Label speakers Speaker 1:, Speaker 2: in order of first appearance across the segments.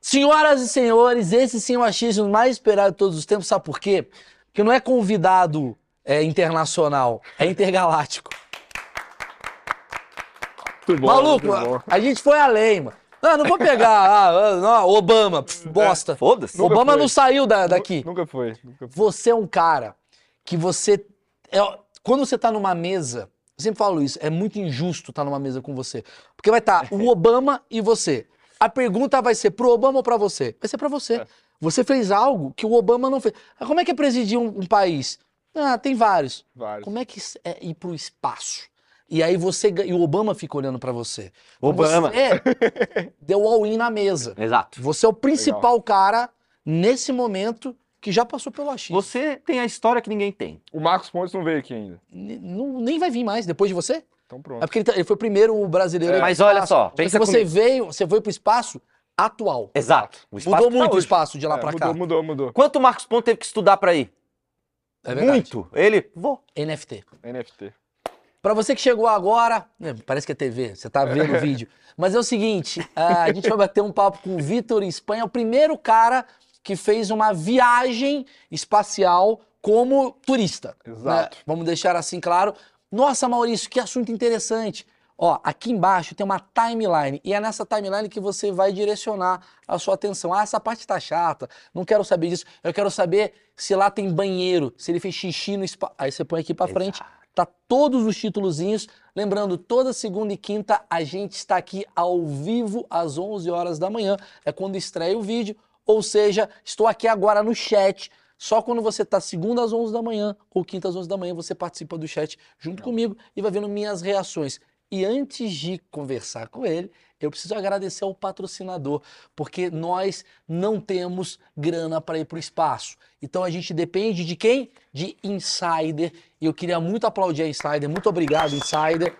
Speaker 1: Senhoras e senhores, esse sim é o achismo mais esperado de todos os tempos, sabe por quê? Porque não é convidado é, internacional, é intergaláctico.
Speaker 2: Muito bom,
Speaker 1: Maluco,
Speaker 2: muito bom.
Speaker 1: a, a gente foi além, mano. Não, não vou pegar ah, ah, não, Obama, pff,
Speaker 2: É,
Speaker 1: bosta.
Speaker 3: Foda-se.
Speaker 2: Nunca
Speaker 1: Obama
Speaker 2: foi.
Speaker 1: não saiu da- daqui.
Speaker 2: Nunca foi. Nunca foi.
Speaker 1: Você é um cara que você. é- quando você tá numa mesa, eu sempre falo isso, é muito injusto estar numa mesa com você. Porque vai estar o Obama e você. A pergunta vai ser pro Obama ou pra você? Vai ser pra você. Você fez algo que o Obama não fez. Ah, Como é que é presidir um, um país? Ah, tem vários.
Speaker 2: Vários.
Speaker 1: Como é que é ir pro espaço? E aí você. gan- E o Obama fica olhando pra você. Então
Speaker 3: Obama.
Speaker 1: Você deu all-in na mesa.
Speaker 3: Exato.
Speaker 1: Você é o principal cara nesse momento que já passou pelo achismo.
Speaker 3: Você tem a história que ninguém tem.
Speaker 2: O Marcos Pontes não veio aqui ainda.
Speaker 1: Ne- não- nem vai vir mais depois de você.
Speaker 2: Então
Speaker 1: É
Speaker 2: pronto.
Speaker 1: porque ele, tá- ele foi o primeiro o brasileiro. a ir pro
Speaker 3: Mas olha
Speaker 1: espaço.
Speaker 3: só,
Speaker 1: que
Speaker 3: pensa
Speaker 1: você
Speaker 3: comigo.
Speaker 1: veio, você foi pro espaço atual.
Speaker 3: Exato. O espaço
Speaker 1: Mudou
Speaker 3: tá
Speaker 1: muito o
Speaker 3: hoje.
Speaker 1: espaço de lá
Speaker 2: É,
Speaker 1: pra
Speaker 2: mudou,
Speaker 1: cá.
Speaker 2: mudou, mudou.
Speaker 3: Quanto o Marcos Pontes teve que estudar pra ir?
Speaker 1: É verdade.
Speaker 3: Muito. Ele, vou.
Speaker 1: NFT.
Speaker 2: NFT.
Speaker 1: Pra você que chegou agora, né, parece que é TV, você tá vendo o vídeo. Mas é o seguinte, ah, a gente vai bater um papo com o Vitor Espanha, é o primeiro cara que fez uma viagem espacial como turista. né?
Speaker 2: Exato.
Speaker 1: Vamos deixar assim claro. Nossa, Maurício, que assunto interessante. Ó, aqui embaixo tem uma timeline e é nessa timeline que você vai direcionar a sua atenção. Ah, essa parte tá chata, não quero saber disso. Eu quero saber se lá tem banheiro, se ele fez xixi no espaço. Aí você põe aqui pra frente, tá todos os títulozinhos. Lembrando, toda segunda e quinta a gente está aqui ao vivo às 11 horas da manhã, é quando estreia o vídeo, ou seja, estou aqui agora no chat. Só quando você tá segunda às 11 da manhã ou quinta às 11 da manhã, você participa do chat junto comigo e vai vendo minhas reações. E antes de conversar com ele, eu preciso agradecer ao patrocinador, porque nós não temos grana para ir para o espaço. Então a gente depende de quem? De Insider. E eu queria muito aplaudir a Insider. Muito obrigado, Insider,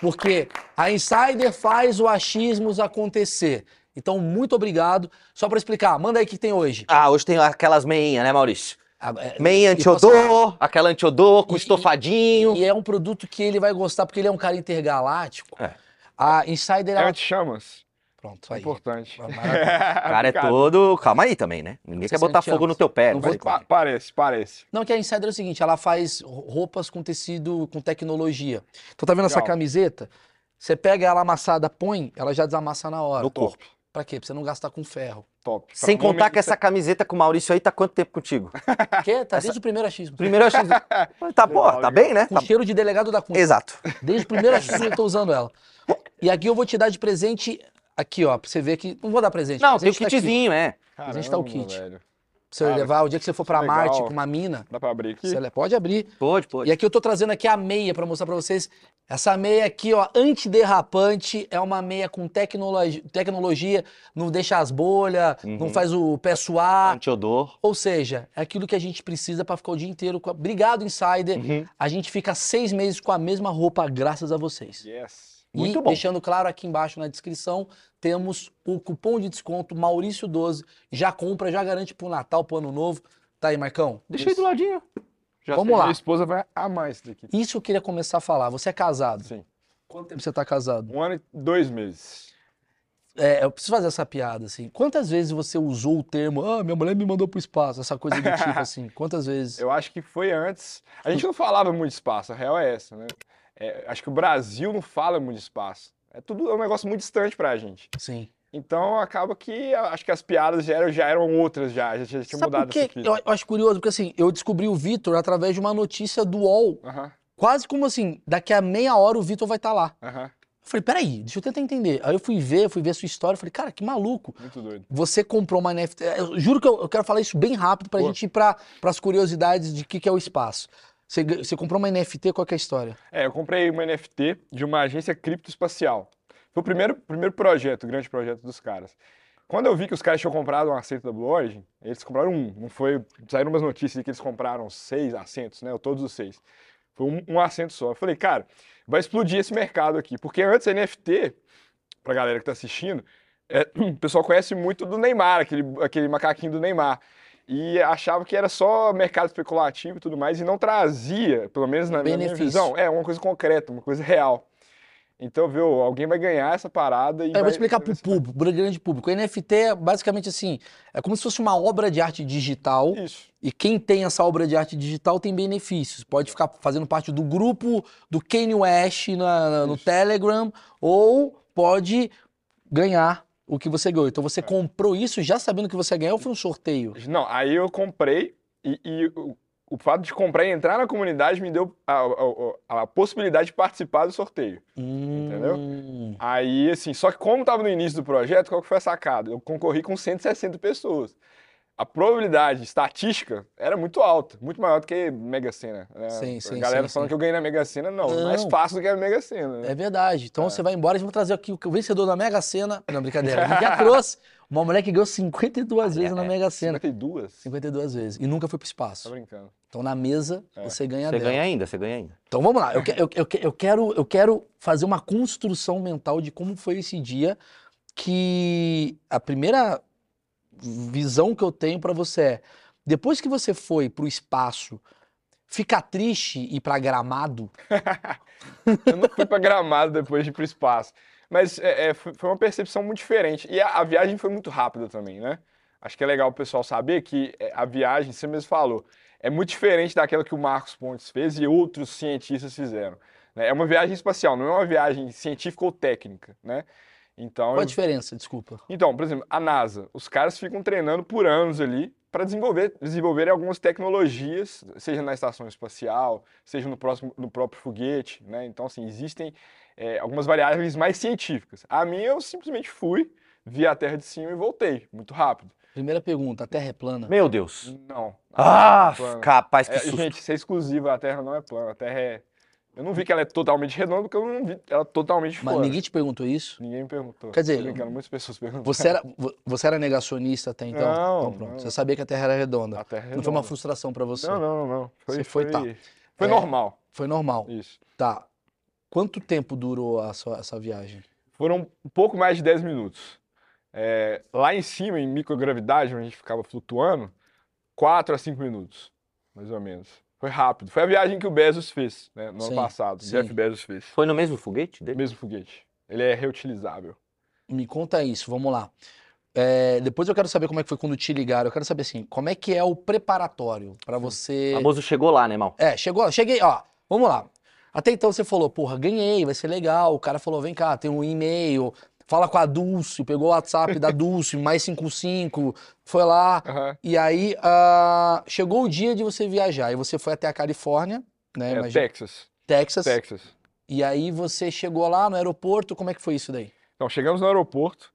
Speaker 1: porque a Insider faz o achismos acontecer. Então, muito obrigado. Só para explicar, manda aí o que tem hoje.
Speaker 3: Ah, hoje tem aquelas meinhas, né, Maurício?
Speaker 1: Ah, é-
Speaker 3: Meia
Speaker 1: e posso
Speaker 3: antiodor, aquela antiodor com
Speaker 1: E-
Speaker 3: estofadinho.
Speaker 1: E é um produto que ele vai gostar, porque ele é um cara intergaláctico.
Speaker 3: É.
Speaker 1: A Insider.
Speaker 2: É
Speaker 1: ela-
Speaker 2: anti-chamas.
Speaker 1: Pronto, aí.
Speaker 2: Importante.
Speaker 1: Maravilha.
Speaker 3: O cara é todo. Calma aí também, né? Ninguém quer
Speaker 1: Você
Speaker 3: botar
Speaker 1: sente
Speaker 3: fogo
Speaker 1: antes.
Speaker 3: no teu pé.
Speaker 1: Não
Speaker 3: né?
Speaker 1: vou-
Speaker 2: Pa- parece, parece.
Speaker 1: Não, que a Insider é o seguinte, ela faz ro- roupas com tecido, com tecnologia. Então tá vendo essa
Speaker 2: Legal.
Speaker 1: camiseta? Você pega ela amassada, põe, ela já desamassa na hora.
Speaker 3: No corpo.
Speaker 1: Pra quê? Pra você não gastar com ferro.
Speaker 2: Top. Pra
Speaker 1: Tá
Speaker 2: é
Speaker 3: Sem contar
Speaker 2: momento
Speaker 3: que essa camiseta com o Maurício aí tá quanto tempo contigo?
Speaker 1: Porque tá desde o primeiro achismo.
Speaker 3: Primeiro eu achei. Tá, pô, tá bem, né?
Speaker 1: Com
Speaker 3: Tá-
Speaker 1: cheiro de delegado da Cunha.
Speaker 3: Exato.
Speaker 1: Desde o primeiro achismo eu tô usando ela. E aqui eu vou te dar de presente, aqui ó, pra você ver que... Não vou dar presente.
Speaker 3: Não, tem o
Speaker 1: presente tá aqui.
Speaker 3: kitzinho, é.
Speaker 1: a gente tá o
Speaker 2: Caramba,
Speaker 1: kit.
Speaker 2: velho.
Speaker 1: Pra você
Speaker 2: Cara,
Speaker 1: levar o dia que você for pra
Speaker 2: legal.
Speaker 1: Marte com uma mina,
Speaker 2: Dá pra abrir aqui?
Speaker 1: você le- pode abrir.
Speaker 3: Pode, pode.
Speaker 1: E aqui eu tô trazendo aqui a meia pra mostrar pra vocês. Essa meia aqui, ó, antiderrapante, é uma meia com tecnologi- tecnologia, não deixa as bolhas, não
Speaker 3: Uhum.
Speaker 1: faz o pé suar.
Speaker 3: Antiodor.
Speaker 1: Ou seja, é aquilo que a gente precisa pra ficar o dia inteiro. Com a... Obrigado, Insider. A gente fica seis meses com a mesma roupa, graças a vocês.
Speaker 2: Yes.
Speaker 3: Muito
Speaker 1: e
Speaker 3: bom.
Speaker 1: deixando claro aqui embaixo na descrição, temos o cupom de desconto Maurício12. Já compra, já garante pro Natal, pro Ano Novo. Tá aí, Marcão?
Speaker 3: Deixa aí do ladinho.
Speaker 2: Já
Speaker 1: Vamos
Speaker 2: sei,
Speaker 1: lá.
Speaker 2: Minha esposa vai amar isso daqui.
Speaker 1: Isso eu queria começar a falar. Você é casado.
Speaker 2: Sim.
Speaker 1: Quanto tempo você tá casado?
Speaker 2: Um ano e dois meses.
Speaker 1: É, eu preciso fazer essa piada, assim. Quantas vezes você usou o termo, ah, minha mulher me mandou pro espaço, essa coisa do tipo, assim? Quantas vezes?
Speaker 2: Eu acho que foi antes. A gente não falava muito de espaço, a real é essa, né? É, acho que o Brasil não fala muito de espaço. É tudo é um negócio muito distante pra gente.
Speaker 1: Sim.
Speaker 2: Então acaba que a- acho que as piadas já eram, já eram outras, já, já tinha
Speaker 1: Sabe por
Speaker 2: mudado
Speaker 1: quê?
Speaker 2: isso aqui.
Speaker 1: Eu, eu acho curioso, porque assim, eu descobri o Vitor através de uma notícia do UOL.
Speaker 2: Aham,
Speaker 1: Quase como assim, daqui a meia hora o Vitor vai estar lá.
Speaker 2: aham.
Speaker 1: Eu falei, peraí, deixa eu tentar entender. Aí eu fui ver, fui ver a sua história, eu falei, cara, que maluco.
Speaker 2: Muito doido.
Speaker 1: Você comprou uma NFT. é, Eu juro que eu, eu quero falar isso bem rápido pra
Speaker 2: Pô.
Speaker 1: gente ir pra, pras curiosidades de o que, que é o espaço. Você, gan- você comprou uma NFT, qual que é a história?
Speaker 2: É, eu comprei uma NFT de uma agência criptoespacial. Foi o primeiro, primeiro projeto, o grande projeto dos caras. Quando eu vi que os caras tinham comprado um assento da Blue Origin, eles compraram um. Não foi, saíram umas notícias de que eles compraram seis assentos, né? Ou todos os seis. Foi um, um assento só. Eu falei, cara, vai explodir esse mercado aqui. Porque antes NFT, pra galera que tá assistindo, é, o pessoal conhece muito do Neymar, aquele, aquele macaquinho do Neymar. E achava que era só mercado especulativo e tudo mais, e não trazia, pelo menos na, na minha
Speaker 1: Benefício.
Speaker 2: visão, é uma coisa concreta, uma coisa real. Então, viu, alguém vai ganhar essa parada e.
Speaker 1: É, Eu
Speaker 2: vai-
Speaker 1: vou explicar pro público, pro grande público. O NFT é basicamente assim, é como se fosse uma obra de arte digital
Speaker 2: Isso.
Speaker 1: e quem tem essa obra de arte digital tem benefícios. Pode ficar fazendo parte do grupo do Kanye West na- na- no
Speaker 2: Isso.
Speaker 1: Telegram ou pode ganhar o que você ganhou. Então você comprou isso já sabendo que você ganhou ou foi um sorteio?
Speaker 2: Não, aí eu comprei e, e o, o fato de comprar e entrar na comunidade me deu a, a- a- a possibilidade de participar do sorteio. Entendeu?
Speaker 1: Hum.
Speaker 2: Aí, assim, só que como estava no início do projeto, qual que foi a sacada? Eu concorri com 160 pessoas. A probabilidade estatística era muito alta, muito maior do que Mega Sena. né?
Speaker 1: Sim, sim,
Speaker 2: a galera
Speaker 1: sim,
Speaker 2: falando
Speaker 1: sim.
Speaker 2: que eu ganhei na Mega Sena, não, é mais
Speaker 1: Não.
Speaker 2: fácil do que a Mega Sena. né?
Speaker 1: É verdade. Então
Speaker 2: É.
Speaker 1: você vai embora e vamos trazer aqui o vencedor da Mega Sena. Não, brincadeira. Ele já trouxe uma mulher que ganhou 52
Speaker 3: Ah,
Speaker 1: vezes
Speaker 3: é,
Speaker 1: na
Speaker 3: é.
Speaker 1: Mega Sena.
Speaker 2: 52?
Speaker 1: 52 vezes. E nunca foi pro
Speaker 2: Tá
Speaker 1: espaço.
Speaker 2: brincando.
Speaker 1: Então na mesa
Speaker 2: É.
Speaker 1: você ganha
Speaker 3: Você
Speaker 1: dela.
Speaker 3: ganha ainda, você ganha ainda.
Speaker 1: Então vamos lá. Eu, que- eu- eu que- eu quero, eu quero fazer uma construção mental de como foi esse dia que a primeira visão que eu tenho pra você é depois que você foi pro espaço, fica triste ir pra Gramado?
Speaker 2: Eu não fui pra Gramado depois de ir pro espaço. Mas é, é, foi foi uma percepção muito diferente. E a, a viagem foi muito rápida também, né? Acho que é legal o pessoal saber que é, a viagem, você mesmo falou, é muito diferente daquela que o Marcos Pontes fez e outros cientistas fizeram. né? É uma viagem espacial, não é uma viagem científica ou técnica, né? Então,
Speaker 1: Qual a
Speaker 2: eu-
Speaker 1: diferença? Desculpa.
Speaker 2: então, por exemplo, a NASA, os caras ficam treinando por anos ali para desenvolver, desenvolverem algumas tecnologias, seja na estação espacial, seja no, próximo, no próprio foguete, né? Então, assim, existem é, algumas variáveis mais científicas. A minha, eu simplesmente fui, vi a Terra de cima e voltei, muito rápido.
Speaker 1: Primeira pergunta, a Terra é plana?
Speaker 3: Meu Deus.
Speaker 2: Não. a
Speaker 3: Ah,
Speaker 2: Terra não é plana.
Speaker 3: capaz que
Speaker 2: É,
Speaker 3: susto.
Speaker 2: gente, isso é exclusivo, a Terra não é plana, a Terra é... Eu não vi que ela é totalmente redonda, porque eu não vi ela é totalmente
Speaker 1: Mas
Speaker 2: fora.
Speaker 1: ninguém te perguntou isso?
Speaker 2: Ninguém me perguntou.
Speaker 1: Quer dizer,
Speaker 2: Tô brincando, muitas pessoas perguntaram.
Speaker 1: Você era, vo- você era negacionista até então?
Speaker 2: Não,
Speaker 1: Então pronto.
Speaker 2: não.
Speaker 1: Você sabia que a Terra era redonda.
Speaker 2: A Terra é
Speaker 1: Não foi uma
Speaker 2: redonda.
Speaker 1: frustração pra você.
Speaker 2: Não, não, não, não. Foi,
Speaker 1: Você foi, tá.
Speaker 2: foi
Speaker 1: É.
Speaker 2: normal,
Speaker 1: Foi normal.
Speaker 2: isso.
Speaker 1: Tá. Quanto tempo durou a sua- essa viagem?
Speaker 2: Foram um pouco mais de 10 minutos. É, lá em cima, em microgravidade, onde a gente ficava flutuando, 4 a 5 minutos, mais ou menos. Foi rápido. Foi a viagem que o Bezos fez, né, no
Speaker 1: Sim,
Speaker 2: ano passado. O
Speaker 1: sim.
Speaker 2: Jeff Bezos fez.
Speaker 3: Foi no mesmo foguete
Speaker 2: O
Speaker 3: dele?
Speaker 2: mesmo foguete. Ele é reutilizável.
Speaker 1: Me conta isso, vamos lá. É, depois eu quero saber como é que foi quando te ligaram. Eu quero saber assim, como é que é o preparatório pra você.
Speaker 3: O famoso chegou lá, né, mal?
Speaker 1: É, chegou, cheguei, ó, vamos lá. Até então você falou, porra, ganhei, vai ser legal. O cara falou, vem cá, tem um e-mail, fala com a Dulce, pegou o WhatsApp da Dulce, mais 55, foi lá.
Speaker 2: Aham.
Speaker 1: E aí, ah, chegou o dia de você viajar, e você foi até a Califórnia, né,
Speaker 2: É,
Speaker 1: imagina,
Speaker 2: Texas.
Speaker 1: Texas,
Speaker 2: Texas.
Speaker 1: e aí você chegou lá no aeroporto, como é que foi isso daí?
Speaker 2: Então, chegamos no aeroporto,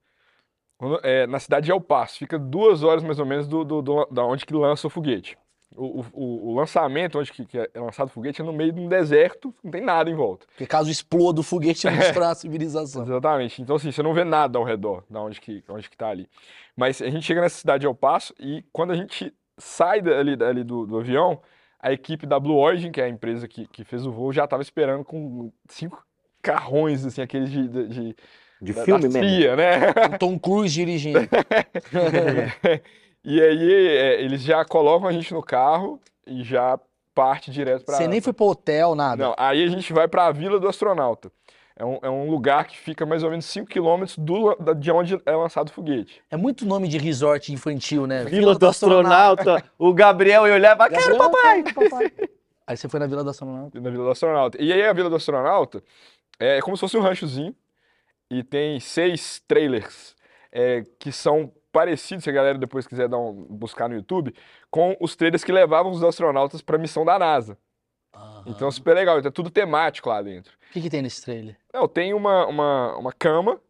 Speaker 2: quando- é, na cidade de El Paso. Fica duas horas mais ou menos do, do- do- da onde que lança o foguete. O, o- o- o lançamento, onde que, que é lançado o foguete, é no meio de um deserto, não tem nada em volta.
Speaker 1: Porque caso exploda o foguete, não
Speaker 2: É.
Speaker 1: destrói a civilização.
Speaker 2: Exatamente. Então, assim, você não vê nada ao redor da onde que, onde que tá ali. Mas a gente chega nessa cidade de El Paso e quando a gente sai dali, dali do, do avião, a equipe da Blue Origin, que é a empresa que, que fez o voo, já estava esperando com cinco carrões, assim, aqueles de, de, de-
Speaker 3: De
Speaker 2: da- da
Speaker 3: filme mesmo.
Speaker 2: CIA, né?
Speaker 1: O Tom Cruise dirigindo.
Speaker 2: É. E aí é, eles já colocam a gente no carro e já parte direto pra.
Speaker 1: Você nem foi pro hotel, nada.
Speaker 2: Não, aí a gente vai pra Vila do Astronauta. É um, é um lugar que fica mais ou menos 5 quilômetros do la- da- de onde é lançado o foguete.
Speaker 1: É muito nome de resort infantil, né?
Speaker 3: Vila do astronauta, o Gabriel ia olhar e falar, quero papai.
Speaker 1: Aí você foi na Vila do Astronauta.
Speaker 2: Na Vila do Astronauta. E aí a Vila do Astronauta é como se fosse um ranchozinho e tem seis trailers é, que são parecidos, se a galera depois quiser dar um- buscar no YouTube, com os trailers que levavam os astronautas pra missão da NASA. Então
Speaker 1: Ah.
Speaker 2: é super legal, então é tudo temático lá dentro.
Speaker 1: O que, que tem nesse trailer?
Speaker 2: Não, tem É, uma, uma, uma cama,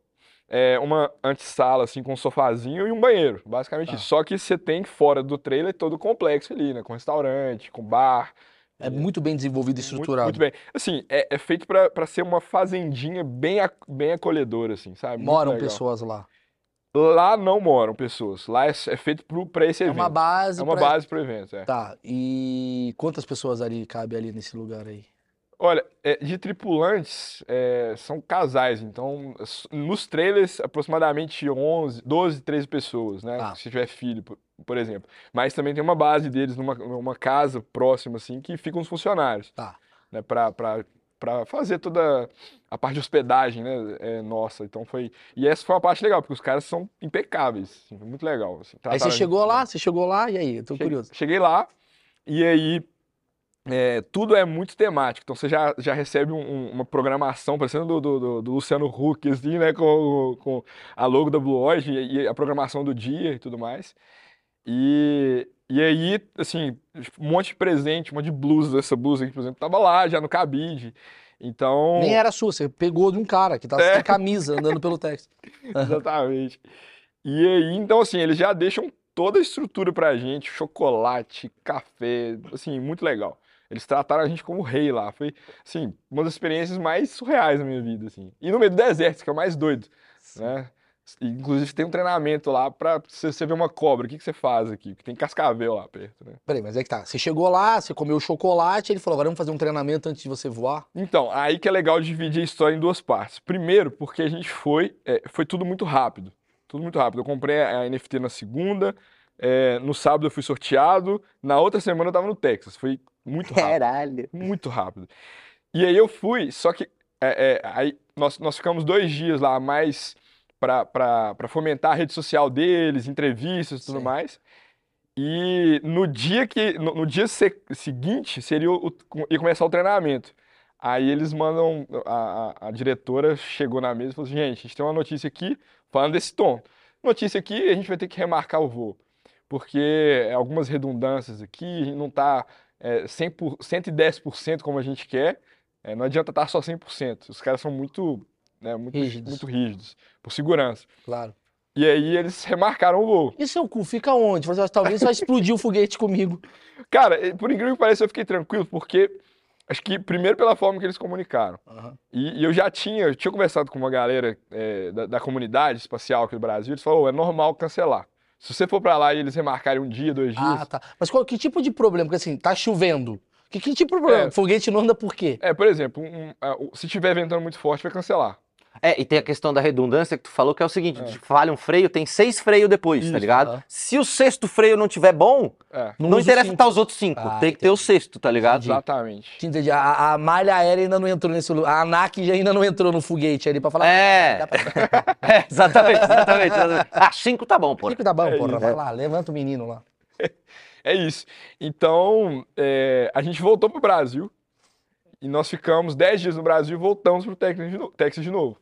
Speaker 2: é, uma antessala, assim, com um sofazinho e um banheiro. Basicamente
Speaker 1: Tá.
Speaker 2: isso. Só que você tem fora do trailer todo o complexo ali, né? Com restaurante, com bar.
Speaker 1: É muito bem desenvolvido e
Speaker 2: Muito-
Speaker 1: estruturado.
Speaker 2: Muito, bem. Assim, é, é feito pra, pra ser uma fazendinha bem, ac- bem acolhedora, assim, sabe? Muito
Speaker 1: Moram
Speaker 2: legal.
Speaker 1: pessoas lá.
Speaker 2: Lá não moram pessoas. Lá é, é feito pro, pra esse
Speaker 1: É
Speaker 2: evento.
Speaker 1: uma base.
Speaker 2: É uma
Speaker 1: pra-
Speaker 2: base pro evento, é.
Speaker 1: Tá. E quantas pessoas ali cabe ali nesse lugar aí?
Speaker 2: Olha, é, de tripulantes, é, são casais, então s- nos trailers aproximadamente 11, 12, 13 pessoas, né?
Speaker 1: Tá.
Speaker 2: Se tiver filho, por, por exemplo. Mas também tem uma base deles numa, numa casa próxima, assim, que ficam os funcionários,
Speaker 1: Tá.
Speaker 2: né? Pra, pra para fazer toda a parte de hospedagem, né? é, nossa, então foi. E essa foi uma parte legal, porque os caras são impecáveis, assim, foi muito legal.
Speaker 1: Aí
Speaker 2: assim,
Speaker 1: você
Speaker 2: trataram-
Speaker 1: chegou lá, você chegou lá, e aí? Eu tô
Speaker 2: Che-
Speaker 1: curioso.
Speaker 2: Cheguei lá e aí é, tudo é muito temático. Então você já, já recebe um- um- uma programação parecendo do, do- do- do Luciano Huck, assim, né? Com, o- com a logo da Blue Origin e, e a programação do dia e tudo mais. E, e aí, assim, um monte de presente, um monte de blusa. Essa blusa aqui, por exemplo, tava lá já no cabide. Então.
Speaker 1: Nem era sua, você pegou de um cara que tá
Speaker 2: É.
Speaker 1: sem camisa andando pelo texto.
Speaker 2: Exatamente. E aí, então, assim, eles já deixam toda a estrutura pra gente, chocolate, café, assim, muito legal. Eles trataram a gente como rei lá. Foi, assim, uma das experiências mais surreais da minha vida, assim. E no meio do deserto, isso que é o mais doido, né? E, Inclusive, tem um treinamento lá pra se você ver uma cobra, o que que você faz aqui? Porque tem cascavel lá perto, né?
Speaker 1: Peraí, mas é que tá. Você chegou lá, você comeu chocolate, ele falou: agora vamos fazer um treinamento antes de você voar.
Speaker 2: Então, aí que é legal dividir a história em duas partes. Primeiro, porque a gente foi, é, foi tudo muito rápido. Tudo muito rápido. Eu comprei a NFT na segunda, é, no sábado eu fui sorteado, na outra semana eu tava no Texas. Foi muito
Speaker 3: É,
Speaker 2: rápido.
Speaker 3: Caralho.
Speaker 2: Muito rápido. E aí eu fui, só que é, é, aí nós, nós ficamos dois dias lá, mais pra- pra pra fomentar a rede social deles, entrevistas e tudo
Speaker 1: Sim.
Speaker 2: mais. E no dia que no, no dia se- seguinte seria o, o- ia começar o treinamento. Aí eles mandam a, a- a diretora chegou na mesa e falou assim, gente, a gente tem uma notícia aqui falando desse tom. Notícia aqui, a gente vai ter que remarcar o voo, porque é algumas redundâncias aqui, a gente não tá é, 100 por, 110% como a gente quer, é, não adianta estar só 100%. Os caras são muito, né, muito,
Speaker 1: Rígidos.
Speaker 2: muito rígidos, por segurança.
Speaker 1: Claro.
Speaker 2: E aí eles remarcaram o voo.
Speaker 1: E seu cu fica onde? Você, fala, talvez vai explodir o foguete comigo.
Speaker 2: Cara, eh, por incrível que pareça, eu fiquei tranquilo, porque acho que primeiro pela forma que eles comunicaram.
Speaker 1: Aham.
Speaker 2: E, e eu já tinha, eu tinha conversado com uma galera eh, da, da comunidade espacial aqui do Brasil, eles falaram, "Ô, é normal cancelar. Se você for pra lá e eles remarcarem um dia, dois dias,
Speaker 1: Ah, tá. Mas qual, que tipo de problema? Porque assim, tá chovendo. Que, que tipo de problema?
Speaker 2: É.
Speaker 1: Foguete não anda por quê?
Speaker 2: É, por exemplo, um- um, ah, o- se tiver ventando muito forte, vai cancelar.
Speaker 3: É, e tem a questão da redundância que tu falou, que é o seguinte:
Speaker 2: É.
Speaker 3: de- falha um freio, tem seis freios depois,
Speaker 2: Isso,
Speaker 3: tá ligado?
Speaker 1: tá.
Speaker 3: Se o sexto freio não tiver bom,
Speaker 2: É,
Speaker 3: não,
Speaker 1: usa o
Speaker 3: interessa
Speaker 1: cinto.
Speaker 3: estar os outros cinco.
Speaker 1: Ah,
Speaker 3: tem que ter o
Speaker 1: entendi.
Speaker 3: sexto, tá ligado?
Speaker 1: Entendi.
Speaker 2: exatamente.
Speaker 1: Entendi. A, a malha aérea ainda não entrou nesse lugar. A ANAC já ainda não entrou no foguete ali pra falar.
Speaker 3: É.
Speaker 1: dá pra-
Speaker 3: É, exatamente, exatamente, exatamente. Ah, cinco tá bom, pô.
Speaker 1: Fica da bom,
Speaker 2: É
Speaker 1: porra.
Speaker 2: isso.
Speaker 1: Vai lá, levanta o menino lá.
Speaker 2: É isso. Então, é, a gente voltou pro Brasil e nós ficamos 10 dias no Brasil e voltamos pro Texas de, no- Texas de novo.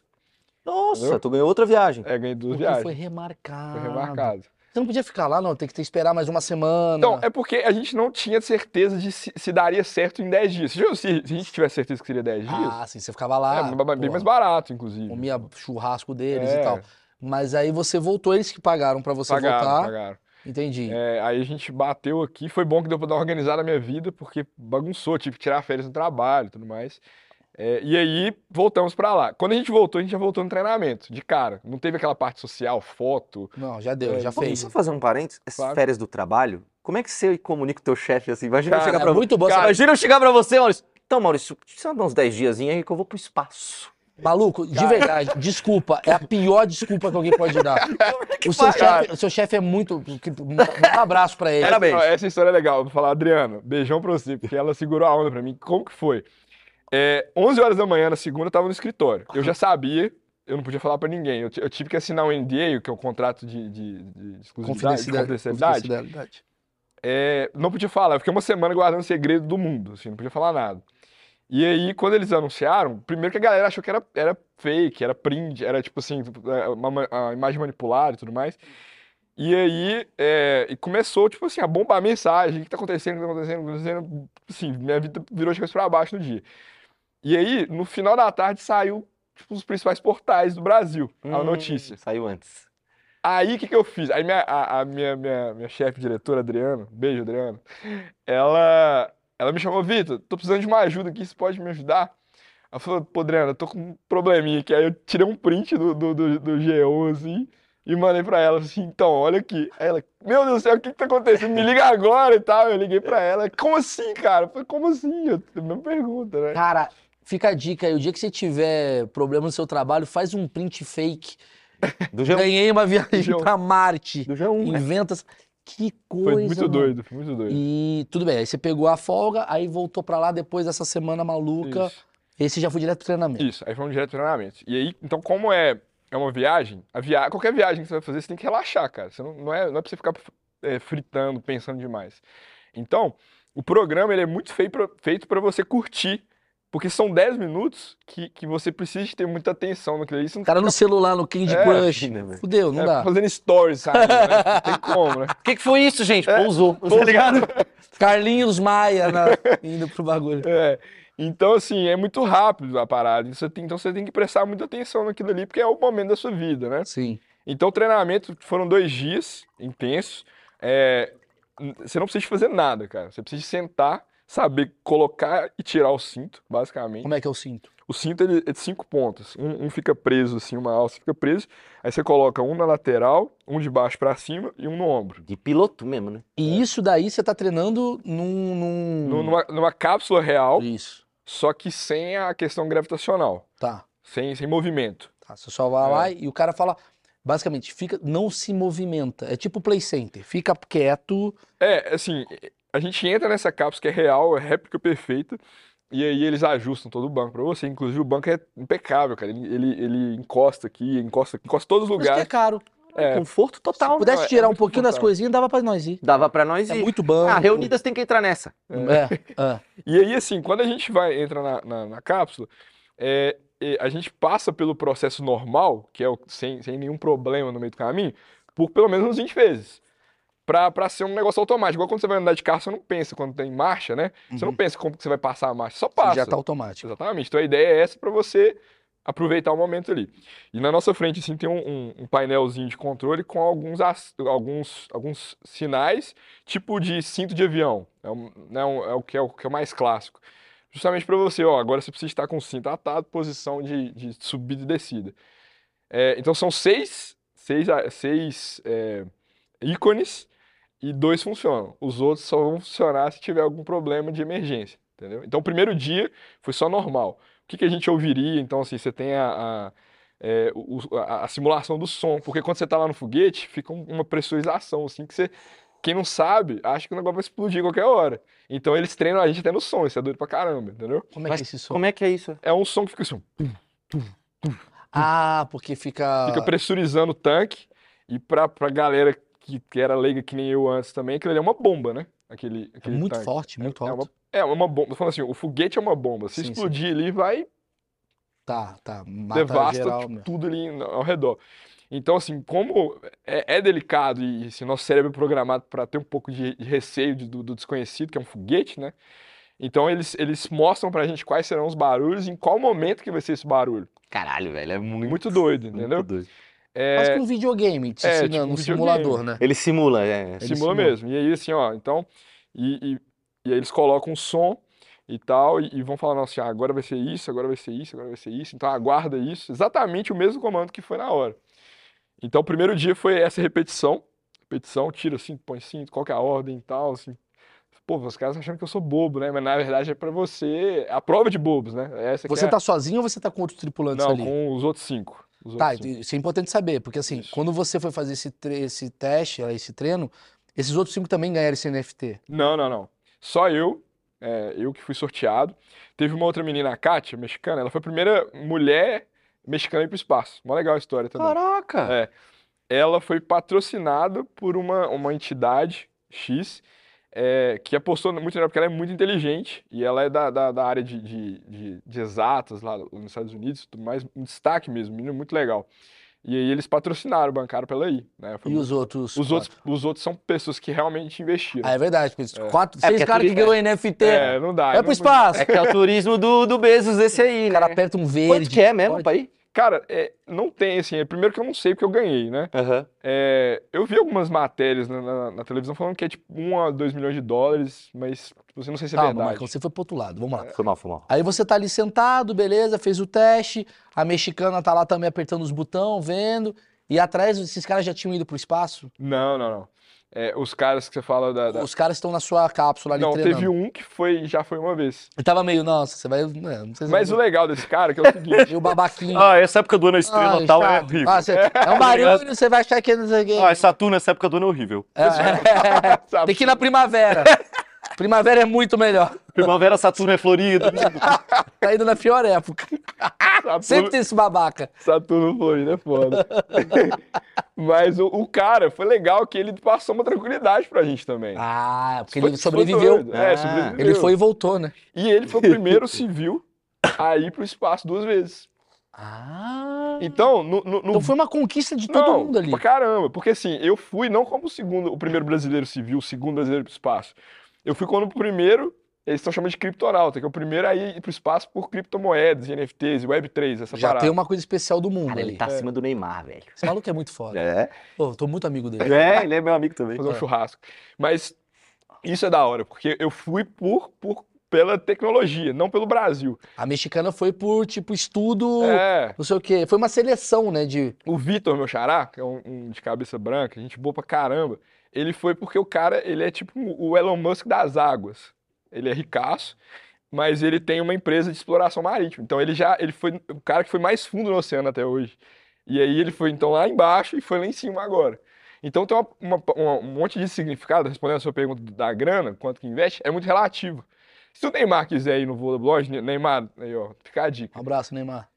Speaker 3: Nossa,
Speaker 2: Entendeu?
Speaker 3: tu ganhou outra viagem.
Speaker 2: É, ganhei duas
Speaker 1: Porque
Speaker 2: viagens.
Speaker 1: foi Ah,
Speaker 2: Foi
Speaker 1: remarcado.
Speaker 2: remarcado.
Speaker 1: Você não podia ficar lá, não. Tem que ter- esperar mais uma semana.
Speaker 2: Então, é porque a gente não tinha certeza de se, se daria certo em 10 dias. Você já viu Se, se a gente tivesse certeza que seria 10 dias,
Speaker 1: Ah, sim. Você ficava
Speaker 2: é
Speaker 1: lá.
Speaker 2: ba- bem
Speaker 1: pô,
Speaker 2: mais barato, inclusive.
Speaker 1: Comia churrasco deles
Speaker 2: É.
Speaker 1: e tal. Mas aí você voltou, eles que pagaram pra é você
Speaker 2: pagaram,
Speaker 1: voltar.
Speaker 2: pagaram.
Speaker 1: Entendi.
Speaker 2: É, aí a gente bateu aqui, foi bom que deu pra dar uma organizada na minha vida, porque bagunçou, tive que tirar férias no trabalho e tudo mais. É, e aí voltamos pra lá. Quando a gente voltou, a gente já voltou no treinamento, de cara. Não teve aquela parte social, foto.
Speaker 1: Não, já deu,
Speaker 2: É,
Speaker 1: já
Speaker 3: Pô,
Speaker 1: fez.
Speaker 3: só fazer um parênteses, essas
Speaker 2: Claro.
Speaker 3: férias do trabalho, como é que você comunica o teu chefe assim? Imagina eu
Speaker 2: Cara,
Speaker 3: chegar
Speaker 1: É
Speaker 3: pra
Speaker 1: muito bom.
Speaker 3: você.
Speaker 1: você-
Speaker 2: Cara,
Speaker 3: Imagina eu chegar pra você, Maurício. Então, Maurício, só dá uns 10 diazinhos aí que eu vou pro espaço.
Speaker 1: Maluco, de
Speaker 2: Cara.
Speaker 1: verdade, desculpa. É a pior desculpa que alguém pode dar. O seu
Speaker 3: faz?
Speaker 1: chefe, o seu chefe é muito. que- Um abraço pra ele.
Speaker 3: Era- Parabéns.
Speaker 2: Essa, essa história é legal. Eu Vou falar, Adriana, beijão pra você, porque ela segurou a onda pra mim. Como que foi? É, 11 horas da manhã, na segunda, eu tava no escritório. Eu já sabia, eu não podia falar pra ninguém. Eu, ti- eu tive que assinar um NDA, que é o contrato de, de, de exclusividade, de confidencialidade.
Speaker 1: Confidencialidade.
Speaker 2: É, não podia falar, eu fiquei uma semana guardando segredo do mundo, assim, não podia falar nada. E aí, quando eles anunciaram, primeiro que a galera achou que era, era fake, era print, era tipo assim, é, uma, ma- a imagem manipulada e tudo mais. E aí, é, e começou, tipo assim, a bombar a mensagem, o que tá acontecendo, o que tá acontecendo, o que tá acontecendo, assim, minha vida virou de cabeça pra baixo no dia. E aí, no final da tarde, saiu, tipo, os principais portais do Brasil, a
Speaker 3: Hum,
Speaker 2: notícia.
Speaker 3: Saiu antes.
Speaker 2: Aí o que, que eu fiz? Aí minha, a, a minha, minha, minha chefe diretora, Adriana, beijo, Adriana, ela, ela me chamou, Vitor, tô precisando de uma ajuda aqui, você pode me ajudar? Ela falou, pô, Adriana, eu tô com um probleminha aqui. Aí eu tirei um print do, do, do, do G1, assim, e mandei pra ela, assim, então, olha aqui. Aí ela, meu Deus do céu, o que que tá acontecendo? Me liga agora e tal. Eu liguei pra ela, como assim, cara? Eu falei, como assim? Eu, a mesma pergunta, né?
Speaker 1: Cara, fica a dica aí. O dia que você tiver problema no seu trabalho, faz um print fake.
Speaker 3: Do G1.
Speaker 1: Ganhei uma viagem
Speaker 2: João. é?
Speaker 1: pra Marte.
Speaker 3: Do G1. né?
Speaker 1: Inventa. Que um, coisa.
Speaker 2: Foi muito
Speaker 1: mano.
Speaker 2: doido, foi muito doido.
Speaker 1: E tudo bem, aí você pegou a folga, aí voltou pra lá depois dessa semana maluca.
Speaker 2: Isso.
Speaker 1: Esse já foi direto pro treinamento.
Speaker 2: Isso, aí vamos direto pro treinamento. E aí, então, como é, é uma viagem, a via... qualquer viagem que você vai fazer, você tem que relaxar, cara. Você não, não, é, não é pra você ficar é, fritando, pensando demais. Então, o programa ele é muito feio pra- feito para você curtir. Porque são 10 minutos que, que você precisa de ter muita atenção naquilo ali. Você não
Speaker 1: O cara no celular, no Candy
Speaker 2: É,
Speaker 1: Crush.
Speaker 3: né, velho?
Speaker 1: Fudeu, não
Speaker 2: é,
Speaker 1: dá.
Speaker 2: fazendo stories, sabe? né? Não tem como, né?
Speaker 3: O que, que foi isso, gente?
Speaker 2: É.
Speaker 3: Pousou. Tá ligado?
Speaker 1: Carlinhos Maia na- indo pro bagulho.
Speaker 2: É. Então, assim, é muito rápido a parada. Você tem- então você tem que prestar muita atenção naquilo ali, porque é o momento da sua vida, né?
Speaker 1: Sim.
Speaker 2: Então, o treinamento foram dois dias intensos. É, n- você não precisa de fazer nada, cara. Você precisa de sentar, saber colocar e tirar o cinto, basicamente.
Speaker 1: Como é que eu sinto?
Speaker 2: O cinto ele é de cinco pontas. Um, um fica preso, assim, uma alça fica preso. Aí você coloca um na lateral, um de baixo pra cima e um no ombro.
Speaker 3: De piloto mesmo, né?
Speaker 1: E isso daí você tá treinando num. num...
Speaker 2: Nu- Numa, numa cápsula real,
Speaker 1: Isso.
Speaker 2: só que sem a questão gravitacional,
Speaker 1: Tá.
Speaker 2: sem, sem movimento.
Speaker 1: tá. Você só vai
Speaker 2: É.
Speaker 1: lá e o cara fala. Basicamente, fica, não se movimenta. É tipo play center. Fica quieto.
Speaker 2: É, assim, a gente entra nessa cápsula que é real, é réplica perfeita, e aí eles ajustam todo o banco pra você. Inclusive, o banco é impecável, cara. Ele, ele, ele encosta aqui, encosta, encosta em todos os
Speaker 1: Por isso que é
Speaker 2: lugares.
Speaker 1: caro.
Speaker 2: É.
Speaker 3: Conforto
Speaker 1: Se
Speaker 3: total. né?
Speaker 1: pudesse
Speaker 2: não, é- é
Speaker 1: tirar um
Speaker 2: muito
Speaker 1: pouquinho das
Speaker 2: confortável.
Speaker 1: coisinhas, dava pra nós ir.
Speaker 3: Dava pra nós
Speaker 1: É
Speaker 3: ir.
Speaker 1: muito banco.
Speaker 3: Ah, reunidas tem que entrar nessa.
Speaker 1: É. é.
Speaker 2: E aí, assim, quando a gente vai, entra na, na, na cápsula, é, é, a gente passa pelo processo normal, que é o, sem, sem nenhum problema no meio do caminho, por pelo menos uns 20 vezes. Pra, pra ser um negócio automático. Igual quando você vai andar de carro, você não pensa quando tem marcha, né? Você não
Speaker 1: Uhum.
Speaker 2: pensa como que você vai passar a marcha, só
Speaker 1: Isso
Speaker 2: passa.
Speaker 1: Já tá automático.
Speaker 2: Exatamente. Então a ideia é essa para você aproveitar o momento ali. E na nossa frente, assim, tem um, um- um painelzinho de controle com alguns, as- alguns, alguns sinais, tipo de cinto de avião. É, um- né, um- é o, que é o que é o mais clássico. Justamente para você, ó, agora você precisa estar com o cinto atado, posição de, de subida e descida. É, então são seis, seis, a- seis é, ícones e dois funcionam. Os outros só vão funcionar se tiver algum problema de emergência, entendeu? Então, o primeiro dia foi só normal. O que, que a gente ouviria? Então, assim, você tem a, a, é, o- o- a- a simulação do som, porque quando você tá lá no foguete, fica um- uma pressurização, assim, que você. Quem não sabe, acha que o negócio vai explodir a qualquer hora. Então eles treinam a gente até no som, isso é doido pra caramba, entendeu?
Speaker 1: Como é
Speaker 3: Mas
Speaker 1: que é esse som?
Speaker 3: Como é que é isso?
Speaker 2: É um som que fica assim,
Speaker 1: Ah, porque fica.
Speaker 2: fica pressurizando o tanque. E pra, pra galera que, que era leiga que nem eu antes também, aquilo ali é uma bomba, né? Aquele,
Speaker 1: É
Speaker 2: aquele
Speaker 1: muito
Speaker 2: tanque.
Speaker 1: forte, muito
Speaker 2: É
Speaker 1: alto.
Speaker 2: uma, é uma bomba. Tô falando assim, o foguete é uma bomba. Se
Speaker 1: Sim, sim.
Speaker 2: explodir ali, vai
Speaker 1: Tá, tá. Mata
Speaker 2: devasta
Speaker 1: geral,
Speaker 2: tipo,
Speaker 1: meu.
Speaker 2: tudo ali no- ao redor. Então, assim, como é, é delicado e assim, nosso cérebro é programado para ter um pouco de, de receio de- do, do desconhecido, que é um foguete, né? Então, eles, eles mostram pra gente quais serão os barulhos e em qual momento que vai ser esse barulho.
Speaker 3: Caralho, velho, é muito,
Speaker 2: Muito doido,
Speaker 3: muito
Speaker 2: entendeu?
Speaker 3: doido.
Speaker 2: É,
Speaker 1: Quase que um videogame, te
Speaker 2: é,
Speaker 1: ensinando,
Speaker 2: tipo um
Speaker 1: um
Speaker 2: videogame.
Speaker 1: simulador, né?
Speaker 3: Ele simula, é.
Speaker 1: Ele
Speaker 2: Simula
Speaker 1: simula.
Speaker 2: mesmo. E aí, assim, ó, então. E, e- e aí eles colocam um som e tal, e, e vão falando assim: ah, agora vai ser isso, agora vai ser isso, agora vai ser isso. Então aguarda isso. Exatamente o mesmo comando que foi na hora. Então o primeiro dia foi essa repetição. Repetição, tira cinto, põe cinto, qual que é a ordem e tal, assim. Pô, os caras achando que eu sou bobo, né? Mas na verdade é pra você. A prova de bobos, né? Essa que
Speaker 1: Você
Speaker 2: é...
Speaker 1: tá sozinho ou você tá com outros tripulantes
Speaker 2: Não,
Speaker 1: ali?
Speaker 2: com os outros cinco. Os
Speaker 1: Tá,
Speaker 2: outros cinco.
Speaker 1: isso é importante saber, porque assim,
Speaker 2: Isso.
Speaker 1: quando você foi fazer esse, tre- esse teste, ó, esse treino, esses outros cinco também ganharam esse NFT.
Speaker 2: Não, não, não. Só eu, é, eu que fui sorteado. Teve uma outra menina, a Kátia, mexicana, ela foi a primeira mulher mexicana a ir pro espaço. Uma legal a história também.
Speaker 3: Caraca!
Speaker 2: É. Ela foi patrocinada por uma, uma entidade X é, que apostou muito nela, porque ela é muito inteligente e ela é da, da, da área de, de, de- de exatas lá nos Estados Unidos, e tudo mais, um destaque mesmo, menina muito legal. E aí eles patrocinaram, bancaram pra ela ir, né? Foi
Speaker 1: E
Speaker 2: muito-
Speaker 1: os outros?
Speaker 2: os outros, os outros são pessoas que realmente investiram.
Speaker 1: Ah, é verdade, porque esses quatro,
Speaker 3: porque
Speaker 1: seis
Speaker 3: é
Speaker 1: caras que
Speaker 3: tudo-
Speaker 1: ganhou NFT.
Speaker 2: É, não dá.
Speaker 1: Vai
Speaker 2: não
Speaker 1: pro
Speaker 2: podia-
Speaker 1: espaço.
Speaker 3: É que é o turismo do, do Bezos esse aí,
Speaker 1: O cara
Speaker 3: né?
Speaker 1: aperta um
Speaker 3: Quanto
Speaker 1: verde.
Speaker 3: que é mesmo
Speaker 1: Pode?
Speaker 3: pra ir?
Speaker 2: Cara, é, não tem, assim, é, primeiro que eu não sei porque eu ganhei, né?
Speaker 3: Aham.
Speaker 2: É, eu vi algumas matérias na, na- na televisão falando que é tipo 1 a 2 milhões de dólares, mas você não sei se é
Speaker 1: Calma,
Speaker 2: verdade.
Speaker 1: Michael, você foi pro outro lado, vamos lá.
Speaker 3: Foi mal, foi mal.
Speaker 1: Aí você tá ali sentado, beleza, fez o teste, a mexicana tá lá também apertando os botões, vendo, e atrás esses caras já tinham ido pro espaço?
Speaker 2: Não, não, não. É, os caras que você fala da. da-
Speaker 1: Os caras estão na sua cápsula ali
Speaker 2: Não,
Speaker 1: treinando.
Speaker 2: teve um que foi, já foi uma vez.
Speaker 1: Eu tava meio, nossa, você vai... né, Não sei se
Speaker 2: Mas o legal desse cara é que é o seguinte:
Speaker 1: E o babaquinho.
Speaker 4: Ah, essa época do ano é estrela
Speaker 1: Ai,
Speaker 2: tá
Speaker 4: tal é
Speaker 1: chato.
Speaker 4: horrível.
Speaker 1: Ah, você- é um barulho, você vai
Speaker 2: Ah,
Speaker 1: achar que não sei o quê.
Speaker 4: Ah, Saturno, essa época do ano é horrível.
Speaker 1: É, é.
Speaker 2: sabe?
Speaker 1: Tem que ir na primavera. Primavera é muito melhor.
Speaker 3: Primavera, Saturno é florido.
Speaker 1: Tá indo na pior época. Sempre tem esse babaca.
Speaker 2: Saturno Florida é foda. Mas o, o cara, foi legal que ele passou uma tranquilidade pra gente também.
Speaker 1: Ah, porque
Speaker 2: Foi-
Speaker 1: ele
Speaker 2: foi
Speaker 1: sobreviveu.
Speaker 2: doido. É,
Speaker 3: Ah,
Speaker 2: sobreviveu.
Speaker 1: Ele foi e voltou, né?
Speaker 2: E ele foi o primeiro civil a ir pro espaço duas vezes.
Speaker 1: Ah.
Speaker 2: Então, no, no, no-
Speaker 1: Então foi uma conquista de todo
Speaker 2: Não,
Speaker 1: mundo ali.
Speaker 2: pra caramba. Porque assim, eu fui não como o segundo, o primeiro brasileiro civil, o segundo brasileiro pro espaço. Eu fui quando o primeiro, eles estão chamando de criptonauta, que é o primeiro a ir pro espaço por criptomoedas, NFTs, Web3, essa
Speaker 1: Já
Speaker 2: parada.
Speaker 1: tem um uma coisa especial do mundo
Speaker 3: Cara, ele
Speaker 1: ali.
Speaker 3: tá acima do Neymar, velho.
Speaker 1: Esse maluco é muito foda.
Speaker 3: É,
Speaker 1: Pô, eu tô muito amigo dele.
Speaker 3: é ele é meu amigo também.
Speaker 2: fazer um
Speaker 1: É.
Speaker 2: churrasco. Mas isso é da hora, porque eu fui por, por pela tecnologia, não pelo Brasil.
Speaker 1: A mexicana foi por, tipo, estudo,
Speaker 2: É,
Speaker 1: não sei o quê. Foi uma seleção, né, de...
Speaker 2: o Vitor, meu xará, que é um, um de cabeça branca, gente boa pra caramba, ele foi porque o cara, ele é tipo o Elon Musk das águas. Ele é ricaço, mas ele tem uma empresa de exploração marítima. Então ele já, ele foi o cara que foi mais fundo no oceano até hoje. E aí ele foi então lá embaixo e foi lá em cima agora. Então tem uma- uma- uma- um monte de significado, respondendo a sua pergunta da grana, quanto que investe, é muito relativo. Se o Neymar quiser ir no voo da blog, Neymar, aí ó, fica a dica
Speaker 1: Um abraço, Neymar.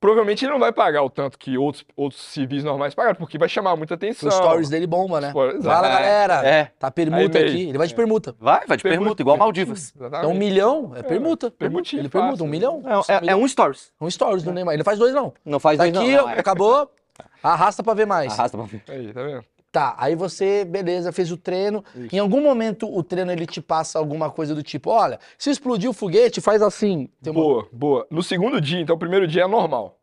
Speaker 2: provavelmente ele não vai pagar o tanto que outros, outros civis normais pagaram, porque vai chamar muita
Speaker 1: Foi
Speaker 2: atenção. Tipo,
Speaker 1: o stories dele bomba, né?
Speaker 2: Exato.
Speaker 1: Fala, galera.
Speaker 3: É,
Speaker 1: Tá permuta
Speaker 2: Aí,
Speaker 1: aqui.
Speaker 2: meio.
Speaker 1: Ele vai de permuta.
Speaker 3: vai, vai de permuta, igual Maldivas.
Speaker 1: É um
Speaker 2: Exatamente.
Speaker 1: milhão, é permuta.
Speaker 2: permutinha,
Speaker 1: Ele permuta,
Speaker 2: fácil.
Speaker 1: um milhão.
Speaker 3: É, é- é um stories.
Speaker 1: Um stories do Neymar. Ele não faz dois, não.
Speaker 3: Não faz
Speaker 1: Tá
Speaker 3: dois,
Speaker 1: aqui,
Speaker 3: não. é.
Speaker 1: ó, acabou. Arrasta pra ver mais.
Speaker 3: Arrasta pra frente.
Speaker 2: Aí, tá vendo?
Speaker 1: Tá, aí você, beleza, fez o treino.
Speaker 2: Isso.
Speaker 1: Em algum momento o treino ele te passa alguma coisa do tipo, olha, se explodir o foguete, faz assim. Tem uma-
Speaker 2: Boa, boa. No segundo dia, então o primeiro dia é normal.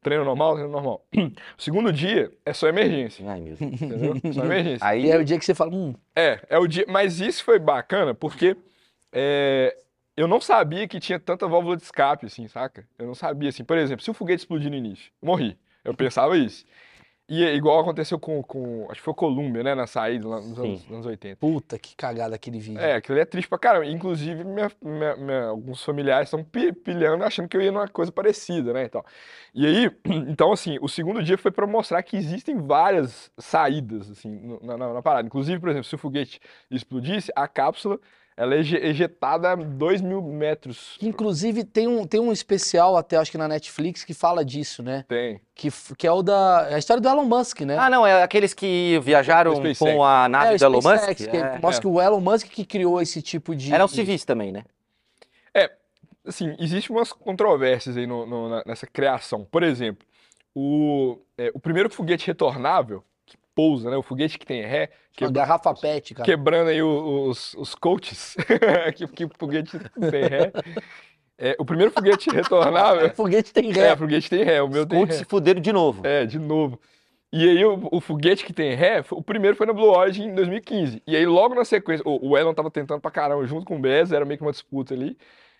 Speaker 2: Treino normal, treino normal. O segundo dia é só emergência,
Speaker 3: Ai, meu Deus.
Speaker 2: entendeu? Só emergência.
Speaker 1: E
Speaker 3: Aí,
Speaker 1: é o dia que você fala, hum,
Speaker 2: É, é o dia. Mas isso foi bacana porque é, eu não sabia que tinha tanta válvula de escape, assim, saca? Eu não sabia, assim. Por exemplo, se o foguete explodir no início, eu morri. Eu pensava isso. E é igual aconteceu com, com- acho que foi Colômbia, né? Na saída, lá nos anos, anos 80.
Speaker 1: puta que cagada aquele vídeo.
Speaker 2: É, aquilo ali é triste pra caramba. Inclusive, minha- minha- minha- alguns familiares estão pi- pilhando, achando que eu ia numa coisa parecida, né? E, tal. e aí, então, assim, o segundo dia foi pra mostrar que existem várias saídas, assim, no- na, na- na parada. Inclusive, por exemplo, se o foguete explodisse, a cápsula ela é eje- ejetada a 2 mil metros.
Speaker 1: Que, inclusive tem um, tem um especial até, acho que na Netflix, que fala disso, né?
Speaker 2: Tem.
Speaker 1: Que, f- que é o da. é A história do Elon Musk, né?
Speaker 3: Ah, não, é aqueles que viajaram
Speaker 2: O SpaceX.
Speaker 3: com a
Speaker 1: é,
Speaker 3: nave
Speaker 1: o
Speaker 3: do Elon
Speaker 1: SpaceX,
Speaker 3: Musk.
Speaker 1: que
Speaker 3: É.
Speaker 1: mostra que o Elon Musk que criou esse tipo de.
Speaker 3: Eram civis também, né?
Speaker 2: Assim, existem umas controvérsias aí no- no- na- nessa criação. Por exemplo, o, é, o primeiro foguete retornável, que pousa, né? O foguete que tem ré, que
Speaker 1: Uma garrafa PET, cara.
Speaker 2: Quebrando aí o- os, os coaches. que, que foguete tem ré. É, o primeiro foguete retornável.
Speaker 1: Foguete tem
Speaker 2: é,
Speaker 1: ré.
Speaker 2: foguete tem ré. O meu
Speaker 3: Os
Speaker 2: tem
Speaker 3: cultos
Speaker 2: ré.
Speaker 3: se fuderam de novo.
Speaker 2: É, de novo. E aí, o, o foguete que tem ré, foi- o primeiro foi na Blue Origin em 2015. E aí, logo na sequência, o, o Elon tava tentando pra caramba junto com o Bezos, era meio que uma disputa ali.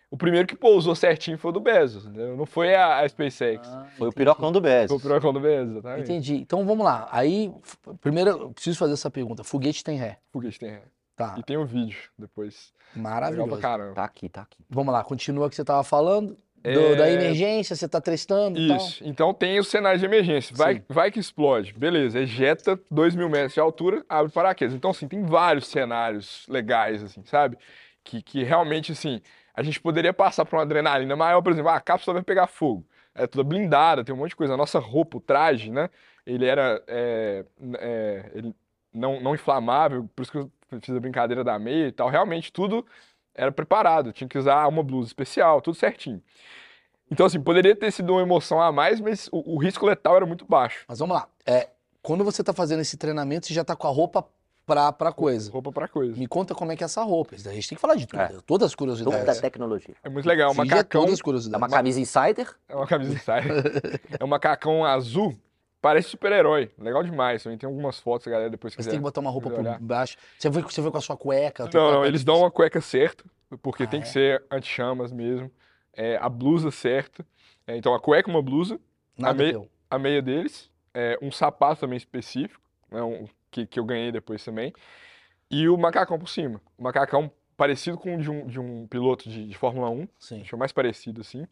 Speaker 2: O primeiro que pousou certinho foi o do Bezos, entendeu? não foi a, a SpaceX.
Speaker 1: Ah,
Speaker 3: Foi o
Speaker 1: entendi.
Speaker 3: pirocão do
Speaker 2: Foi o
Speaker 3: Bezos.
Speaker 2: pirocão do Bezos, exatamente.
Speaker 1: Entendi. Então vamos lá. Aí, f- primeiro, eu preciso fazer essa pergunta. Foguete tem ré.
Speaker 2: O foguete tem ré.
Speaker 1: Tá,
Speaker 2: E tem um vídeo depois. Legal pra
Speaker 1: maravilhoso.
Speaker 2: caramba.
Speaker 3: Tá aqui, tá aqui.
Speaker 1: Vamos lá, continua o que você tava falando. do-
Speaker 2: É.
Speaker 1: Da emergência, você tá testando e tal.
Speaker 2: Isso. Então tem o cenário de emergência. Vai,
Speaker 1: Sim.
Speaker 2: vai que explode. Beleza, ejeta 2 mil metros de altura, abre o paraquedas. Então, assim, tem vários cenários legais, assim, sabe? Que, que realmente, assim, a gente poderia passar por uma adrenalina maior, por exemplo, ah, a cápsula vai pegar fogo. É toda blindada, tem um monte de coisa. A nossa roupa, o traje, né? Ele era. é, n- é, ele não, não inflamável, por isso que eu fiz a brincadeira da meia e tal. Realmente, tudo era preparado. Tinha que usar uma blusa especial, tudo certinho. Então, assim, poderia ter sido uma emoção a mais, mas o, o risco letal era muito baixo.
Speaker 1: Mas vamos lá. É, quando você tá fazendo esse treinamento, você já tá com a roupa pra, pra coisa.
Speaker 2: Roupa pra coisa.
Speaker 1: Me conta como é que é essa roupa. Isso daí a gente tem que falar de tudo.
Speaker 3: É.
Speaker 1: Todas as
Speaker 3: Toda
Speaker 1: curiosidades.
Speaker 3: a tecnologia.
Speaker 2: É muito legal. É um
Speaker 1: Finge
Speaker 2: macacão.
Speaker 1: todas as
Speaker 3: É
Speaker 1: curiosidades.
Speaker 3: uma camisa insider.
Speaker 2: É uma camisa de saia. é um macacão azul. Parece super-herói. Legal demais. Também tem algumas fotos, galera, depois que
Speaker 1: Mas você tem que botar uma roupa por
Speaker 2: olhar.
Speaker 1: baixo. Você foi, você foi com a sua cueca. tem
Speaker 2: Não,
Speaker 1: que-
Speaker 2: não, eles dão uma cueca certa, porque
Speaker 1: Ah,
Speaker 2: tem
Speaker 1: é?
Speaker 2: que ser anti-chamas mesmo. É, a blusa certa. É, então, a cueca, uma blusa,
Speaker 1: Nada
Speaker 2: meia-
Speaker 1: teu.
Speaker 2: a meia deles, é, um sapato também específico, né, um- que, que eu ganhei depois também, e o macacão por cima. O macacão parecido com o de um, de um piloto de, de Fórmula 1,
Speaker 1: Sim.
Speaker 2: acho que é o mais parecido assim.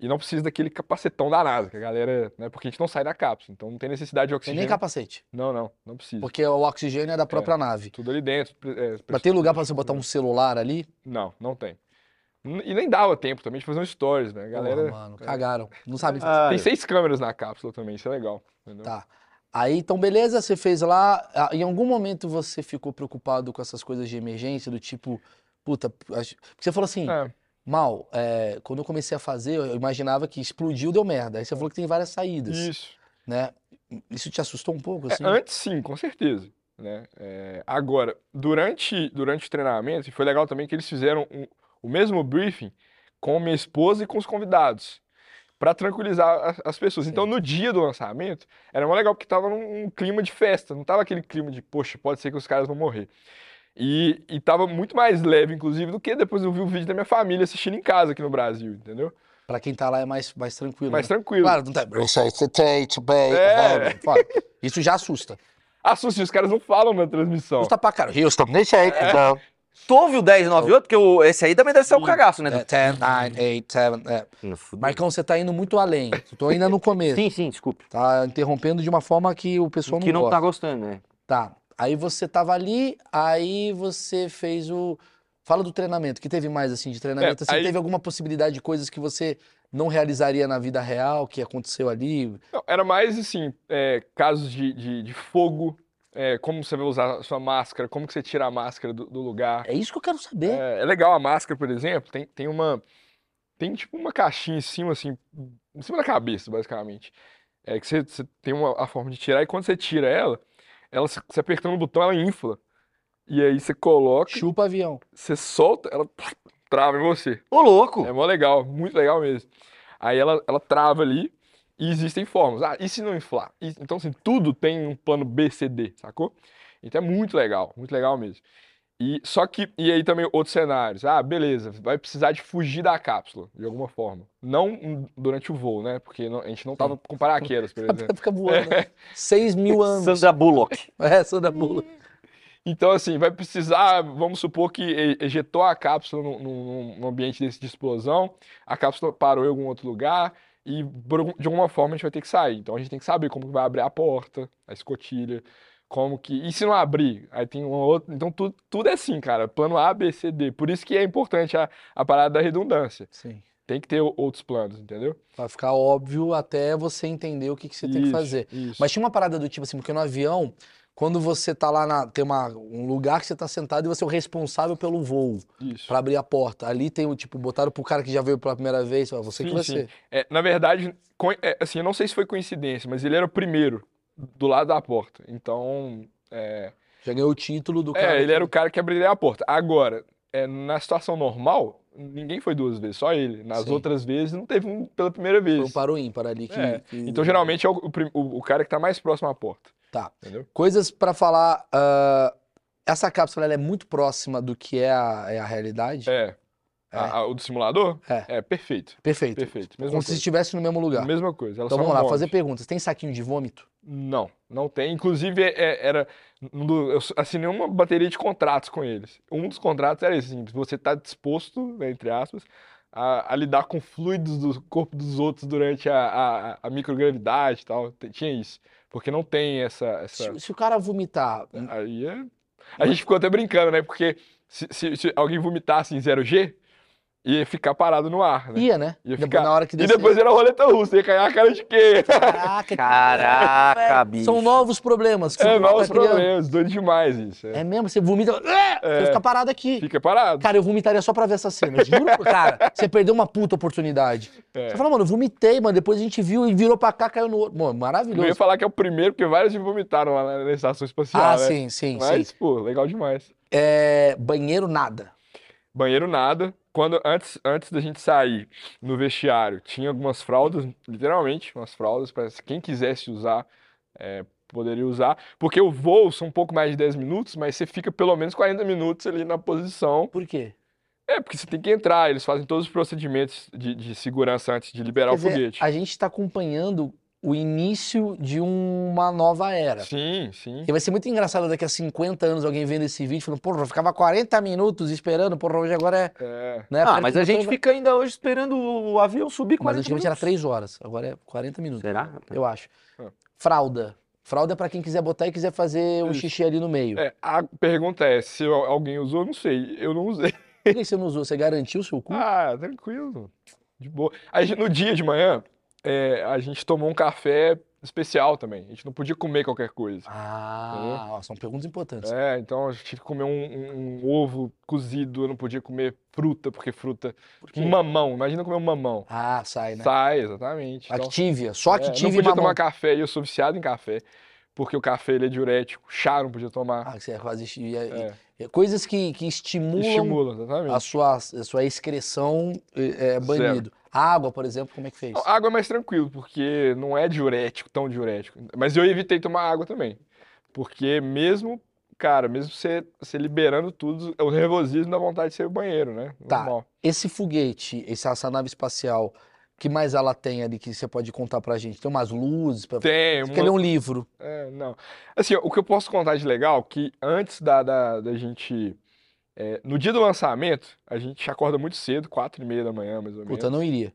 Speaker 2: E não precisa daquele capacetão da NASA, que a galera, né? Porque a gente não sai da cápsula, então não tem necessidade de
Speaker 1: Tem
Speaker 2: oxigênio.
Speaker 1: nem capacete.
Speaker 2: Não, não, não precisa.
Speaker 1: Porque o oxigênio é da própria nave.
Speaker 2: Tudo ali dentro. pre- é,
Speaker 1: Mas tem lugar pra você botar um celular ali?
Speaker 2: Não, não tem. N- E nem dava tempo também de fazer um stories, né? A galera. Ah.
Speaker 1: Porra, mano, cagaram. Não sabe.
Speaker 3: Ah,
Speaker 2: Tem seis câmeras na cápsula também, isso é legal. entendeu?
Speaker 1: Tá. Aí, então, beleza, você fez lá. Ah, Em algum momento você ficou preocupado com essas coisas de emergência, do tipo, puta, acho- porque você falou assim,
Speaker 2: É,
Speaker 1: mal, é, quando eu comecei a fazer, eu imaginava que explodiu, deu merda. Aí você falou que tem várias saídas,
Speaker 2: isso.
Speaker 1: né? Isso te assustou um pouco,
Speaker 2: É,
Speaker 1: assim?
Speaker 2: antes sim, com certeza. Né? É, agora, durante, durante o treinamento, e foi legal também que eles fizeram um- o mesmo briefing com minha esposa e com os convidados, para tranquilizar as, as pessoas. Então, no dia do lançamento, era mais legal porque tava num, um clima de festa, não tava aquele clima de, poxa, pode ser que os caras vão morrer. E, e tava muito mais leve, inclusive, do que depois eu vi o vídeo da minha família assistindo em casa aqui no Brasil, entendeu?
Speaker 1: Pra quem tá lá é mais, mais tranquilo,
Speaker 2: Mais
Speaker 1: né?
Speaker 2: tranquilo.
Speaker 1: Claro, não tá... Eu sei, você tem, você tem,
Speaker 2: É.
Speaker 1: sabe? Fala. Isso já assusta.
Speaker 2: Assusta, os caras não falam na transmissão.
Speaker 1: Assusta pra cara. Houston, deixa aí, então.
Speaker 3: Tu ouve o 10, 9, 8? Porque o, esse aí também deve ser o cagaço, né?
Speaker 1: É, 10, 9, 8, 7... É.
Speaker 3: Não, fudeu.
Speaker 1: Marcão, você tá indo muito além. Eu tô ainda no começo.
Speaker 3: Sim, sim, desculpe.
Speaker 1: Tá interrompendo de uma forma que o pessoal
Speaker 3: que
Speaker 1: não
Speaker 3: não tá
Speaker 1: gosta.
Speaker 3: gostando, né?
Speaker 1: Tá. Aí você tava ali, aí você fez o. Fala do treinamento. que teve mais assim de treinamento?
Speaker 2: É,
Speaker 1: Assim,
Speaker 2: aí-
Speaker 1: Teve alguma possibilidade de coisas que você não realizaria na vida real, que aconteceu ali?
Speaker 2: Não, era mais assim, é, casos de, de, de fogo, é, como você vai usar a sua máscara, como que você tira a máscara do, do lugar.
Speaker 1: É isso que eu quero saber.
Speaker 2: É, é legal a máscara, por exemplo, tem, tem uma. Tem tipo uma caixinha em cima, assim, em cima da cabeça, basicamente. É que você, você tem uma, a forma de tirar, e quando você tira ela, ela se, se apertando no botão, ela infla. E aí você coloca,
Speaker 1: Chupa avião.
Speaker 2: você solta, ela trava em você.
Speaker 3: Ô, louco!
Speaker 2: É mó legal, muito legal mesmo. Aí ela, ela trava ali e existem formas. Ah, e se não inflar? E- então, assim, tudo tem um plano B, C, D, sacou? Então é muito legal, muito legal mesmo. E só que, e aí também outros cenários. Ah, beleza, vai precisar de fugir da cápsula, de alguma forma. Não durante o voo, né? Porque não- a gente não tava com paraquedas, por exemplo.
Speaker 1: Fica voando.
Speaker 2: É.
Speaker 1: né? Seis mil anos.
Speaker 3: Sandra Bullock.
Speaker 1: É, Sandra Bullock.
Speaker 2: Então, assim, vai precisar, vamos supor que e- ejetou a cápsula num, num- num ambiente desse de explosão, a cápsula parou em algum outro lugar e por algum- de alguma forma a gente vai ter que sair. Então a gente tem que saber como que vai abrir a porta, a escotilha, como que. E se não abrir? Aí tem um outro. Então tudo, tudo é assim, cara. Plano A, B, C, D. Por isso que é importante a, a parada da redundância.
Speaker 1: Sim.
Speaker 2: Tem que ter o- outros planos, entendeu?
Speaker 1: Vai ficar óbvio até você entender o que, que você tem que
Speaker 2: Isso,
Speaker 1: fazer.
Speaker 2: Isso.
Speaker 1: Mas tinha uma parada do tipo assim, porque no avião, quando você tá lá na. Tem uma, um lugar que você tá sentado e você é o responsável pelo voo,
Speaker 2: isso.
Speaker 1: pra abrir a porta. Ali tem o tipo, botaram pro cara que já veio pela primeira vez, ó, você que
Speaker 2: Sim,
Speaker 1: vai
Speaker 2: sim.
Speaker 1: ser.
Speaker 2: É, na verdade, co- é, assim, eu não sei se foi coincidência, mas ele era o primeiro do lado da porta. Então, é,
Speaker 1: Já ganhou o título do
Speaker 2: é,
Speaker 1: cara.
Speaker 2: ele era o cara que abriria a porta. Agora, é, na situação normal, ninguém foi duas vezes, só ele. Nas
Speaker 1: Sim.
Speaker 2: outras vezes, não teve um pela primeira
Speaker 1: que Foi um né?
Speaker 2: vez.
Speaker 1: para o ímpar ali. Que,
Speaker 2: É,
Speaker 1: que-
Speaker 2: Então, geralmente, é o, o prim- o- o cara que tá mais próximo à porta.
Speaker 1: Tá.
Speaker 2: Entendeu?
Speaker 1: Coisas pra falar. ah, essa cápsula ela é muito próxima do que é a, é a realidade.
Speaker 2: É. A- a- o do simulador?
Speaker 1: É.
Speaker 2: É, perfeito.
Speaker 1: Perfeito.
Speaker 2: Perfeito. Mesma
Speaker 1: Como se
Speaker 2: coisa.
Speaker 1: estivesse no mesmo lugar.
Speaker 2: Mesma coisa. Ela
Speaker 1: Então
Speaker 2: só um
Speaker 1: vamos lá,
Speaker 2: não
Speaker 1: fazer
Speaker 2: move.
Speaker 1: perguntas. Tem saquinho de vômito?
Speaker 2: Não, não tem. Inclusive, é- é- era. um do- Eu assinei uma bateria de contratos com eles. Um dos contratos era esse, assim: você está disposto, né, entre aspas, a, a lidar com fluidos do corpo dos outros durante a, a- a- a microgravidade e tal. T- Tinha isso. Porque não tem essa. essa-
Speaker 1: Se, se o cara vomitar,
Speaker 2: Aí é. A gente ficou até brincando, né? Porque se, se- se alguém vomitasse em 0G, ia ficar parado no ar, né?
Speaker 1: ia, né?
Speaker 2: Ia
Speaker 1: Depois-
Speaker 2: ficar-
Speaker 1: Na hora que
Speaker 2: E
Speaker 1: descer.
Speaker 2: depois era a roleta russa, ia cair a cara de quem?
Speaker 3: É,
Speaker 1: Caraca,
Speaker 3: Caraca, bicho.
Speaker 1: São novos problemas. que
Speaker 2: É,
Speaker 1: você
Speaker 2: mal os
Speaker 1: tá criando.
Speaker 2: problemas, É. doido demais isso. é.
Speaker 1: É mesmo, você vomita. "Ah!" Você fica parado aqui.
Speaker 2: Fica parado.
Speaker 1: Cara, eu vomitaria só pra ver essa cena. eu Juro, cara, você perdeu uma puta oportunidade.
Speaker 2: É.
Speaker 1: Você fala, mano, eu vomitei, mano. Depois a gente viu e virou pra cá, caiu no outro. Mano,
Speaker 2: Eu ia
Speaker 1: maravilhoso.
Speaker 2: falar que é o primeiro, porque vários já vomitaram lá na na estação espacial,
Speaker 1: Ah,
Speaker 2: né?
Speaker 1: sim, sim,
Speaker 2: Mas,
Speaker 1: sim.
Speaker 2: pô, legal demais.
Speaker 1: É, banheiro, nada.
Speaker 2: Banheiro nada. Quando, antes, antes da gente sair no vestiário, tinha algumas fraldas, literalmente, umas fraldas, para quem quisesse usar, é, poderia usar. Porque o voo são um pouco mais de 10 minutos, mas você fica pelo menos 40 minutos ali na posição.
Speaker 1: Por quê?
Speaker 2: É, porque você tem que entrar, eles fazem todos os procedimentos de, de segurança antes de liberar
Speaker 1: Quer
Speaker 2: o
Speaker 1: dizer,
Speaker 2: foguete.
Speaker 1: a gente tá acompanhando o início de uma nova era.
Speaker 2: Sim, sim.
Speaker 1: E vai ser muito engraçado daqui a 50 anos alguém vendo esse vídeo falando, porra, eu ficava 40 minutos esperando, porra, hoje agora é.
Speaker 2: É,
Speaker 1: Né,
Speaker 3: Ah,
Speaker 1: perto
Speaker 3: mas
Speaker 1: do
Speaker 3: a gente
Speaker 1: motor-
Speaker 3: fica ainda hoje esperando o avião subir
Speaker 1: Mas
Speaker 3: 40
Speaker 1: antigamente era 3 horas, agora é 40 minutos.
Speaker 3: Será?
Speaker 1: Eu acho.
Speaker 2: Ah.
Speaker 1: Fralda. Fralda é pra quem quiser botar e quiser fazer um
Speaker 2: Isso.
Speaker 1: xixi ali no meio.
Speaker 2: É, a pergunta é, se al- alguém usou, eu não sei. Eu não usei.
Speaker 1: Por que você não usou? Você garantiu o seu cu?
Speaker 2: Ah, tranquilo. De boa. A gente, no dia de manhã, é, a gente tomou um café especial também. A gente não podia comer qualquer coisa.
Speaker 1: Ah, ó, são perguntas importantes.
Speaker 2: É, então a gente tive que comer um, um- um ovo cozido, eu não podia comer fruta, porque fruta. Mamão, imagina comer um mamão.
Speaker 1: Ah, sai, né?
Speaker 2: Sai, exatamente. Então,
Speaker 1: Activia, só
Speaker 2: é,
Speaker 1: Activia
Speaker 2: não
Speaker 1: e
Speaker 2: podia
Speaker 1: mamão.
Speaker 2: tomar café, e eu sou viciado em café, porque o café ele é diurético, chá não podia tomar.
Speaker 1: Ah, que você ia fazer xixi. ia-
Speaker 2: É,
Speaker 1: ia- Coisas que, que estimulam
Speaker 2: estimula, exatamente.
Speaker 1: a sua, a sua excreção é, é, banido. Água, por exemplo, como é que fez?
Speaker 2: Não, Água é mais tranquilo, porque não é diurético, tão diurético. Mas eu evitei tomar água também. Porque mesmo, cara, mesmo você, você liberando tudo, o nervosismo dá vontade de ser o banheiro, né?
Speaker 1: Tá.
Speaker 2: Normal.
Speaker 1: Esse foguete, essa, essa nave espacial, que mais ela tem ali que você pode contar pra gente? Tem umas luzes pra...
Speaker 2: Tem
Speaker 1: Você
Speaker 2: uma-
Speaker 1: quer ler um livro.
Speaker 2: É, não. Assim, ó, o que eu posso contar de legal, que antes da, da, da gente... é, no dia do lançamento, a gente acorda muito cedo, quatro e meia da manhã, mais ou
Speaker 1: Puta,
Speaker 2: menos.
Speaker 1: não iria.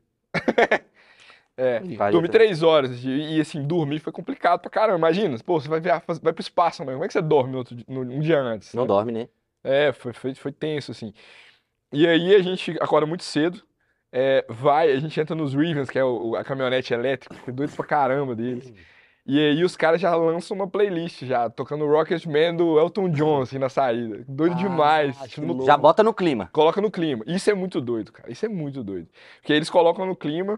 Speaker 2: É,
Speaker 1: Não iria.
Speaker 3: Faria
Speaker 2: dormi
Speaker 3: também.
Speaker 2: três horas de- e, assim, dormir foi complicado pra caramba. Imagina, pô, você vai, viajar, vai pro espaço amanhã, como é que você dorme no outro di- no- um dia antes,
Speaker 3: Não
Speaker 2: né?
Speaker 3: dorme, né?
Speaker 2: É, foi, foi, foi tenso, assim. E aí a gente acorda muito cedo, é, vai, a gente entra nos Ravens, que é o- o- a caminhonete elétrica, fiquei doido pra caramba deles. E aí os caras já lançam uma playlist já, tocando Rocket Man do Elton John, assim, na saída. Doido
Speaker 1: Ah,
Speaker 2: demais.
Speaker 1: que
Speaker 2: tipo, no-
Speaker 1: louco.
Speaker 3: Já bota no clima.
Speaker 2: Coloca no clima. Isso é muito doido, cara. Isso é muito doido. Porque eles colocam no clima,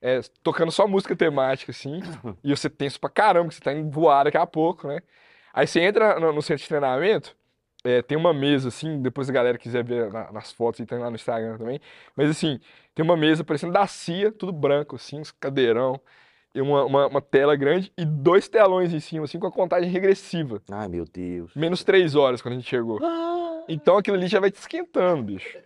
Speaker 2: é, tocando só música temática, assim, e você tenso pra caramba, que você tá indo voar daqui a pouco, né? Aí você entra no, no centro de treinamento, é, tem uma mesa, assim, depois a galera quiser ver na- nas fotos e tem lá no Instagram também. Mas assim, tem uma mesa parecendo da CIA, tudo branco, assim, uns cadeirão, e uma, uma- uma tela grande e dois telões em cima, assim, com a contagem regressiva.
Speaker 3: Ai, meu Deus.
Speaker 2: Menos três horas quando a gente chegou.
Speaker 3: Ah,
Speaker 2: Então aquilo ali já vai te esquentando, bicho.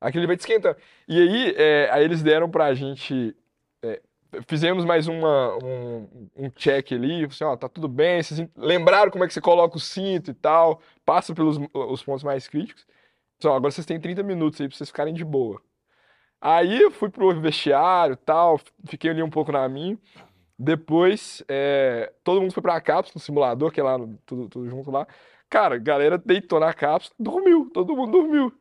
Speaker 2: Aquilo ali vai te esquentando. E aí, é, aí eles deram pra gente. é, fizemos mais uma, um, um check ali. Assim, ó, tá tudo bem. Vocês en- lembraram como é que você coloca o cinto e tal. Passa pelos os pontos mais críticos. Assim, ó, agora vocês têm 30 minutos aí pra vocês ficarem de boa. Aí eu fui pro vestiário e tal. f- Fiquei ali um pouco na minha. Depois, é, todo mundo foi pra cápsula, no simulador, que é lá, no- tudo, tudo junto lá. Cara, a galera deitou na cápsula, dormiu, todo mundo dormiu.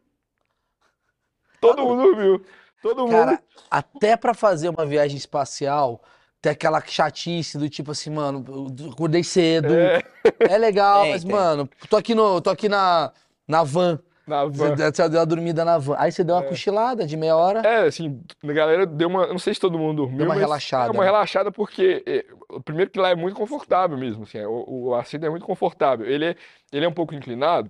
Speaker 2: Todo mundo dormiu. Todo mundo.
Speaker 1: Cara, até pra fazer uma viagem espacial, tem aquela chatice do tipo assim, mano, eu acordei cedo,
Speaker 2: é,
Speaker 1: é legal,
Speaker 3: Tem,
Speaker 1: mas,
Speaker 3: tem.
Speaker 1: mano, tô aqui, no, tô aqui na, na van.
Speaker 2: na van.
Speaker 1: Você deu- você deu uma dormida na van. Aí você deu uma
Speaker 2: É.
Speaker 1: cochilada de meia hora.
Speaker 2: É, assim, a galera deu uma. eu Não sei se todo mundo dormiu,
Speaker 1: Deu uma
Speaker 2: mas
Speaker 1: relaxada,
Speaker 2: É uma
Speaker 1: né?
Speaker 2: relaxada porque, é, o primeiro, que lá é muito confortável mesmo. Assim, é, o, o assento é muito confortável. Ele é, ele é um pouco inclinado,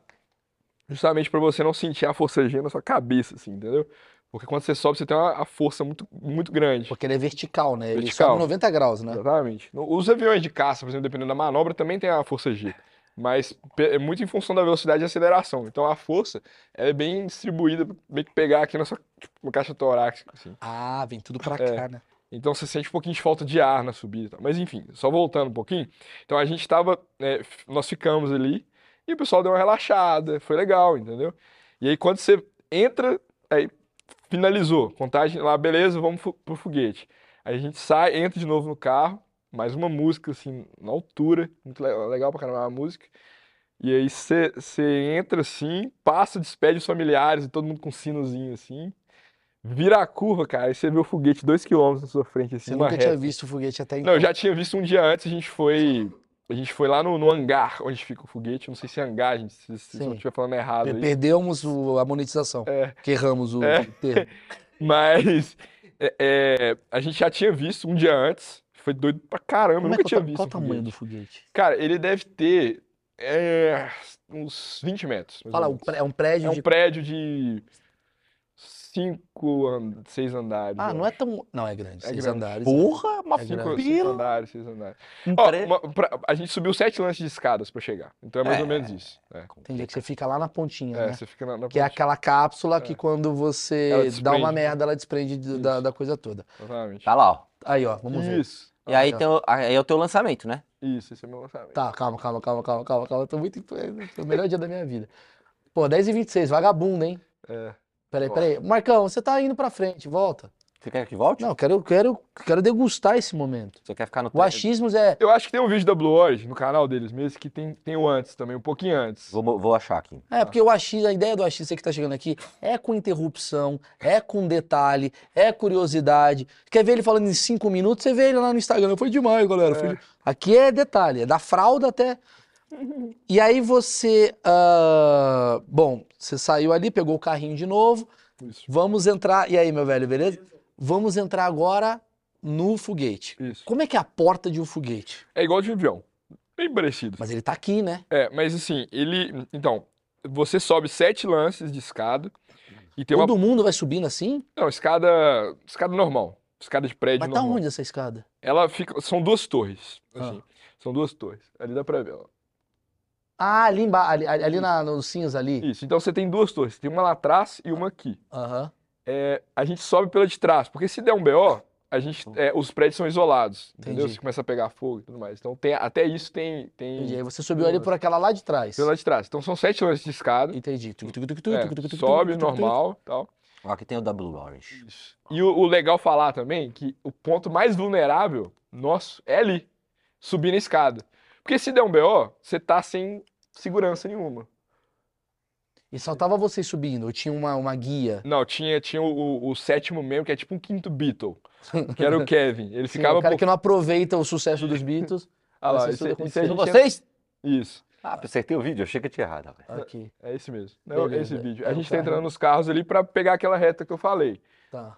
Speaker 2: justamente pra você não sentir a força G na sua cabeça, assim, entendeu? Porque quando você sobe, você tem uma, a força muito, muito grande.
Speaker 1: Porque ele é vertical, né? Ele
Speaker 2: Vertical. É.
Speaker 1: sobe 90 graus, né?
Speaker 2: Exatamente. No- Os aviões de caça, por exemplo, dependendo da manobra, também tem a força G. Mas pe- é muito em função da velocidade e aceleração. Então a força ela é bem distribuída, meio que pegar aqui na sua tipo, uma caixa torácica. assim.
Speaker 1: Ah, vem tudo pra
Speaker 2: É.
Speaker 1: cá, né?
Speaker 2: Então você sente um pouquinho de falta de ar na subida. e tal. Mas enfim, só voltando um pouquinho. Então a gente tava. é, f- nós ficamos ali e o pessoal deu uma relaxada. Foi legal, entendeu? E aí quando você entra, aí finalizou. Contagem lá, beleza, vamos fu- pro foguete. Aí a gente sai, entra de novo no carro. Mais uma música, assim, na altura. Muito le- legal pra caramba a música. E aí você você entra assim, passa, despede os familiares e todo mundo com um sinozinho assim. Vira a curva, cara, aí você vê o foguete dois quilômetros na sua frente, assim,
Speaker 1: Você
Speaker 2: uma
Speaker 1: nunca tinha
Speaker 2: reta.
Speaker 1: visto o foguete até
Speaker 2: Não,
Speaker 1: então.
Speaker 2: eu já tinha visto um dia antes, a gente foi. A gente foi lá no, no hangar onde fica o foguete. eu Não sei se é hangar, gente, se, se eu
Speaker 1: Sim.
Speaker 2: não estiver falando errado
Speaker 1: Per-
Speaker 2: aí.
Speaker 1: Perdemos o- a monetização.
Speaker 2: É.
Speaker 1: Que erramos o
Speaker 2: É.
Speaker 1: termo.
Speaker 2: Mas é, é, a gente já tinha visto um dia antes. Foi doido pra caramba,
Speaker 1: Como é
Speaker 2: nunca
Speaker 1: que
Speaker 2: tinha
Speaker 1: o ta-
Speaker 2: visto
Speaker 1: Qual
Speaker 2: um
Speaker 1: o tamanho do
Speaker 2: foguete.
Speaker 1: foguete?
Speaker 2: Cara, ele deve ter é, uns 20 metros. mais ou
Speaker 1: Fala, o
Speaker 2: menos.
Speaker 1: pré- é um prédio
Speaker 2: É um
Speaker 1: de.
Speaker 2: prédio de cinco, an- seis andares.
Speaker 1: Ah,
Speaker 2: eu
Speaker 1: não é
Speaker 2: acho.
Speaker 1: tão. Não, é grande.
Speaker 2: É
Speaker 1: seis
Speaker 2: grande.
Speaker 1: andares. é.
Speaker 3: Porra, uma
Speaker 1: É
Speaker 2: Cinco,
Speaker 1: grande.
Speaker 2: cinco
Speaker 3: pila.
Speaker 2: andares, seis andares.
Speaker 3: Um
Speaker 2: Ó,
Speaker 3: pré-
Speaker 2: uma- pra- a gente subiu sete lances de escadas pra chegar. Então é mais ou
Speaker 3: É.
Speaker 2: menos isso. É,
Speaker 1: Entendi, que você fica lá na pontinha,
Speaker 2: É,
Speaker 1: né?
Speaker 2: você fica na, na
Speaker 1: Que é
Speaker 2: ponte,
Speaker 1: aquela cápsula
Speaker 2: É.
Speaker 1: que quando você
Speaker 2: Ela
Speaker 1: dá
Speaker 2: desprende,
Speaker 1: uma
Speaker 2: né?
Speaker 1: merda, ela desprende do- da,
Speaker 2: Isso.
Speaker 1: da coisa toda.
Speaker 2: exatamente.
Speaker 3: Tá lá, ó.
Speaker 1: Aí, ó, vamos ver.
Speaker 2: Isso.
Speaker 3: E aí,
Speaker 1: Legal.
Speaker 3: tem o- aí é o teu lançamento, né?
Speaker 2: Isso, esse é meu lançamento.
Speaker 1: Tá, calma, calma, calma, calma, calma, calma. Eu tô muito. Foi o melhor dia da minha vida. Pô, 10h26, vagabundo, hein?
Speaker 2: É.
Speaker 1: Peraí,
Speaker 3: Ó.
Speaker 1: peraí. Marcão, você tá indo pra frente, volta.
Speaker 3: Você quer que volte?
Speaker 1: Não, quero, quero, quero degustar esse momento.
Speaker 3: Você quer ficar no
Speaker 1: O
Speaker 3: tre-
Speaker 1: achismos é.
Speaker 2: Eu acho que tem um vídeo da Blue Origin no canal deles mesmo que tem, tem o antes também, um pouquinho antes.
Speaker 3: Vou, mo- vou achar aqui.
Speaker 1: É, porque o achismo, a ideia do achismo, você que tá chegando aqui, é com interrupção, é com detalhe, é curiosidade. Quer ver ele falando em cinco minutos? Você vê ele lá no Instagram. Foi demais, galera. foi
Speaker 2: É.
Speaker 1: de- Aqui é detalhe, é da fralda até. E aí você. ah, Bom, você saiu ali, pegou o carrinho de novo.
Speaker 2: Isso.
Speaker 1: Vamos entrar. E aí, meu velho, beleza? Vamos entrar agora no foguete.
Speaker 2: Isso.
Speaker 1: Como é que é a porta de um foguete?
Speaker 2: É igual de um avião. Bem parecido.
Speaker 1: Mas ele tá aqui, né?
Speaker 2: É, mas assim, ele. Então, você sobe sete lances de escada e tem uma.
Speaker 1: Todo mundo vai subindo assim?
Speaker 2: Não, escada. Escada normal. Escada É de prédio
Speaker 1: Mas tá
Speaker 2: normal.
Speaker 1: onde essa escada?
Speaker 2: Ela fica. São duas torres.
Speaker 1: Ah.
Speaker 2: assim. São duas torres. Ali dá pra ver, ó.
Speaker 1: Ah, ali embaixo, ali, ali- ali na, no cinza ali.
Speaker 2: Isso. Então você tem duas torres. Tem uma lá atrás e uma aqui.
Speaker 1: Aham.
Speaker 2: É, a gente sobe pela de trás, porque se der um BO, a gente, é, os prédios são isolados, entendeu?
Speaker 1: Uhum. Entendi.
Speaker 2: Você começa a pegar fogo e tudo mais. Então tem, até isso tem, tem
Speaker 1: Entendi. Aí você subiu ali por aquela lá de trás.
Speaker 2: pela de trás. Então são sete lances de escada.
Speaker 1: Entendi. Tuc, tuc, tuc, tuc,
Speaker 2: É,
Speaker 1: tuc, tuc, tuc,
Speaker 2: sobe
Speaker 1: tuc, tuc, tuc.
Speaker 2: normal, tal.
Speaker 3: Ó, Aqui tem o da Blue Orange.
Speaker 2: E o, o legal falar também que o ponto mais vulnerável nosso é ali, subir na escada. Porque se der um BO, você tá sem segurança nenhuma.
Speaker 1: E só tava vocês subindo, eu tinha uma, uma guia.
Speaker 2: Não, tinha, tinha o, o- o sétimo membro, que é tipo um quinto Beatle, que era o Kevin. Ele
Speaker 1: Sim,
Speaker 2: ficava
Speaker 1: o é um cara
Speaker 2: por...
Speaker 1: que não aproveita o sucesso dos Beatles.
Speaker 2: Ah lá,
Speaker 1: Vocês
Speaker 2: esse,
Speaker 1: tudo
Speaker 2: esse
Speaker 1: aconteceu.
Speaker 2: a
Speaker 1: São
Speaker 2: gente-
Speaker 3: vocês?
Speaker 2: Isso,
Speaker 3: Ah, acertei o vídeo, achei que eu tinha errado. velho.
Speaker 1: Aqui,
Speaker 2: é esse mesmo. Não,
Speaker 1: Beleza,
Speaker 2: esse vídeo.
Speaker 1: é
Speaker 2: A
Speaker 1: o
Speaker 2: gente tá
Speaker 1: carro.
Speaker 2: entrando nos carros ali pra pegar aquela reta que eu falei.
Speaker 1: tá.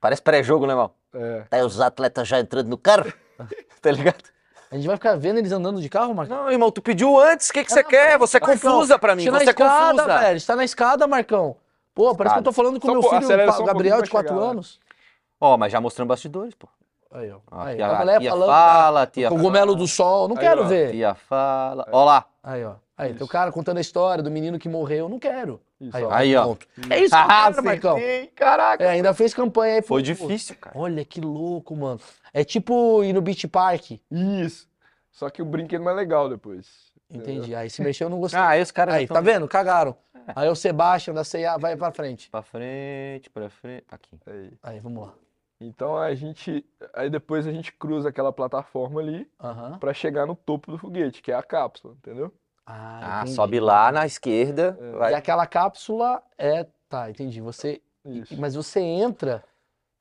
Speaker 3: Parece pré-jogo, né, irmão?
Speaker 2: É.
Speaker 3: Tá aí os atletas já entrando no carro. tá ligado?
Speaker 1: A gente vai ficar vendo eles andando de carro, Marcão?
Speaker 3: Não, irmão, tu pediu antes, o que, que você quer? Você é
Speaker 1: Marcão,
Speaker 3: confusa pra mim,
Speaker 1: Tá na
Speaker 3: você é
Speaker 1: escada,
Speaker 3: confusa.
Speaker 1: velho. Está na escada, Marcão. Pô, parece que eu tô falando com
Speaker 2: Só um
Speaker 1: meu
Speaker 2: pouco,
Speaker 1: filho
Speaker 2: acelera
Speaker 1: Pa-
Speaker 2: só um pouquinho
Speaker 1: Gabriel
Speaker 2: pra
Speaker 1: de 4
Speaker 2: chegar lá.
Speaker 1: anos.
Speaker 3: Ó, mas já mostrando bastidores, pô.
Speaker 1: Aí, ó.
Speaker 3: Ó,
Speaker 1: aí,
Speaker 3: tia,
Speaker 1: a galera
Speaker 3: tia
Speaker 1: falando. né?
Speaker 3: fala, tia
Speaker 1: Cogumelo
Speaker 3: fala,
Speaker 1: do sol, não
Speaker 2: Aí,
Speaker 1: quero
Speaker 2: ó,
Speaker 1: ver.
Speaker 3: Tia fala. Ó lá.
Speaker 1: Aí, ó. Aí, tem o
Speaker 2: Isso.
Speaker 1: cara contando a história do menino que morreu, não quero.
Speaker 2: Isso,
Speaker 1: Aí, ó.
Speaker 2: ó.
Speaker 3: Aí, ó.
Speaker 1: Pronto. É isso que eu
Speaker 3: Ah,
Speaker 1: quero, Marcão.
Speaker 3: acertei, caraca.
Speaker 1: É, ainda fez campanha aí.
Speaker 3: Foi
Speaker 1: pro-
Speaker 3: difícil, cara.
Speaker 1: Olha que louco, mano. É tipo ir no Beach Park.
Speaker 2: Isso. Só que o brinquedo mais legal depois.
Speaker 3: É.
Speaker 1: Entendi. Aí se mexeu, eu não gostei.
Speaker 3: Ah, aí os caras
Speaker 1: Aí,
Speaker 3: já
Speaker 1: tá
Speaker 3: tão-
Speaker 1: vendo? Cagaram. Aí o Sebastião da C&A vai pra frente.
Speaker 3: Pra frente, pra frente. Tá Aqui.
Speaker 2: Aí.
Speaker 1: Aí, vamos lá.
Speaker 2: É Então a gente, aí depois a gente cruza aquela plataforma ali
Speaker 1: Aham.
Speaker 2: pra chegar no topo do foguete, que é a cápsula, entendeu?
Speaker 1: Ah,
Speaker 3: Ah,
Speaker 1: entendi.
Speaker 3: sobe lá na esquerda.
Speaker 2: É.
Speaker 1: E
Speaker 3: Vai.
Speaker 1: aquela cápsula é... Tá, entendi. Você
Speaker 2: Isso.
Speaker 1: Mas você entra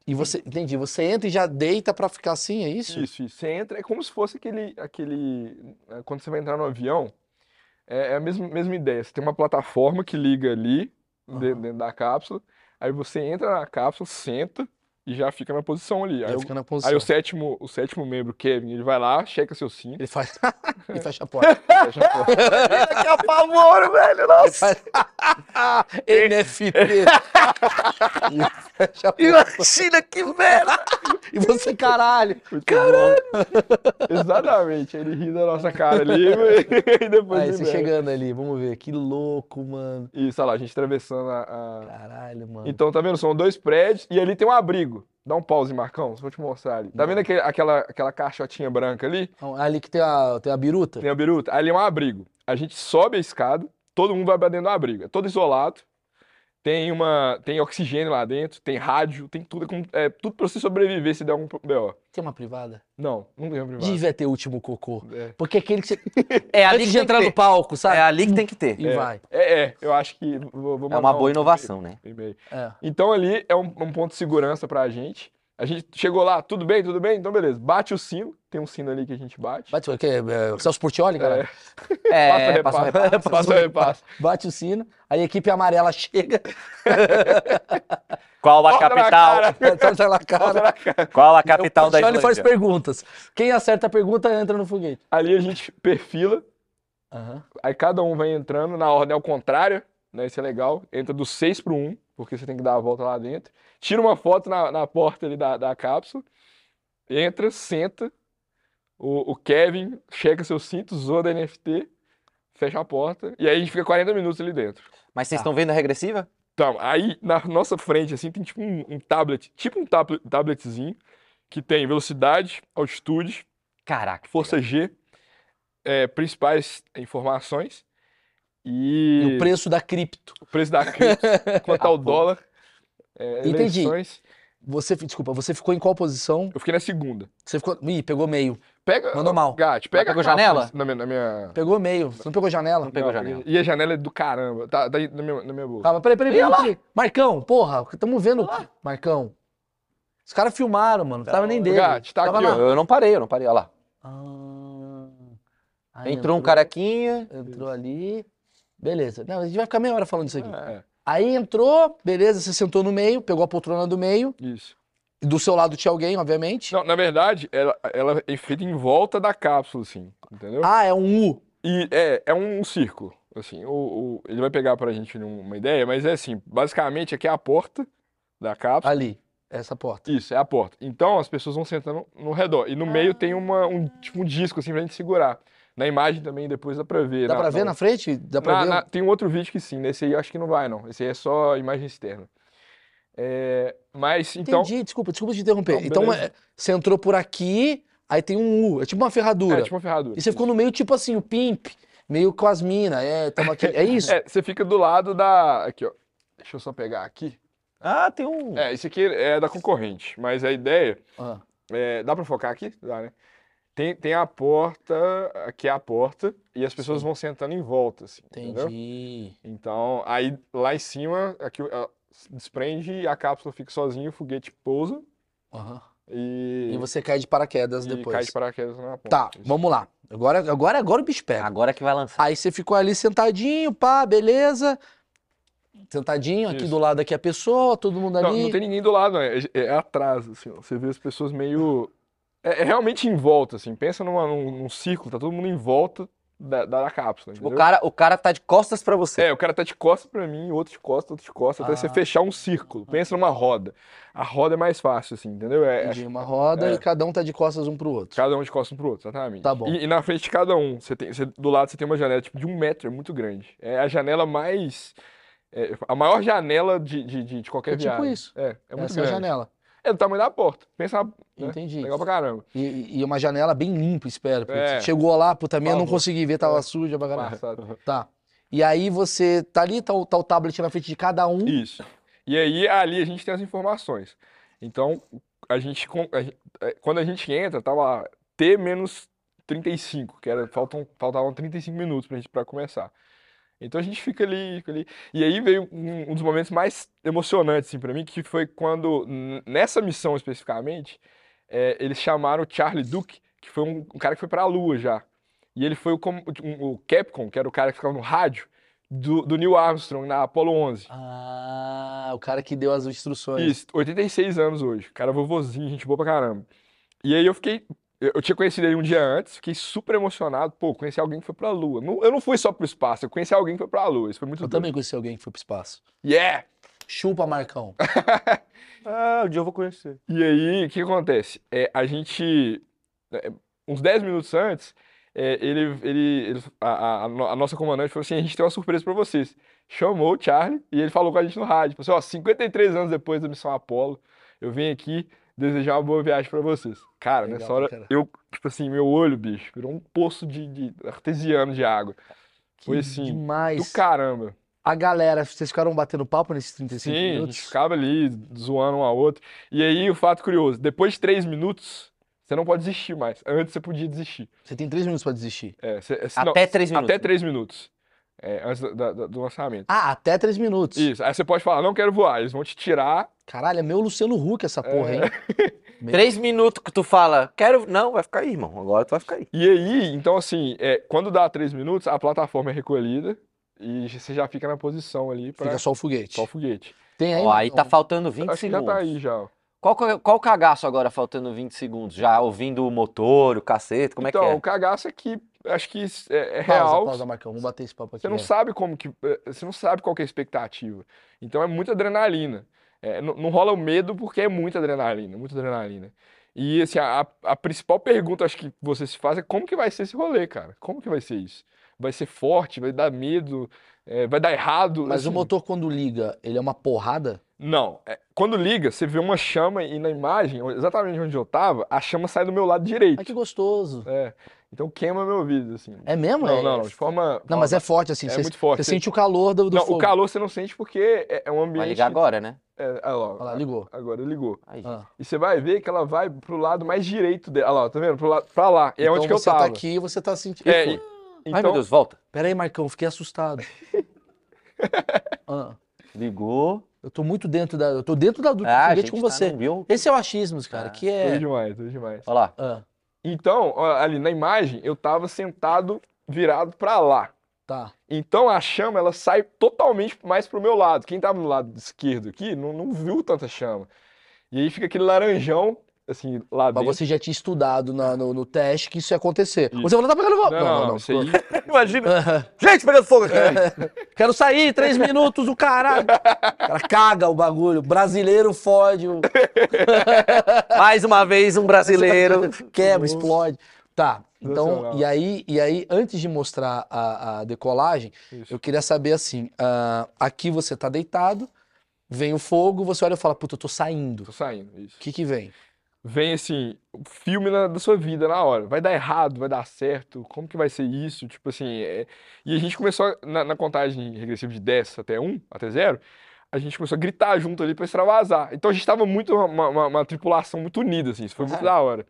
Speaker 1: e você. Entendi, você entra e já deita pra ficar assim, é isso?
Speaker 2: Isso, isso. Você entra, é como se fosse aquele, aquele, é, quando você vai entrar no avião, é, é a mesma, mesma ideia. Você tem uma plataforma que liga ali de-
Speaker 1: Aham.
Speaker 2: dentro da cápsula, aí você entra na cápsula, senta e já fica na posição ali. Aí,
Speaker 1: Aí
Speaker 2: o-
Speaker 1: fica na
Speaker 2: aí
Speaker 1: posição.
Speaker 2: o sétimo, o sétimo membro, Kevin, ele vai lá, checa seu cinto,
Speaker 1: Ele faz. e fecha a porta.
Speaker 2: fecha a porta.
Speaker 3: Que
Speaker 1: é
Speaker 3: apavoro, velho.
Speaker 1: Ele
Speaker 3: Nossa.
Speaker 1: faz... NFT. E fecha a porta.
Speaker 3: Imagina que merda.
Speaker 1: E você, caralho.
Speaker 2: Muito bom. Exatamente, ele ri da nossa cara ali e depois
Speaker 1: Aí
Speaker 2: ele
Speaker 1: você
Speaker 2: bebe.
Speaker 1: chegando ali, vamos ver. Que louco, mano.
Speaker 2: Isso, olha lá, a gente atravessando a. a-
Speaker 1: Caralho, mano.
Speaker 2: Então, tá vendo? São dois prédios e ali tem um abrigo. Dá um pause, Marcão, vou te mostrar ali. Tá vendo aquele- aquela, aquela caixotinha branca ali?
Speaker 1: Então, Ali que tem a, tem a biruta.
Speaker 2: Tem a biruta? Ali é um abrigo. A gente sobe a escada, todo mundo vai pra dentro do abrigo. É todo isolado. Tem uma. Tem oxigênio lá dentro, tem rádio, tem tudo. é como- É, tudo pra você sobreviver se der algum B.O.
Speaker 1: Tem uma privada?
Speaker 2: Não, não ganha privado.
Speaker 1: Devia ter o último cocô.
Speaker 2: É.
Speaker 1: Porque aquele que você.
Speaker 3: É ali
Speaker 1: Antes
Speaker 3: que
Speaker 1: de
Speaker 3: tem
Speaker 1: entrar
Speaker 3: que
Speaker 1: no
Speaker 3: ter.
Speaker 1: palco, sabe?
Speaker 3: É
Speaker 2: Tá.
Speaker 3: ali que tem que ter.
Speaker 1: E vai.
Speaker 2: É, é, eu acho que. Vou, vou
Speaker 3: É uma
Speaker 2: mandar
Speaker 3: boa
Speaker 2: um-
Speaker 3: inovação, né?
Speaker 2: e-mail.
Speaker 1: É.
Speaker 2: Então ali é um, um ponto de segurança pra gente. A gente chegou lá, tudo bem, tudo bem? Então beleza, bate o sino, tem um sino ali que a gente bate.
Speaker 1: Bate o quê? É, Celso Portioli, cara?
Speaker 2: passa
Speaker 3: É, passa
Speaker 2: o
Speaker 3: o
Speaker 2: reparo.
Speaker 3: reparo.
Speaker 2: Passa o repasse.
Speaker 1: Bate o sino, aí a equipe amarela chega, tá,
Speaker 3: Qual a
Speaker 2: Corta na
Speaker 3: capital?
Speaker 2: cara,
Speaker 1: torta tá, na
Speaker 2: corta
Speaker 1: cara.
Speaker 2: na cara.
Speaker 3: Qual a capital da
Speaker 1: Ele faz
Speaker 3: Islândia?
Speaker 1: perguntas. Quem acerta a pergunta entra no foguete.
Speaker 2: Ali a gente perfila, aí cada um vai entrando na ordem ao contrário, né? Isso é legal. Entra do 6 pro 1, porque você tem que dar a volta lá dentro. Tira uma foto na, na porta ali da, da cápsula. Entra, senta. O, o Kevin checa seu cinto, zoa da NFT, fecha a porta. E aí a gente fica 40 minutos ali dentro.
Speaker 3: Mas vocês
Speaker 1: Tá.
Speaker 3: estão vendo a regressiva?
Speaker 2: Então, aí na nossa frente, assim, tem tipo um, um tablet, tipo um tablet, tabletzinho, que tem velocidade, altitude,
Speaker 3: Caraca.
Speaker 2: força G, é, principais informações e,
Speaker 1: E o preço da cripto.
Speaker 2: o preço da cripto, quanto
Speaker 3: Ah,
Speaker 2: ao
Speaker 3: pô.
Speaker 2: dólar, é,
Speaker 1: Entendi.
Speaker 2: eleições.
Speaker 1: Você, desculpa, você ficou em qual posição?
Speaker 2: Eu fiquei na segunda.
Speaker 1: Você ficou. Ih, pegou meio.
Speaker 2: Pega,
Speaker 1: Mandou mal.
Speaker 2: Gatti, pega
Speaker 3: pegou
Speaker 2: a calça
Speaker 3: janela?
Speaker 2: Na minha, na minha...
Speaker 1: Pegou meio. Você não pegou janela?
Speaker 3: Não pegou
Speaker 2: Não,
Speaker 3: janela.
Speaker 2: E a janela é do caramba. Tá, tá aí na minha, na minha bolsa.
Speaker 1: Calma, peraí, peraí,
Speaker 3: Ih, olha lá.
Speaker 1: peraí. Marcão, porra, tamo vendo. Marcão. Os caras filmaram, mano. Não tava nem dele.
Speaker 2: Gatti, tá
Speaker 1: Tava
Speaker 2: aqui,
Speaker 1: na-
Speaker 2: ó.
Speaker 3: Eu não parei, eu não parei. Olha lá.
Speaker 1: Ah, aí
Speaker 3: Entrou, um carequinha.
Speaker 1: Entrou ali. Beleza. Não, a gente vai ficar meia hora falando isso aqui.
Speaker 3: Ah.
Speaker 2: É,
Speaker 1: Aí entrou, beleza, você sentou no meio, pegou a poltrona do meio.
Speaker 2: isso.
Speaker 1: Do seu lado tinha alguém, obviamente.
Speaker 2: Não, na verdade, ela, ela é feita em volta da cápsula, assim, entendeu?
Speaker 1: Ah, é um U.
Speaker 2: E é, é um círculo, assim, o, o- ele vai pegar pra gente num- uma ideia, mas é assim, basicamente aqui é a porta da cápsula.
Speaker 1: Ali, essa porta.
Speaker 2: Isso, é a porta. Então as pessoas vão sentando no redor. E no
Speaker 1: Ah.
Speaker 2: meio tem uma, um, tipo um disco, assim, pra gente segurar. Na imagem também depois dá pra ver.
Speaker 1: Dá pra ver na frente? Dá pra
Speaker 2: Na-
Speaker 1: ver?
Speaker 2: na- tem um outro vídeo que sim, nesse aí eu acho que não vai, não. Esse aí é só imagem externa. É, mas, então,
Speaker 1: Entendi, desculpa, desculpa te interromper.
Speaker 2: Não,
Speaker 1: então,
Speaker 2: beleza.
Speaker 1: é, você entrou por aqui, aí tem um U, é tipo uma ferradura.
Speaker 2: é tipo uma ferradura.
Speaker 1: E você ficou no meio, tipo assim, o pimp, meio com as minas, é, tamo aqui. É isso?
Speaker 2: É, você fica do lado da... Aqui, ó. Deixa eu só pegar aqui.
Speaker 3: Ah, tem
Speaker 1: Hum.
Speaker 3: um.
Speaker 2: É, esse aqui é da concorrente, mas a ideia...
Speaker 1: Ah,
Speaker 2: É, dá pra focar aqui? Dá, né? Tem, tem a porta, aqui é a porta, e as pessoas
Speaker 1: Sim.
Speaker 2: vão sentando em volta, assim, entendeu?
Speaker 1: entendi.
Speaker 2: Então, aí lá em cima, aqui ó, desprende, a cápsula fica sozinha, o foguete pousa
Speaker 1: Aham.
Speaker 2: e,
Speaker 1: E você cai de paraquedas
Speaker 2: e
Speaker 1: depois.
Speaker 2: cai de paraquedas na ponta.
Speaker 1: Tá,
Speaker 2: Isso.
Speaker 1: vamos lá. Agora, agora, agora o bicho pega.
Speaker 3: Agora que vai lançar.
Speaker 1: Aí você ficou ali sentadinho, pá, beleza. Sentadinho, aqui
Speaker 2: Isso.
Speaker 1: do lado aqui a pessoa, todo mundo
Speaker 2: Não,
Speaker 1: ali.
Speaker 2: não tem ninguém do lado, né? é, é atrás, assim, ó. Você vê as pessoas meio... É, é realmente em volta, assim, pensa numa- num, num círculo, tá todo mundo em volta da, da, da cápsula,
Speaker 3: Tipo, o
Speaker 2: entendeu?
Speaker 3: cara, o cara tá de costas pra você.
Speaker 2: É, o cara tá de costas pra mim, outro de costas, outro de costas, até você
Speaker 1: Ah.
Speaker 2: fechar um círculo. Pensa numa roda. A roda é mais fácil, assim, entendeu? É,
Speaker 1: Entendi, uma roda
Speaker 2: é.
Speaker 1: e cada um tá de costas um pro outro.
Speaker 2: cada um de costas um pro outro, exatamente.
Speaker 1: Tá bom.
Speaker 2: E, e na frente de cada um, você tem, você- do lado você tem uma janela tipo de um metro, é muito grande. É a janela mais... é, a maior janela de, de, de, de qualquer
Speaker 1: É tipo
Speaker 2: viagem.
Speaker 1: isso.
Speaker 2: É, é muito
Speaker 1: Essa é a
Speaker 2: grande.
Speaker 1: janela.
Speaker 2: É do tamanho da porta. Pensa, na- né?
Speaker 1: Entendi.
Speaker 2: legal pra caramba.
Speaker 1: E, e uma janela bem limpa, espero. porque
Speaker 2: É.
Speaker 1: você Chegou lá, puta minha, não
Speaker 2: favor. É.
Speaker 1: consegui ver, tava suja pra caralho.
Speaker 2: Passado.
Speaker 1: Tá. E aí você tá ali, tá, o- tá o tablet na frente de cada um.
Speaker 2: Isso. E aí, ali a gente tem as informações. Então, a gente, con- a gen- é, quando a gente entra, tava lá, T menos 35, que era, faltam, faltavam 35 minutos pra gente para começar. Então a gente fica ali, fica ali. E aí veio um, um dos momentos mais emocionantes assim, para mim, que foi quando, n- nessa missão especificamente, é, eles chamaram o Charlie Duke, que foi um, um cara que foi pra Lua já. E ele foi o, com- o- o Capcom, que era o cara que ficava no rádio, do, do Neil Armstrong, na Apollo 11.
Speaker 1: Ah, o cara que deu as instruções.
Speaker 2: Isso, 86 anos hoje. Cara, vovozinho, gente boa pra caramba. E aí eu fiquei. Eu eu tinha conhecido ele um dia antes, fiquei super emocionado. Pô, conheci alguém que foi pra Lua. Não- Eu não fui só pro espaço, eu conheci alguém que foi pra Lua. Isso foi muito
Speaker 1: Eu
Speaker 2: doido.
Speaker 1: também conheci alguém que foi pro espaço.
Speaker 2: Yeah!
Speaker 1: Chupa, Marcão.
Speaker 3: Ah, um dia eu vou conhecer.
Speaker 2: E aí, o que acontece? É, a gente. é, Uns 10 minutos antes, é, ele, ele, ele- a, a- a no- a nossa comandante falou assim: a gente tem uma surpresa pra vocês. Chamou o Charlie e ele falou com a gente no rádio. Falou assim: ó, 53 anos depois da missão Apollo, eu vim aqui desejar uma boa viagem pra vocês. Cara,
Speaker 1: Legal
Speaker 2: nessa
Speaker 1: pra
Speaker 2: hora,
Speaker 1: caralho.
Speaker 2: eu, tipo assim, meu olho, bicho, virou um poço de, de artesiano de água. Foi
Speaker 1: Que
Speaker 2: assim, Do
Speaker 1: Demais.
Speaker 2: caramba.
Speaker 1: A galera, vocês ficaram batendo papo nesses 35
Speaker 2: Sim, a
Speaker 1: minutos?
Speaker 2: gente ficava ali zoando um ao outro. E aí, o fato curioso, depois de três minutos, você não pode desistir mais. Antes você podia desistir.
Speaker 1: Você tem três minutos pra desistir.
Speaker 2: É, você- é, se- não,
Speaker 3: Até três minutos.
Speaker 2: até três minutos. É, antes da- da- da- do lançamento.
Speaker 1: Ah, até três minutos.
Speaker 2: Isso. Aí você pode falar, não quero voar. Eles vão te tirar.
Speaker 1: Caralho, é meu Luciano Huck essa porra, hein? Meu-
Speaker 3: Três minutos que tu fala, quero. Não, vai ficar aí, irmão. Agora tu vai ficar aí.
Speaker 2: E aí, então assim, é, quando dá três minutos, a plataforma é recolhida e você já fica na posição ali pra
Speaker 1: Fica só o foguete.
Speaker 2: só o foguete.
Speaker 1: Tem aí?
Speaker 3: Ó, aí tá
Speaker 1: Marcão?
Speaker 3: faltando 20
Speaker 2: É, então. Acho que já
Speaker 3: segundos.
Speaker 2: tá aí já. ó.
Speaker 3: Qual, que- é, qual o cagaço agora faltando 20 segundos? Já ouvindo o motor, o cacete, como é
Speaker 2: então,
Speaker 3: que é?
Speaker 2: o cagaço é que acho que é,
Speaker 1: Pausa,
Speaker 2: é real.
Speaker 1: pausa, Marcão. Vamos bater esse papo aqui.
Speaker 2: Você não
Speaker 1: né?
Speaker 2: sabe como que. eh, Você não sabe qual que é a expectativa. Então é muita adrenalina. É, não, não rola o medo porque é muita adrenalina, muita adrenalina. E assim, a, a- a principal pergunta acho que você se faz é como que vai ser esse rolê, cara? Como que vai ser isso? vai ser forte, vai dar medo, é, vai dar errado.
Speaker 1: Mas o
Speaker 2: assim.
Speaker 1: motor, quando liga, ele é uma porrada?
Speaker 2: Não, é, quando liga, você vê uma chama e na imagem, exatamente onde eu tava, a chama sai do meu lado direito.
Speaker 1: Ai, que gostoso.
Speaker 2: É, então queima meu ouvido, assim.
Speaker 1: É mesmo?
Speaker 2: Não,
Speaker 1: É-
Speaker 2: não, não, de forma...
Speaker 1: Não, mas é forte, assim.
Speaker 2: É
Speaker 1: você,
Speaker 2: muito forte.
Speaker 1: você sente o calor do, do
Speaker 2: Não,
Speaker 1: fogo.
Speaker 2: o calor você não sente porque é, é um ambiente...
Speaker 3: Vai ligar agora, né?
Speaker 2: É, olha lá,
Speaker 1: Olha lá, ligou.
Speaker 2: agora ligou.
Speaker 3: Aí,
Speaker 1: Ah.
Speaker 2: E você vai ver que ela vai pro lado mais direito dela. Olha lá, tá vendo? Pro lado, pra lá. E é
Speaker 1: então
Speaker 2: onde que eu
Speaker 1: você tá
Speaker 2: tava.
Speaker 1: aqui e você tá sentindo...
Speaker 2: É,
Speaker 1: Ih,
Speaker 2: e-
Speaker 1: pô.
Speaker 3: Ai, meu
Speaker 2: então,
Speaker 3: Deus, volta.
Speaker 1: Pera aí, Marcão, fiquei assustado. Ah,
Speaker 3: Ligou.
Speaker 1: eu tô muito dentro da... Eu tô dentro da... do
Speaker 3: Ah, a
Speaker 1: foguete
Speaker 3: gente
Speaker 1: com
Speaker 3: tá
Speaker 1: você.
Speaker 3: num bill.
Speaker 1: Esse é o achismos, cara,
Speaker 3: Ah,
Speaker 1: que
Speaker 2: tudo
Speaker 1: é...
Speaker 2: demais, tudo demais.
Speaker 3: Olha lá.
Speaker 1: Ah,
Speaker 2: Então, ó, ali na imagem, eu tava sentado virado pra lá.
Speaker 1: tá.
Speaker 2: Então a chama ela sai totalmente mais pro meu lado. Quem tava no lado esquerdo aqui não, não viu tanta chama. E aí fica aquele laranjão, assim, lá
Speaker 1: Mas
Speaker 2: dentro.
Speaker 1: você já tinha estudado na- no, no teste que isso ia acontecer.
Speaker 2: Isso.
Speaker 1: Você falou, tá pegando... fogo.
Speaker 2: Não, não, não, isso aí-
Speaker 3: Imagina.
Speaker 1: Ah,
Speaker 3: Gente, pegando fogo aqui.
Speaker 1: Quero sair, três minutos, o caralho. O cara caga o bagulho. Brasileiro fode, o
Speaker 3: Mais uma vez, um brasileiro.
Speaker 1: quebra, explode. Tá, então,
Speaker 2: Sensacional.
Speaker 1: e aí, e aí, antes de mostrar a, a decolagem,
Speaker 2: Isso.
Speaker 1: eu queria saber assim: ah, aqui você tá deitado, vem o fogo, você olha e fala, puta, eu tô saindo.
Speaker 2: Tô saindo, isso.
Speaker 1: O que que vem?
Speaker 2: Vem assim, o filme na- da sua vida na hora. Vai dar errado, vai dar certo, como que vai ser isso? Tipo assim, é- e a gente começou na, na contagem regressiva de 10 até 1, até 0, a gente começou a gritar junto ali pra extravasar. Então a gente tava muito, uma, uma- uma tripulação muito unida, assim, isso foi muito da hora.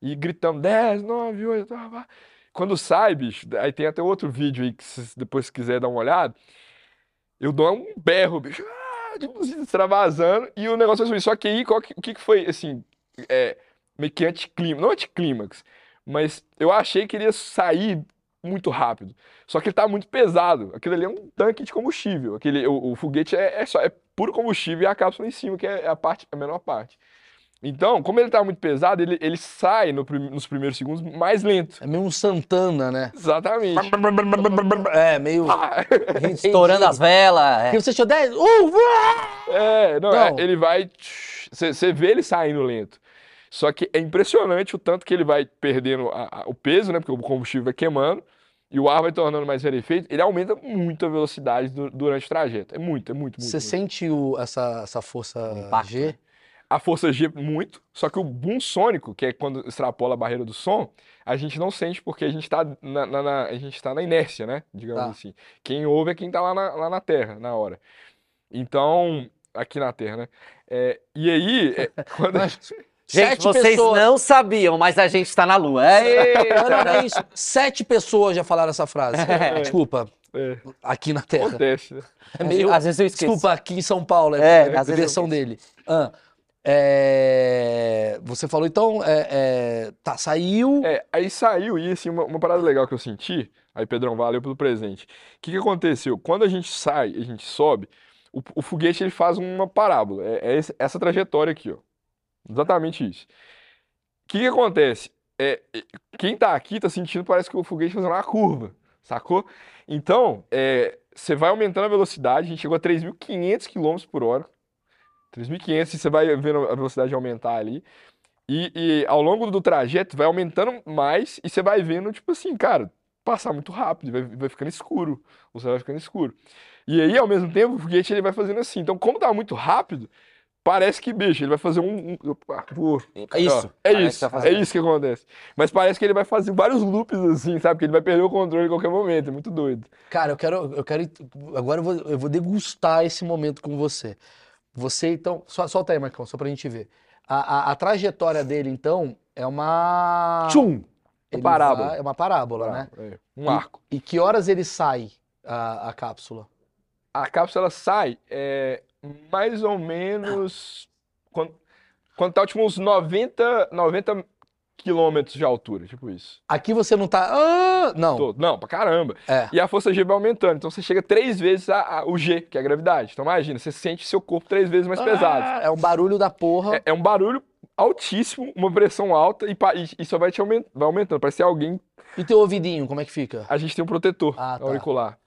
Speaker 2: E gritando 10, 9, 8, blá, blá. Quando sai, bicho, aí tem até outro vídeo aí que se depois se quiser dar uma olhada, eu dou um berro, bicho, ah, tipo, assim, extravasando, e o negócio foi subir. Só que aí, qual que- o que que foi, assim, é, meio que anticlima, não anticlímax, mas eu achei que ele ia sair muito rápido. Só que ele tá muito pesado. Aquilo ali é um tanque de combustível. Aquele, o, o foguete é, é só é puro combustível e a cápsula em cima, que é a parte, a menor parte. Então, como ele tá muito pesado, ele, ele sai no prim- nos primeiros segundos mais lento.
Speaker 1: É meio um Santana, né?
Speaker 2: Exatamente.
Speaker 1: É, meio.
Speaker 2: Ah!
Speaker 3: Estourando as velas.
Speaker 1: E
Speaker 3: é.
Speaker 1: você tinha 10. Uh, uá!
Speaker 2: É, não,
Speaker 1: Não.
Speaker 2: é, ele vai. Você vê ele saindo lento. Só que é impressionante o tanto que ele vai perdendo a- a- o peso, né? Porque o combustível vai queimando e o ar vai tornando mais rarefeito. Ele aumenta muito a velocidade du- durante o trajeto. É muito, é muito, muito.
Speaker 1: Você
Speaker 2: muito.
Speaker 1: sente o- essa, essa força
Speaker 3: Um impacto, né?
Speaker 1: G?
Speaker 2: A força G, muito. Só que o boom sônico, que é quando extrapola a barreira do som, a gente não sente porque a gente tá na, na- na- a gente tá na inércia, né? Digamos
Speaker 1: Tá.
Speaker 2: assim. Quem ouve é quem tá lá na, lá na Terra, na hora. Então, aqui na Terra, né? É, e aí, é, quando.
Speaker 3: Gente,
Speaker 1: Sete
Speaker 3: vocês
Speaker 1: pessoas.
Speaker 3: não sabiam, mas a gente tá na lua. Aê!
Speaker 1: Não, não, é isso. Sete pessoas já falaram essa frase. Desculpa,
Speaker 2: É,
Speaker 1: aqui na Terra.
Speaker 2: acontece. né?
Speaker 1: É meio.
Speaker 3: Às vezes eu esqueço.
Speaker 1: Desculpa, aqui em São Paulo.
Speaker 3: É,
Speaker 1: É, a
Speaker 3: às vezes eu
Speaker 1: versão dele. Ah, é, Você falou, então, é, é, tá, saiu.
Speaker 2: É, aí saiu, e assim, uma, uma parada legal que eu senti, aí Pedrão, valeu pelo presente. O que que aconteceu? Quando a gente sai, a gente sobe, o, o foguete ele faz uma parábola, é, é esse- essa trajetória aqui, ó. Exatamente isso. O que que acontece? É, é, quem tá aqui tá sentindo, parece que o foguete fazendo uma curva, sacou? Então, é, você vai aumentando a velocidade, a gente chegou a 3.500 km por hora, 3.500 e você vai vendo a velocidade aumentar ali. E, e ao longo do trajeto vai aumentando mais e você vai vendo, tipo assim, cara, passar muito rápido, vai, vai ficando escuro. O céu vai ficando escuro. E aí, ao mesmo tempo, o foguete ele vai fazendo assim. Então, como tá muito rápido, parece que, bicho, ele vai fazer um. um- opa, pô,
Speaker 3: É isso.
Speaker 2: é
Speaker 3: Parece
Speaker 2: isso,
Speaker 3: que tá
Speaker 2: é
Speaker 3: fazendo.
Speaker 2: isso que acontece. Mas parece que ele vai fazer vários loops assim, sabe? Porque ele vai perder o controle em qualquer momento, é muito doido.
Speaker 1: Cara, eu quero. Eu quero agora eu vou, eu vou degustar esse momento com você. Você, então. Só, solta aí, Marcão, só pra gente ver. A, a- a trajetória dele, então, é uma.
Speaker 2: Tchum!
Speaker 1: Ele
Speaker 2: parábola.
Speaker 1: vai- é uma parábola, né?
Speaker 2: É, um arco.
Speaker 1: E que horas ele sai a, a cápsula?
Speaker 2: A cápsula sai é, mais ou menos quando, quando tá tipo uns 90, 90 quilômetros de altura, tipo isso.
Speaker 1: Aqui você não tá. Ah, não.
Speaker 2: Todo. Não, pra caramba.
Speaker 1: É.
Speaker 2: E a força G vai aumentando, então você chega três vezes a, a- o G, que é a gravidade. Então imagina, você sente seu corpo três vezes mais pesado.
Speaker 1: Ah, É um barulho da porra.
Speaker 2: É, é um barulho altíssimo, uma pressão alta e, pa- e- e só vai te aument, vai aumentando. Parece que alguém.
Speaker 1: E teu ouvidinho, como é que fica?
Speaker 2: A gente tem um protetor
Speaker 1: Ah, tá.
Speaker 2: auricular.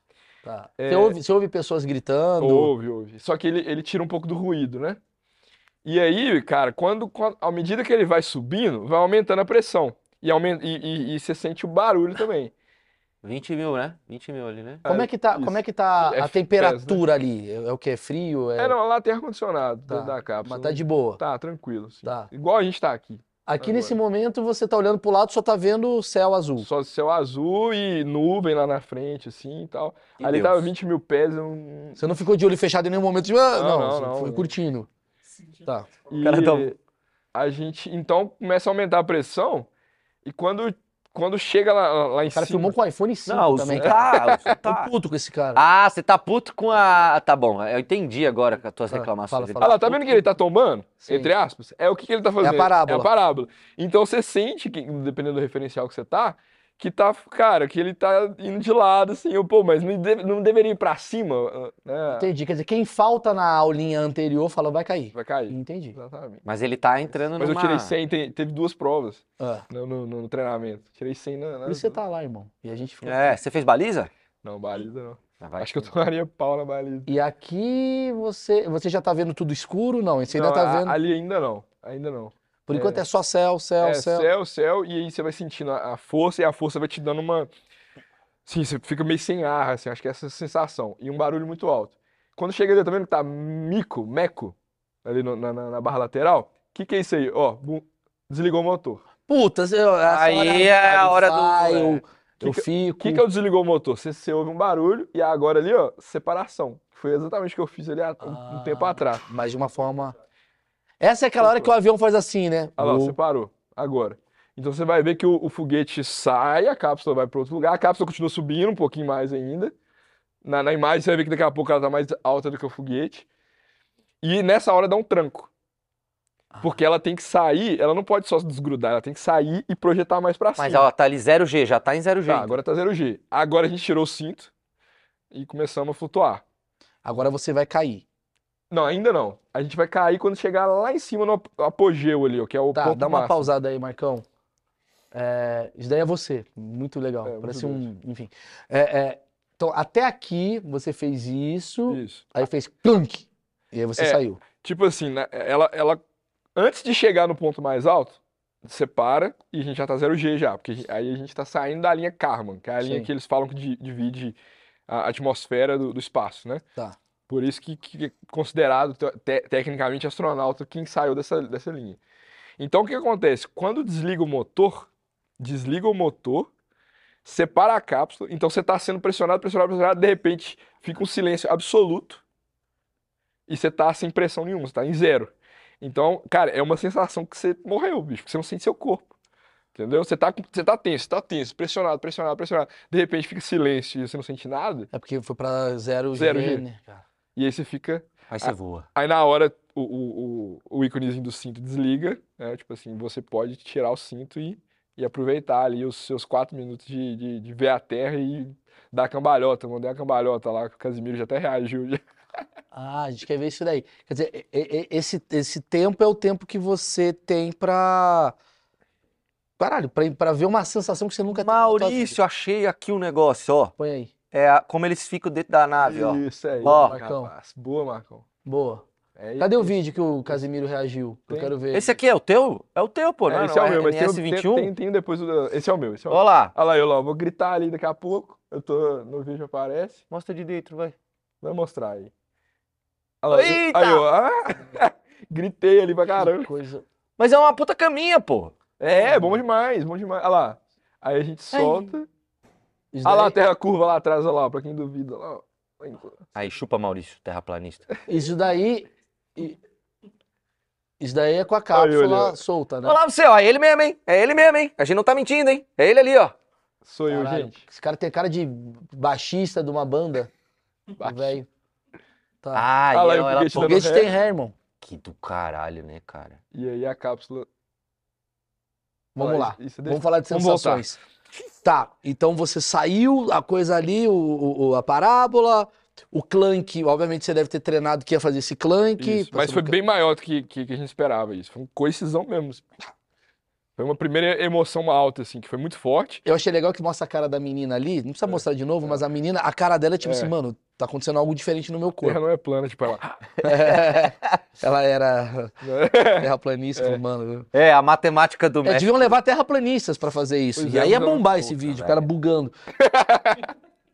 Speaker 1: Tá. Você, ouve, você ouve pessoas gritando?
Speaker 2: Ouve, ouve. Só que ele, ele tira um pouco do ruído, né? E aí, cara, quando, quando à medida que ele vai subindo, vai aumentando a pressão. E, aumenta, e, e- e você sente o barulho também.
Speaker 3: 20 mil, né? 20 mil ali, né?
Speaker 1: Como é que tá, como é que tá
Speaker 2: É
Speaker 1: a
Speaker 2: FPS,
Speaker 1: temperatura ali? É, é o que? É frio? É...
Speaker 2: É, não, lá tem ar-condicionado dentro
Speaker 1: Tá.
Speaker 2: da cápsula.
Speaker 1: Mas tá de boa.
Speaker 2: Tá, tranquilo. Sim.
Speaker 1: Tá.
Speaker 2: Igual a gente tá aqui.
Speaker 1: Aqui
Speaker 2: Agora.
Speaker 1: nesse momento você tá olhando pro lado, só tá vendo o céu azul.
Speaker 2: Só céu azul e nuvem lá na frente, assim e tal.
Speaker 3: E
Speaker 2: Ali
Speaker 3: Deus.
Speaker 2: tava 20 mil pés. Um...
Speaker 1: Você não ficou de olho fechado em nenhum momento, tipo, ah,
Speaker 2: Não,
Speaker 1: não,
Speaker 2: não,
Speaker 1: você
Speaker 2: não,
Speaker 1: foi
Speaker 2: não.
Speaker 1: curtindo. Tá.
Speaker 2: E
Speaker 3: cara tá-
Speaker 2: a gente, então, começa a aumentar a pressão e quando, quando chega lá, lá em
Speaker 1: O cara
Speaker 2: cima...
Speaker 1: filmou com o iPhone 5
Speaker 3: Não, o
Speaker 1: também.
Speaker 3: Zoom tá, o
Speaker 1: Tô
Speaker 3: Zoom tá.
Speaker 1: puto com esse cara.
Speaker 3: Ah, você tá puto com a. Tá bom, eu entendi agora com as tuas
Speaker 1: Ah,
Speaker 3: reclamações.
Speaker 1: fala,
Speaker 3: Ele
Speaker 1: fala.
Speaker 2: Ah lá, tá
Speaker 3: puto
Speaker 2: vendo que ele tá tomando?
Speaker 1: Sim.
Speaker 2: Entre aspas. É o que, que ele tá fazendo.
Speaker 1: parábola.
Speaker 2: É a parábola. Então você sente, que, dependendo do referencial que você tá, que tá, cara, que ele tá indo de lado, assim, eu, pô, mas não, deve- não deveria ir pra cima, né?
Speaker 1: Entendi. Quer dizer, quem falta na aulinha anterior falou, vai cair.
Speaker 2: Vai cair.
Speaker 1: Entendi.
Speaker 2: Exatamente.
Speaker 3: Mas ele tá entrando
Speaker 2: Mas eu
Speaker 3: numa...
Speaker 2: tirei 100, te- teve duas provas
Speaker 1: Ah,
Speaker 2: no, no- no treinamento. Tirei 100 na... na-
Speaker 1: por isso você tá lá, irmão. E a gente ficou.
Speaker 3: É, você fez baliza?
Speaker 2: Não, baliza não.
Speaker 3: Ah, vai.
Speaker 2: Acho que eu tomaria pau na baliza.
Speaker 1: E aqui você, você já tá vendo tudo escuro? Não, você ainda
Speaker 2: Não,
Speaker 1: tá
Speaker 2: a-
Speaker 1: vendo.
Speaker 2: Ali ainda não. Ainda não.
Speaker 1: Por enquanto é só céu, céu,
Speaker 2: É,
Speaker 1: céu.
Speaker 2: céu, céu, e aí você vai sentindo a, a força, e a força vai te dando uma. Sim, você fica meio sem ar, assim, acho que é essa sensação. E um barulho muito alto. Quando chega ali, tá vendo que tá mico, meco, ali no- na, na- na barra lateral? O que, que é isso aí? Ó, bum, desligou o motor.
Speaker 1: Puta, eu, essa
Speaker 3: Aí
Speaker 1: hora,
Speaker 3: é a
Speaker 1: eu
Speaker 3: hora do-
Speaker 1: saio,
Speaker 3: é.
Speaker 1: Eu, eu
Speaker 2: Que
Speaker 1: fico.
Speaker 2: O que, que é o desligou o motor? Você, você ouve um barulho, e agora ali, ó, separação. Foi exatamente o que eu fiz ali há um, um tempo
Speaker 1: Ah.
Speaker 2: atrás.
Speaker 1: Mas de uma forma. Essa é aquela hora que o avião faz assim, né?
Speaker 2: Olha lá,
Speaker 1: Vou-
Speaker 2: separou. Agora. Então você vai ver que o, o foguete sai, a cápsula vai para outro lugar, a cápsula continua subindo um pouquinho mais ainda. Na, na imagem você vai ver que daqui a pouco ela tá mais alta do que o foguete. E nessa hora dá um tranco.
Speaker 1: Ah.
Speaker 2: Porque ela tem que sair, ela não pode só se desgrudar, ela tem que sair e projetar mais para
Speaker 3: Mas
Speaker 2: cima.
Speaker 3: ó, tá ali 0G, já tá em 0G.
Speaker 2: Tá,
Speaker 3: então.
Speaker 2: agora tá 0G. Agora a gente tirou o cinto e começamos a flutuar.
Speaker 1: Agora você vai cair.
Speaker 2: Não, ainda não. A gente vai cair quando chegar lá em cima no ap- apogeu ali, ó, que é o
Speaker 1: Tá,
Speaker 2: ponto
Speaker 1: dá uma
Speaker 2: máximo.
Speaker 1: pausada aí, Marcão. É, isso daí é você. Muito legal.
Speaker 2: É, muito
Speaker 1: Parece um. Enfim. É, é, então, até aqui você fez isso,
Speaker 2: Isso.
Speaker 1: aí fez plunk. E aí você
Speaker 2: É.
Speaker 1: saiu.
Speaker 2: Tipo assim, né, ela, ela antes de chegar no ponto mais alto, você para e a gente já tá 0G já, porque aí a gente tá saindo da linha Karman, que é a linha
Speaker 1: Sim.
Speaker 2: que eles falam que di- divide a atmosfera do, do espaço, né?
Speaker 1: Tá.
Speaker 2: Por isso que, que é considerado te- te- tecnicamente astronauta quem saiu dessa, dessa linha. Então o que acontece? Quando desliga o motor, desliga o motor, separa a cápsula, então você tá sendo pressionado, pressionado, pressionado, de repente fica um silêncio absoluto e você tá sem pressão nenhuma, você tá em zero. Então, cara, é uma sensação que você morreu, bicho, que você não sente seu corpo. Entendeu? Você tá, com- você tá tenso, você tá tenso, pressionado, pressionado, pressionado. De repente fica silêncio e você não sente nada.
Speaker 1: É porque foi pra zero,
Speaker 2: Zero
Speaker 1: G,
Speaker 2: G.
Speaker 1: né, cara?
Speaker 2: E aí você fica.
Speaker 3: Aí você voa.
Speaker 2: Aí na hora o, o, o, o íconezinho do cinto desliga, né? Tipo assim, você pode tirar o cinto e, e aproveitar ali os seus quatro minutos de, de, de ver a terra e dar a cambalhota. Eu Mandei a cambalhota lá, que o Casimiro já até reagiu. já.
Speaker 1: Ah, a gente quer ver isso daí. Quer dizer, e- e- e- esse, esse tempo é o tempo que você tem pra. Caralho, pra, pra ver uma sensação que você nunca teve na tua vida.
Speaker 3: Maurício, achei aqui um negócio, ó.
Speaker 1: Põe aí.
Speaker 3: É a- como eles ficam dentro da nave, ó.
Speaker 2: Isso aí,
Speaker 3: Ó.
Speaker 1: Marcão.
Speaker 2: rapaz. Boa, Marcão.
Speaker 1: Boa.
Speaker 2: É
Speaker 1: Cadê o
Speaker 2: isso.
Speaker 1: vídeo que o Casimiro reagiu? Eu
Speaker 2: Tem.
Speaker 1: quero ver.
Speaker 3: Esse aqui é o teu? É o teu, pô, não
Speaker 2: É,
Speaker 3: é?
Speaker 2: esse
Speaker 3: não,
Speaker 2: é o meu, mas tem, o- tem,
Speaker 3: RNS21?
Speaker 2: tem, tem depois o da- Esse é o meu, esse é o meu.
Speaker 3: Olha lá.
Speaker 2: Olha lá, eu lá, vou gritar ali daqui a pouco. Eu tô no vídeo, aparece.
Speaker 3: Mostra de dentro, vai.
Speaker 2: Vai mostrar aí. Olha lá, eu-
Speaker 3: Eita!
Speaker 2: Aí eu, ah, gritei ali pra
Speaker 1: Que
Speaker 2: caramba.
Speaker 1: coisa.
Speaker 3: Mas é uma puta caminha, pô.
Speaker 2: É, bom demais, bom demais. Olha lá. Aí a gente solta.
Speaker 1: Isso
Speaker 3: Ah,
Speaker 2: Olha lá
Speaker 1: daí,
Speaker 2: a
Speaker 1: é
Speaker 2: terra curva lá atrás, olha lá, pra quem duvida. Olha lá.
Speaker 3: Aí, chupa, Maurício, terraplanista.
Speaker 1: isso daí. e- Isso daí é com a
Speaker 2: olha,
Speaker 1: cápsula
Speaker 2: olha.
Speaker 1: solta, né?
Speaker 3: Olha lá pra você, ó. É ele mesmo, hein? É ele mesmo, hein? A gente não tá mentindo, hein? É ele ali, ó.
Speaker 2: Sou eu,
Speaker 1: Caralho,
Speaker 2: gente.
Speaker 1: Esse cara tem cara de baixista de uma banda, o
Speaker 2: Bate.
Speaker 1: velho. Tá.
Speaker 3: Ah,
Speaker 2: Olha lá,
Speaker 3: e
Speaker 2: eu
Speaker 3: ó, ela
Speaker 2: fiquei
Speaker 1: O
Speaker 2: tirando-
Speaker 3: pô.
Speaker 1: foguete tem ré, irmão.
Speaker 3: Que do caralho, né, cara?
Speaker 2: E aí a cápsula.
Speaker 1: Vamos
Speaker 2: Olha
Speaker 1: lá.
Speaker 2: isso- isso é
Speaker 1: Vamos falar de
Speaker 2: Vamos voltar.
Speaker 1: sensações. Tá, então você saiu, a coisa ali, o, o- o- a parábola, o clank, obviamente você deve ter treinado que ia fazer esse clank.
Speaker 2: Isso, Mas
Speaker 1: passando
Speaker 2: foi
Speaker 1: ca-
Speaker 2: bem maior do que, que, que a gente esperava isso. Foi uma coincisão mesmo. um Foi uma primeira emoção alta, assim, que foi muito forte.
Speaker 1: Eu achei legal que mostra a cara da menina ali. Não precisa
Speaker 2: É.
Speaker 1: mostrar de novo,
Speaker 2: É.
Speaker 1: mas a menina, a cara dela é tipo
Speaker 2: É.
Speaker 1: assim, mano, tá acontecendo algo diferente no meu
Speaker 2: Terra
Speaker 1: corpo.
Speaker 2: não é plana, tipo, ela...
Speaker 1: Ela era
Speaker 2: né? É.
Speaker 1: terraplanista, falou, mano.
Speaker 3: É, a matemática do
Speaker 1: É,
Speaker 3: mestre.
Speaker 1: deviam levar terraplanistas pra fazer isso.
Speaker 2: Pois
Speaker 1: e
Speaker 2: é,
Speaker 1: aí ia
Speaker 2: não,
Speaker 1: bombar esse
Speaker 3: puta,
Speaker 1: vídeo, o
Speaker 3: velho.
Speaker 1: cara bugando.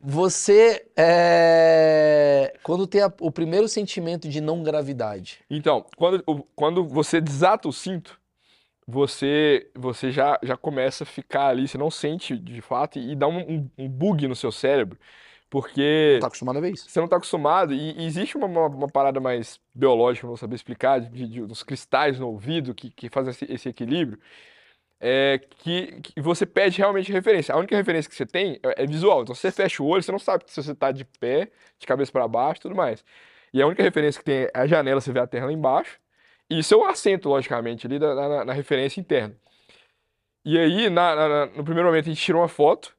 Speaker 1: Você é, quando tem a- o primeiro sentimento de não gravidade. tá
Speaker 2: Então, quando, o- quando você desata o cinto, você você já, já começa a ficar ali, você não sente de fato e, e dá um, um- um bug no seu cérebro, porque
Speaker 1: Não tá acostumado a ver isso?
Speaker 2: você não está acostumado e, e existe uma, uma, uma parada mais biológica, eu não vou saber explicar, de, de, dos cristais no ouvido que, que fazem esse, esse equilíbrio, é, que, que você perde realmente referência. A única referência que você tem é, é visual. Então, se você fecha o olho, você não sabe se você está de pé, de cabeça para baixo e tudo mais. E a única referência que tem é a janela, você vê a terra lá embaixo, e seu assento, logicamente, ali na, na- na referência interna. E aí, na- na- na- no primeiro momento, a gente tirou uma foto.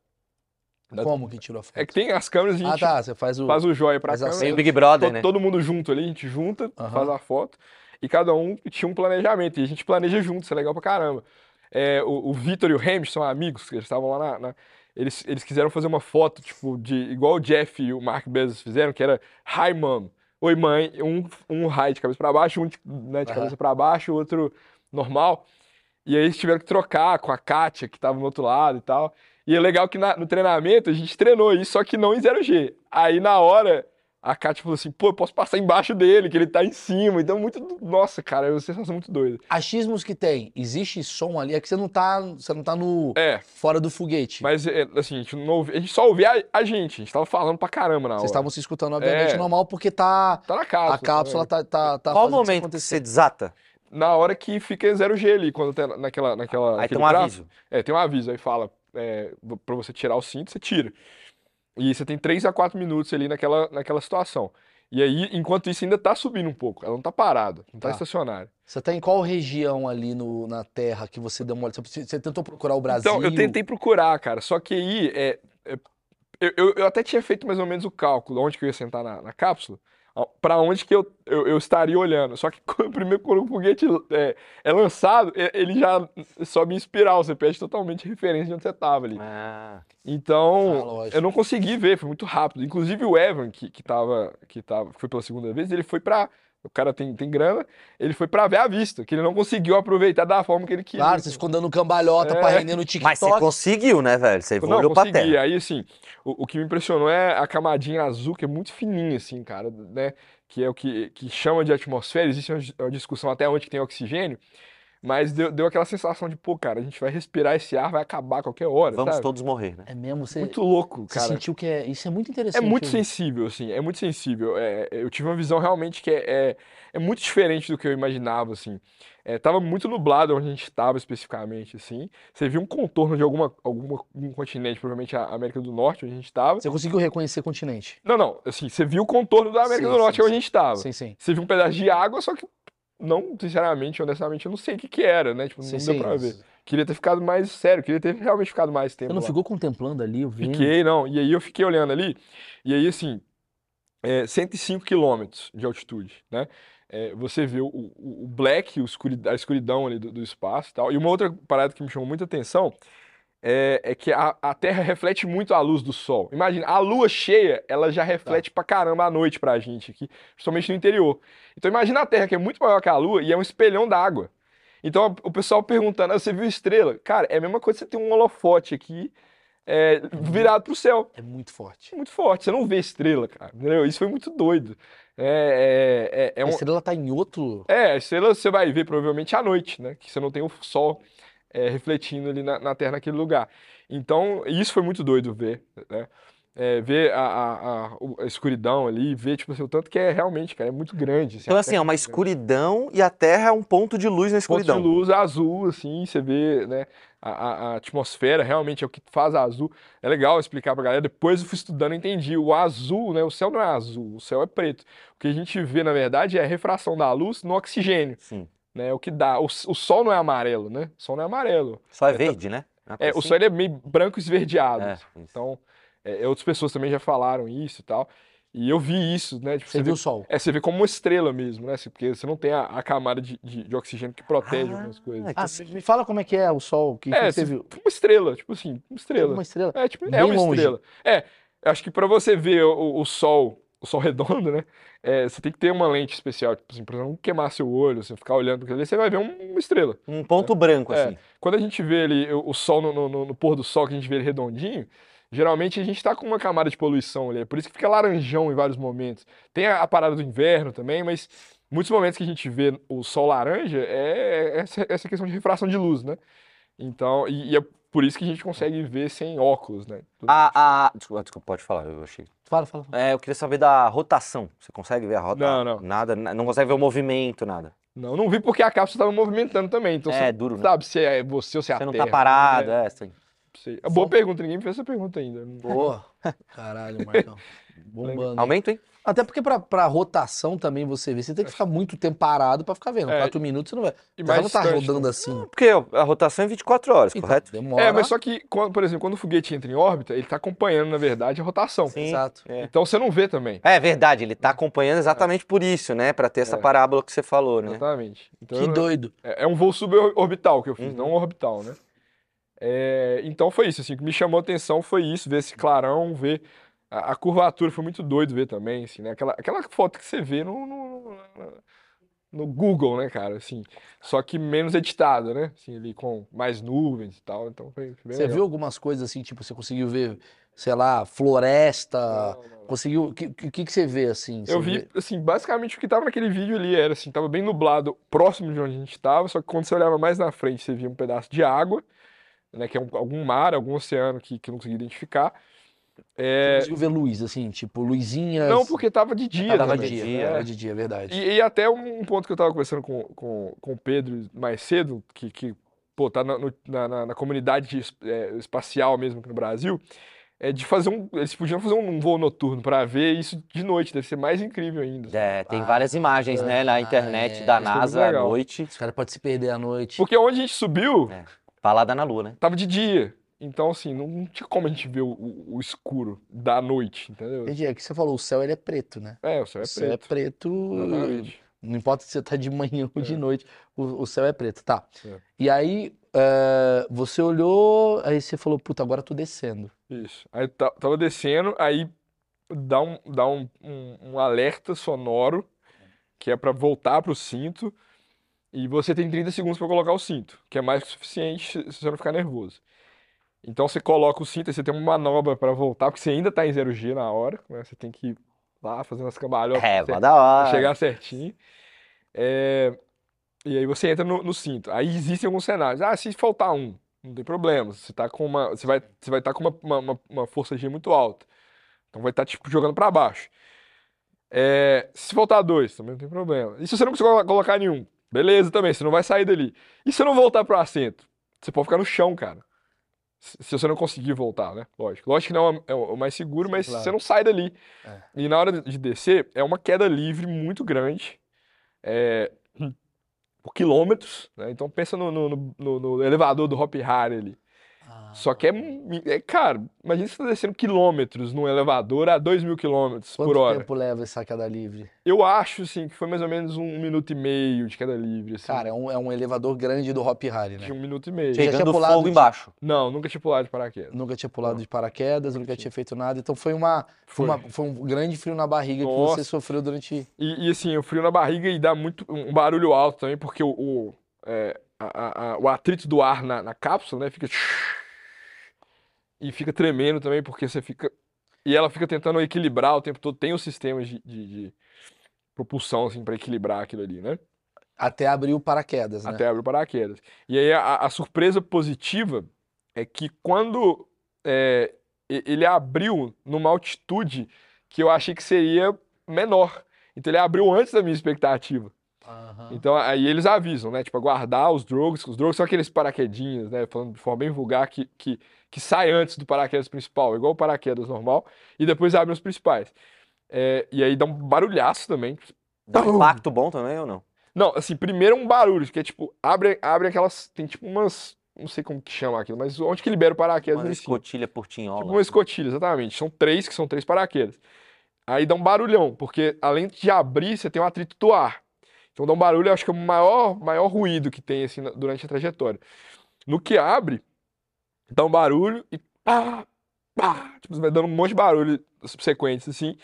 Speaker 2: Da-
Speaker 1: Como que tirou a foto?
Speaker 2: É que tem as câmeras e a
Speaker 1: Ah,
Speaker 2: gente
Speaker 1: tá, você faz o
Speaker 2: faz o joia pra
Speaker 1: Faz a
Speaker 2: câmera.
Speaker 1: cena.
Speaker 3: Meio Big Brother,
Speaker 2: To-
Speaker 3: né?
Speaker 2: Todo mundo junto ali, a gente junta,
Speaker 1: Aham.
Speaker 2: faz a foto, e cada um tinha um planejamento, e a gente planeja junto, isso é legal pra caramba. É, o o Vitor e o Hamish são amigos, que eles estavam lá na. na- eles, eles quiseram fazer uma foto, tipo, de igual o Jeff e o Mark Bezos fizeram, que era Hi Mom. Oi, mãe. Um, um high de cabeça pra baixo, um de, né, de
Speaker 1: Aham.
Speaker 2: cabeça pra baixo, o outro normal. E aí eles tiveram que trocar com a Kátia, que tava do outro lado e tal. E é legal que na- no treinamento a gente treinou isso, só que não em 0G. Aí na hora a Kátia falou assim: pô, eu posso passar embaixo dele, que ele tá em cima. Então, muito. do- Nossa, cara, é uma sensação muito doida.
Speaker 1: achismos que tem. Existe som ali, é que você não tá, você não tá no
Speaker 2: É,
Speaker 1: fora do foguete.
Speaker 2: mas é, assim, a gente, não ouvi- a gente só ouvia a, a gente, a gente tava falando pra caramba na hora.
Speaker 1: Vocês estavam se escutando obviamente
Speaker 2: É.
Speaker 1: normal porque tá
Speaker 2: Tá na
Speaker 1: a
Speaker 2: cápsula.
Speaker 1: cápsula
Speaker 2: né?
Speaker 1: tá tá, tá
Speaker 3: Qual
Speaker 1: fazendo isso
Speaker 3: o momento que
Speaker 1: acontecer.
Speaker 3: você desata?
Speaker 2: Na hora que fica 0G ali, quando tá naquela. naquela
Speaker 3: Aí tem
Speaker 2: naquele
Speaker 3: um
Speaker 2: gráfico.
Speaker 3: aviso.
Speaker 2: É, tem um aviso aí fala, é, vo- pra você tirar o cinto, você tira. E você tem 3 a 4 minutos ali naquela, naquela situação. E aí, enquanto isso, ainda tá subindo um pouco. Ela não tá parada, não tá,
Speaker 1: Tá.
Speaker 2: estacionária.
Speaker 1: Você tá em qual região ali no, na Terra que você deu uma olhada? Você, você tentou procurar o Brasil?
Speaker 2: Então, eu tentei procurar, cara, só que aí, é, é, eu, eu, eu até tinha feito mais ou menos o cálculo, onde que eu ia sentar na, na cápsula, a- pra onde que eu, eu, eu estaria olhando. Só que quando, primeiro, quando o foguete é, é lançado, é- ele já sobe em espiral, você perde totalmente a referência de onde você tava ali.
Speaker 3: Ah,
Speaker 2: Então,
Speaker 1: Ah, lógico.
Speaker 2: eu não consegui ver, foi muito rápido. Inclusive o Evan, que, que tava, que tava, que foi pela segunda vez, ele foi pra. O cara tem, tem grana, ele foi pra ver a vista, que ele não conseguiu aproveitar da forma que ele queria.
Speaker 1: Claro, vocês ficam dando cambalhota
Speaker 2: É.
Speaker 1: pra render no TikTok.
Speaker 3: mas você conseguiu, né, velho? Você
Speaker 2: Tipo, Não,
Speaker 3: olhou pra
Speaker 2: consegui.
Speaker 3: terra.
Speaker 2: Aí, assim, o, o que me impressionou é a camadinha azul, que é muito fininha, assim, cara, né? Que é o que, que chama de atmosfera. Existe uma, dis- uma discussão até onde que tem oxigênio, mas deu, deu aquela sensação de, pô, cara, a gente vai respirar esse ar, vai acabar a qualquer hora,
Speaker 3: Vamos
Speaker 2: é, sabe?
Speaker 3: todos morrer, né?
Speaker 1: É mesmo, você,
Speaker 2: Muito louco,
Speaker 1: você
Speaker 2: cara.
Speaker 1: sentiu que é. Isso é muito
Speaker 2: É
Speaker 1: interessante.
Speaker 2: muito
Speaker 1: hein?
Speaker 2: sensível, assim, é muito sensível. É, eu tive uma visão realmente que é, é, é muito diferente do que eu imaginava, assim. É, tava muito nublado onde a gente estava especificamente, assim. Você viu um contorno de alguma, alguma, um continente, provavelmente a América do Norte, onde a gente estava.
Speaker 1: Você conseguiu reconhecer continente?
Speaker 2: Não, não, assim, você viu o contorno da América
Speaker 1: Sim,
Speaker 2: do Norte,
Speaker 1: sim,
Speaker 2: onde a gente estava.
Speaker 1: Sim, sim.
Speaker 2: Você viu um pedaço de água, só que não, sinceramente, honestamente, eu não sei o que que era, né? Tipo, não
Speaker 1: sim,
Speaker 2: deu
Speaker 1: sim.
Speaker 2: pra ver. Queria ter ficado mais sério, queria ter realmente ficado mais
Speaker 1: Você
Speaker 2: tempo
Speaker 1: não
Speaker 2: lá.
Speaker 1: ficou contemplando ali, eu vi.
Speaker 2: Fiquei, não. E aí eu fiquei olhando ali, e aí assim, é, 105 quilômetros de altitude, né? É, você vê o, o- o black, o escuri- a escuridão ali do, do espaço e tal. E uma outra parada que me chamou muita atenção é, é que a, a Terra reflete muito a luz do Sol. Imagina, a lua cheia, ela já reflete pra caramba a noite pra gente aqui, principalmente no interior. Então imagina a Terra, que é muito maior que a lua, e é um espelhão d'água. Então o pessoal perguntando, "Ah, você viu estrela? Cara, é a mesma coisa que você ter um holofote aqui, é, virado pro céu.
Speaker 1: É muito forte.
Speaker 2: Muito forte, você não vê estrela, cara. entendeu? Isso foi muito doido. É, é, é, é
Speaker 1: A
Speaker 2: um-
Speaker 1: estrela tá em outro.
Speaker 2: é, a estrela você vai ver provavelmente à noite, né? Que você não tem o sol é, refletindo ali na, na Terra naquele lugar. Então, isso foi muito doido ver, né? É, ver a, a- a- o- a escuridão ali, ver, tipo assim, o tanto que é realmente, cara, é muito grande.
Speaker 3: Então, assim, é uma
Speaker 2: escuridão.
Speaker 3: escuridão e a terra é um ponto de luz na
Speaker 2: Ponto de
Speaker 3: escuridão.
Speaker 2: luz azul, assim, você vê, né? A, a- a atmosfera realmente é o que faz a azul. É legal explicar pra galera. Depois eu fui estudando e entendi. O azul, né? O céu não é azul, o céu é preto. O que a gente vê, na verdade, é a refração da luz no oxigênio,
Speaker 3: Sim.
Speaker 2: né? É o que dá. O, s- o sol não é amarelo, né? O sol não é amarelo.
Speaker 3: Só é
Speaker 2: tá-
Speaker 3: verde, né? Uma
Speaker 2: É,
Speaker 3: coisa
Speaker 2: o
Speaker 3: assim?
Speaker 2: sol ele é meio branco esverdeado.
Speaker 3: É, isso.
Speaker 2: Então, é, outras pessoas também já falaram isso e tal. E eu vi isso, né? Tipo,
Speaker 1: Você viu o sol.
Speaker 2: É, você vê como uma estrela mesmo, né? Assim, Porque você não tem a, a camada de, de, de oxigênio que protege
Speaker 3: Ah,
Speaker 2: algumas coisas.
Speaker 3: que
Speaker 2: Tipo,
Speaker 1: Ah, me- me fala como é que é o sol que,
Speaker 2: É,
Speaker 1: que você
Speaker 2: se-
Speaker 1: viu.
Speaker 2: Uma estrela, tipo assim, uma estrela.
Speaker 1: Uma estrela.
Speaker 2: É, tipo,
Speaker 1: Bem
Speaker 2: é uma
Speaker 1: longe.
Speaker 2: estrela. É, eu acho que pra você ver o, o sol, o sol redondo, né? é, você tem que ter uma lente especial, tipo assim, pra não queimar seu olho, você ficar olhando pra aquilo ali, você vai ver um- uma estrela.
Speaker 3: Um ponto branco,
Speaker 2: É.
Speaker 3: assim.
Speaker 2: Quando a gente vê ele, o, o sol no, no- no- no pôr do sol, que a gente vê ele redondinho, geralmente a gente tá com uma camada de poluição ali, é por isso que fica laranjão em vários momentos. Tem a, a parada do inverno também, mas muitos momentos que a gente vê o sol laranja é essa, essa questão de refração de luz, né? Então, e, e é por isso que a gente consegue ver sem óculos, né?
Speaker 3: A, a... Ah, Desculpa, desculpa, pode falar, eu achei.
Speaker 1: Fala, fala. fala.
Speaker 3: É, eu queria saber da rotação. Você consegue ver a rotação?
Speaker 2: Não, não.
Speaker 3: Nada, na- não consegue ver o movimento, nada.
Speaker 2: Não, não vi porque a cápsula estava movimentando também. Então
Speaker 3: é,
Speaker 2: você
Speaker 3: duro,
Speaker 2: não
Speaker 3: né?
Speaker 2: sabe se é você ou se é a
Speaker 3: Você não
Speaker 2: Terra,
Speaker 3: tá parado,
Speaker 2: né?
Speaker 3: é, assim.
Speaker 2: Não sei. É boa pergunta, ninguém me fez essa pergunta ainda.
Speaker 3: É.
Speaker 1: Boa. Caralho, Marcão. Bombando. hein?
Speaker 3: Aumento, hein?
Speaker 1: Até porque pra, pra rotação também você vê, você tem que ficar muito tempo parado pra ficar vendo.
Speaker 2: É.
Speaker 1: Quatro minutos você não vai.
Speaker 2: E
Speaker 1: Você não tá
Speaker 2: distante, né?
Speaker 1: rodando assim.
Speaker 3: Porque a rotação é 24 horas,
Speaker 1: Então,
Speaker 3: correto?
Speaker 1: Demora.
Speaker 2: É, mas só que, quando- por exemplo, quando o foguete entra em órbita, ele tá acompanhando, na verdade, a rotação.
Speaker 3: Sim.
Speaker 1: Exato.
Speaker 3: É.
Speaker 2: Então você não vê também.
Speaker 3: É verdade, ele tá acompanhando exatamente por isso, né? Pra ter essa
Speaker 2: É.
Speaker 3: parábola que você falou, né?
Speaker 2: Exatamente. Então,
Speaker 1: Uhum. Que
Speaker 2: eu-
Speaker 1: doido.
Speaker 2: é é um voo suborbital que eu fiz,
Speaker 3: Uhum.
Speaker 2: não orbital, né? É, então foi isso, assim, o que me chamou a atenção foi isso, ver esse clarão, ver a, a curvatura, foi muito doido ver também, assim, né? Aquela, aquela foto que você vê no, no, no- no Google, né, cara, assim, só que menos editada, né? Assim, ali com mais nuvens e tal, então foi, foi bem
Speaker 1: Você
Speaker 2: legal.
Speaker 1: viu algumas coisas assim, tipo, você conseguiu ver, sei lá, floresta.
Speaker 2: Não, não, não.
Speaker 1: Conseguiu. O que, que, que que você vê assim? Você
Speaker 2: Eu vi,
Speaker 1: vê-
Speaker 2: assim, basicamente o que tava naquele vídeo ali era assim, tava bem nublado próximo de onde a gente tava, só que quando você olhava mais na frente, você via um pedaço de água, né, que é um- algum mar, algum oceano que, que eu não conseguia identificar.
Speaker 1: Você conseguiu ver luz, assim, tipo, luzinhas.
Speaker 2: é, Não, porque tava de dia
Speaker 1: tava de
Speaker 2: também,
Speaker 1: dia,
Speaker 2: né?
Speaker 1: tava de dia, é verdade.
Speaker 2: E, e até um um ponto que eu tava conversando com, com, com o Pedro mais cedo, que, que pô, tá na, no- na, na- na comunidade de es- é, espacial mesmo aqui no Brasil, é de fazer um. Eles podiam fazer um voo noturno pra ver isso de noite, deve ser mais incrível ainda.
Speaker 3: É, tem
Speaker 1: Ah,
Speaker 3: várias imagens, né, na internet
Speaker 1: é.
Speaker 2: Isso Ah,
Speaker 3: da
Speaker 2: é muito
Speaker 3: NASA à
Speaker 2: legal.
Speaker 3: noite,
Speaker 1: Os caras podem se perder à noite.
Speaker 2: Porque onde a gente subiu,
Speaker 3: balada na lua, né?
Speaker 2: tava de dia. Então, assim, não, não tinha como a gente ver o, o- o escuro da noite, entendeu?
Speaker 1: Entendi, é que você falou, o céu ele é preto, né?
Speaker 2: É, o céu é
Speaker 1: o céu
Speaker 2: preto.
Speaker 1: é preto.
Speaker 2: Exatamente.
Speaker 1: Não importa se você tá de manhã ou de
Speaker 2: É.
Speaker 1: noite, o, o céu é preto, tá.
Speaker 2: É.
Speaker 1: E aí, é, você olhou, aí você falou, puta, agora eu tô descendo.
Speaker 2: Isso. Aí ta- tava descendo, aí dá um, dá um, um, um alerta sonoro, que é pra voltar pro cinto, e você tem 30 segundos pra colocar o cinto, que é mais que o suficiente se- se você não ficar nervoso. Então você coloca o cinto, aí você tem uma manobra pra voltar, porque você ainda tá em 0G na hora, né? Você tem que ir lá fazendo as cambalhotas
Speaker 3: É,
Speaker 2: certinho.
Speaker 3: mó da
Speaker 2: pra
Speaker 3: hora.
Speaker 2: chegar certinho. É, e aí você entra no, no cinto. Aí existem alguns cenários. Ah, se faltar um, não tem problema. Você tá com uma, você vai, você vai estar com uma, uma, uma- uma força G muito alta. Então vai estar tipo jogando para baixo. É, se faltar dois, também não tem problema. E se você não conseguir colo- colocar nenhum, beleza também. Você não vai sair dali. E se eu não voltar pro assento, você pode ficar no chão, cara. Se se você não conseguir voltar, né? Lógico. Lógico que não é o- é o mais seguro,
Speaker 1: Sim,
Speaker 2: mas
Speaker 1: claro.
Speaker 2: você não sai dali.
Speaker 1: É.
Speaker 2: E na hora de descer, é uma queda livre muito grande. É, por quilômetros, né? Então pensa no, no- no- no- no elevador do Hopi Hari ali.
Speaker 1: Ah,
Speaker 2: Só que é, mu- é caro. Imagina você tá descendo quilômetros num elevador a 2 mil quilômetros por
Speaker 1: Quanto
Speaker 2: hora.
Speaker 1: tempo leva essa queda livre?
Speaker 2: Eu acho, assim, que foi mais ou menos um minuto e meio de queda livre, assim.
Speaker 1: Cara, é um, é um elevador grande do Hop Harry,
Speaker 2: de
Speaker 1: né?
Speaker 2: um minuto e meio.
Speaker 1: Gente- Já tinha
Speaker 3: Pegando
Speaker 1: pulado
Speaker 3: fogo
Speaker 1: de-
Speaker 3: embaixo.
Speaker 2: Não, nunca tinha pulado de paraquedas.
Speaker 1: Nunca tinha pulado de paraquedas, nunca
Speaker 2: Sim.
Speaker 1: tinha feito nada. Então foi uma, foi
Speaker 2: Hum. Foi.
Speaker 1: uma- foi um grande frio na barriga que você
Speaker 2: Nossa.
Speaker 1: sofreu durante.
Speaker 2: E, e, assim, o frio na barriga e dá muito um barulho alto também, porque o, o, é, a- a- a- o atrito do ar na, na cápsula, né, fica. E fica tremendo também, porque você fica. E ela fica tentando equilibrar o tempo todo. Tem os sistemas de, de- de propulsão, assim, para equilibrar aquilo ali, né?
Speaker 1: Até abrir o paraquedas, né?
Speaker 2: Até abre o paraquedas. E aí a, a surpresa positiva é que quando é, e- ele abriu numa altitude que eu achei que seria menor. Então ele abriu antes da minha expectativa.
Speaker 1: Aham.
Speaker 2: Então aí eles avisam, né? Tipo, aguardar os drogues. Os drogues são aqueles paraquedinhos, né? Falando de forma bem vulgar, que, que, que sai antes do paraquedas principal, igual o paraquedas normal, e depois abrem os principais. É, e aí dá um barulhaço também.
Speaker 3: Dá um
Speaker 2: Pum!
Speaker 3: impacto bom também ou não?
Speaker 2: Não, assim, primeiro é um barulho, que é tipo, abre, abre aquelas. Tem tipo umas. Não sei como que chama aquilo, mas onde que libera o paraquedas
Speaker 3: Uma
Speaker 2: eles ficam.
Speaker 3: escotilha por
Speaker 2: Tipo
Speaker 3: tinhola.
Speaker 2: uma escotilha, exatamente. São três, que são três paraquedas. Aí dá um barulhão, porque além de abrir, você tem um atrito do ar. Então dá um barulho, eu acho que é o maior, maior ruído que tem assim na- durante a trajetória. No que abre, dá um barulho e pá, pá, tipo, vai dando um monte de barulho subsequentes assim.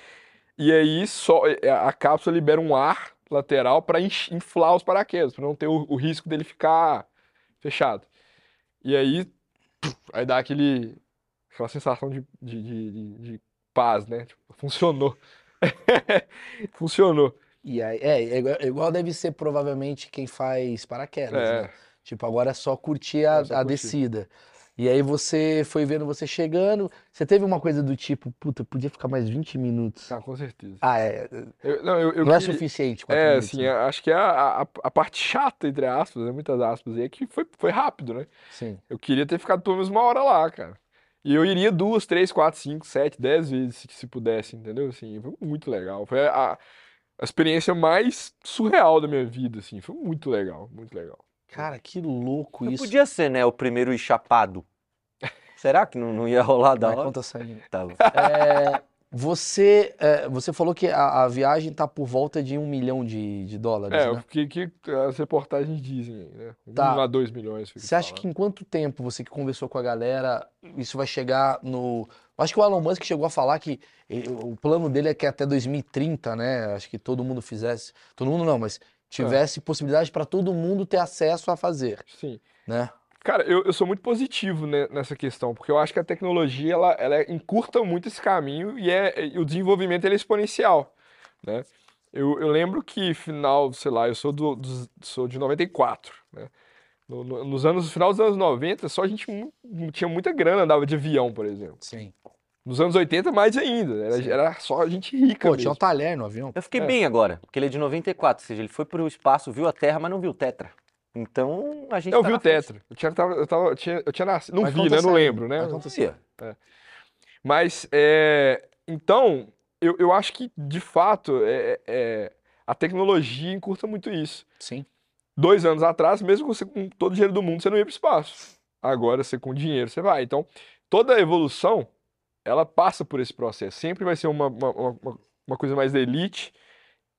Speaker 2: E aí só é, a cápsula libera um ar lateral para inflar os paraquedas, para não ter o, o risco dele ficar fechado. E aí, puf, aí dá aquele aquela sensação de, de, de- de- de paz, né? Tipo, funcionou. Funcionou.
Speaker 1: E aí, é, é igual, é igual deve ser provavelmente quem faz paraquedas, né?
Speaker 2: É,
Speaker 1: Tipo, agora é só curtir a,
Speaker 2: É só
Speaker 1: a
Speaker 2: curtir.
Speaker 1: descida. E aí você foi vendo você chegando. Você teve uma coisa do tipo, puta, podia ficar mais 20 minutos.
Speaker 2: tá, com certeza.
Speaker 1: Ah, é.
Speaker 2: Eu- não, eu, eu
Speaker 1: Não é
Speaker 2: queria-
Speaker 1: suficiente, 4
Speaker 2: É,
Speaker 1: minutos,
Speaker 2: assim,
Speaker 1: né?
Speaker 2: a- acho que a, a, a parte chata, entre aspas, né, muitas aspas, aí, é que foi, foi rápido, né?
Speaker 1: Sim.
Speaker 2: Eu queria ter ficado pelo menos uma hora lá, cara. E eu iria duas, três, quatro, cinco, sete, dez vezes, se, se pudesse, entendeu? Assim, foi muito legal. Foi a, a experiência mais surreal da minha vida, assim. Foi muito legal, muito legal.
Speaker 1: Cara, que louco
Speaker 3: Mas
Speaker 1: isso.
Speaker 3: Podia ser, né? O primeiro e chapado. Será que não, não ia rolar da
Speaker 1: Vai
Speaker 3: hora?
Speaker 1: conta saindo.
Speaker 3: Tá bom.
Speaker 1: É, você, é, você falou que a, a viagem tá por volta de um milhão de, de dólares,
Speaker 2: É, o
Speaker 1: né?
Speaker 2: que, que as reportagens dizem aí, né?
Speaker 1: Tá.
Speaker 2: Um a dois milhões. fica
Speaker 1: Você acha
Speaker 2: falando.
Speaker 1: que em quanto tempo você que conversou com a galera, isso vai chegar no. Acho que o Elon Musk chegou a falar que eh, o plano dele é que até 2030, né? Acho que todo mundo fizesse. Todo mundo não, mas tivesse possibilidade para todo mundo ter acesso a fazer,
Speaker 2: Sim.
Speaker 1: né?
Speaker 2: Cara, eu, eu sou muito positivo né, nessa questão, porque eu acho que a tecnologia ela, ela encurta muito esse caminho e, é, e o desenvolvimento ele é exponencial, né? Eu, eu lembro que final, sei lá, eu sou, do, dos- sou de 94, né? No, no- nos anos, no final dos anos 90, só a gente mu- não tinha muita grana, andava de avião, por exemplo.
Speaker 1: Sim.
Speaker 2: Nos anos 80, mais ainda, né? era,
Speaker 1: Sim.
Speaker 2: era só gente rica
Speaker 1: Pô, tinha um
Speaker 2: mesmo.
Speaker 1: talher no avião.
Speaker 3: Eu fiquei
Speaker 2: É.
Speaker 3: bem agora, porque ele é de 94, ou seja, ele foi pro espaço, viu a Terra, mas não viu o Tetra. Então a gente.
Speaker 2: Eu
Speaker 3: tá
Speaker 2: vi
Speaker 3: na
Speaker 2: o
Speaker 3: frente.
Speaker 2: Tetra, eu tinha, tava- eu tava- eu tinha, eu tinha nascido, não
Speaker 1: Vai
Speaker 2: vi, né? Não
Speaker 1: acontecendo,
Speaker 2: lembro, né?
Speaker 1: vai acontecendo.
Speaker 3: Aí, ó.
Speaker 2: Mas, é, então, eu, eu acho que, de fato, é, é, a tecnologia encurta muito isso.
Speaker 1: Sim.
Speaker 2: Dois anos atrás, mesmo com, você, com todo o dinheiro do mundo, você não ia para o espaço. Agora, você com dinheiro, você vai. Então, toda a evolução, ela passa por esse processo. Sempre vai ser uma, uma, uma- uma coisa mais da elite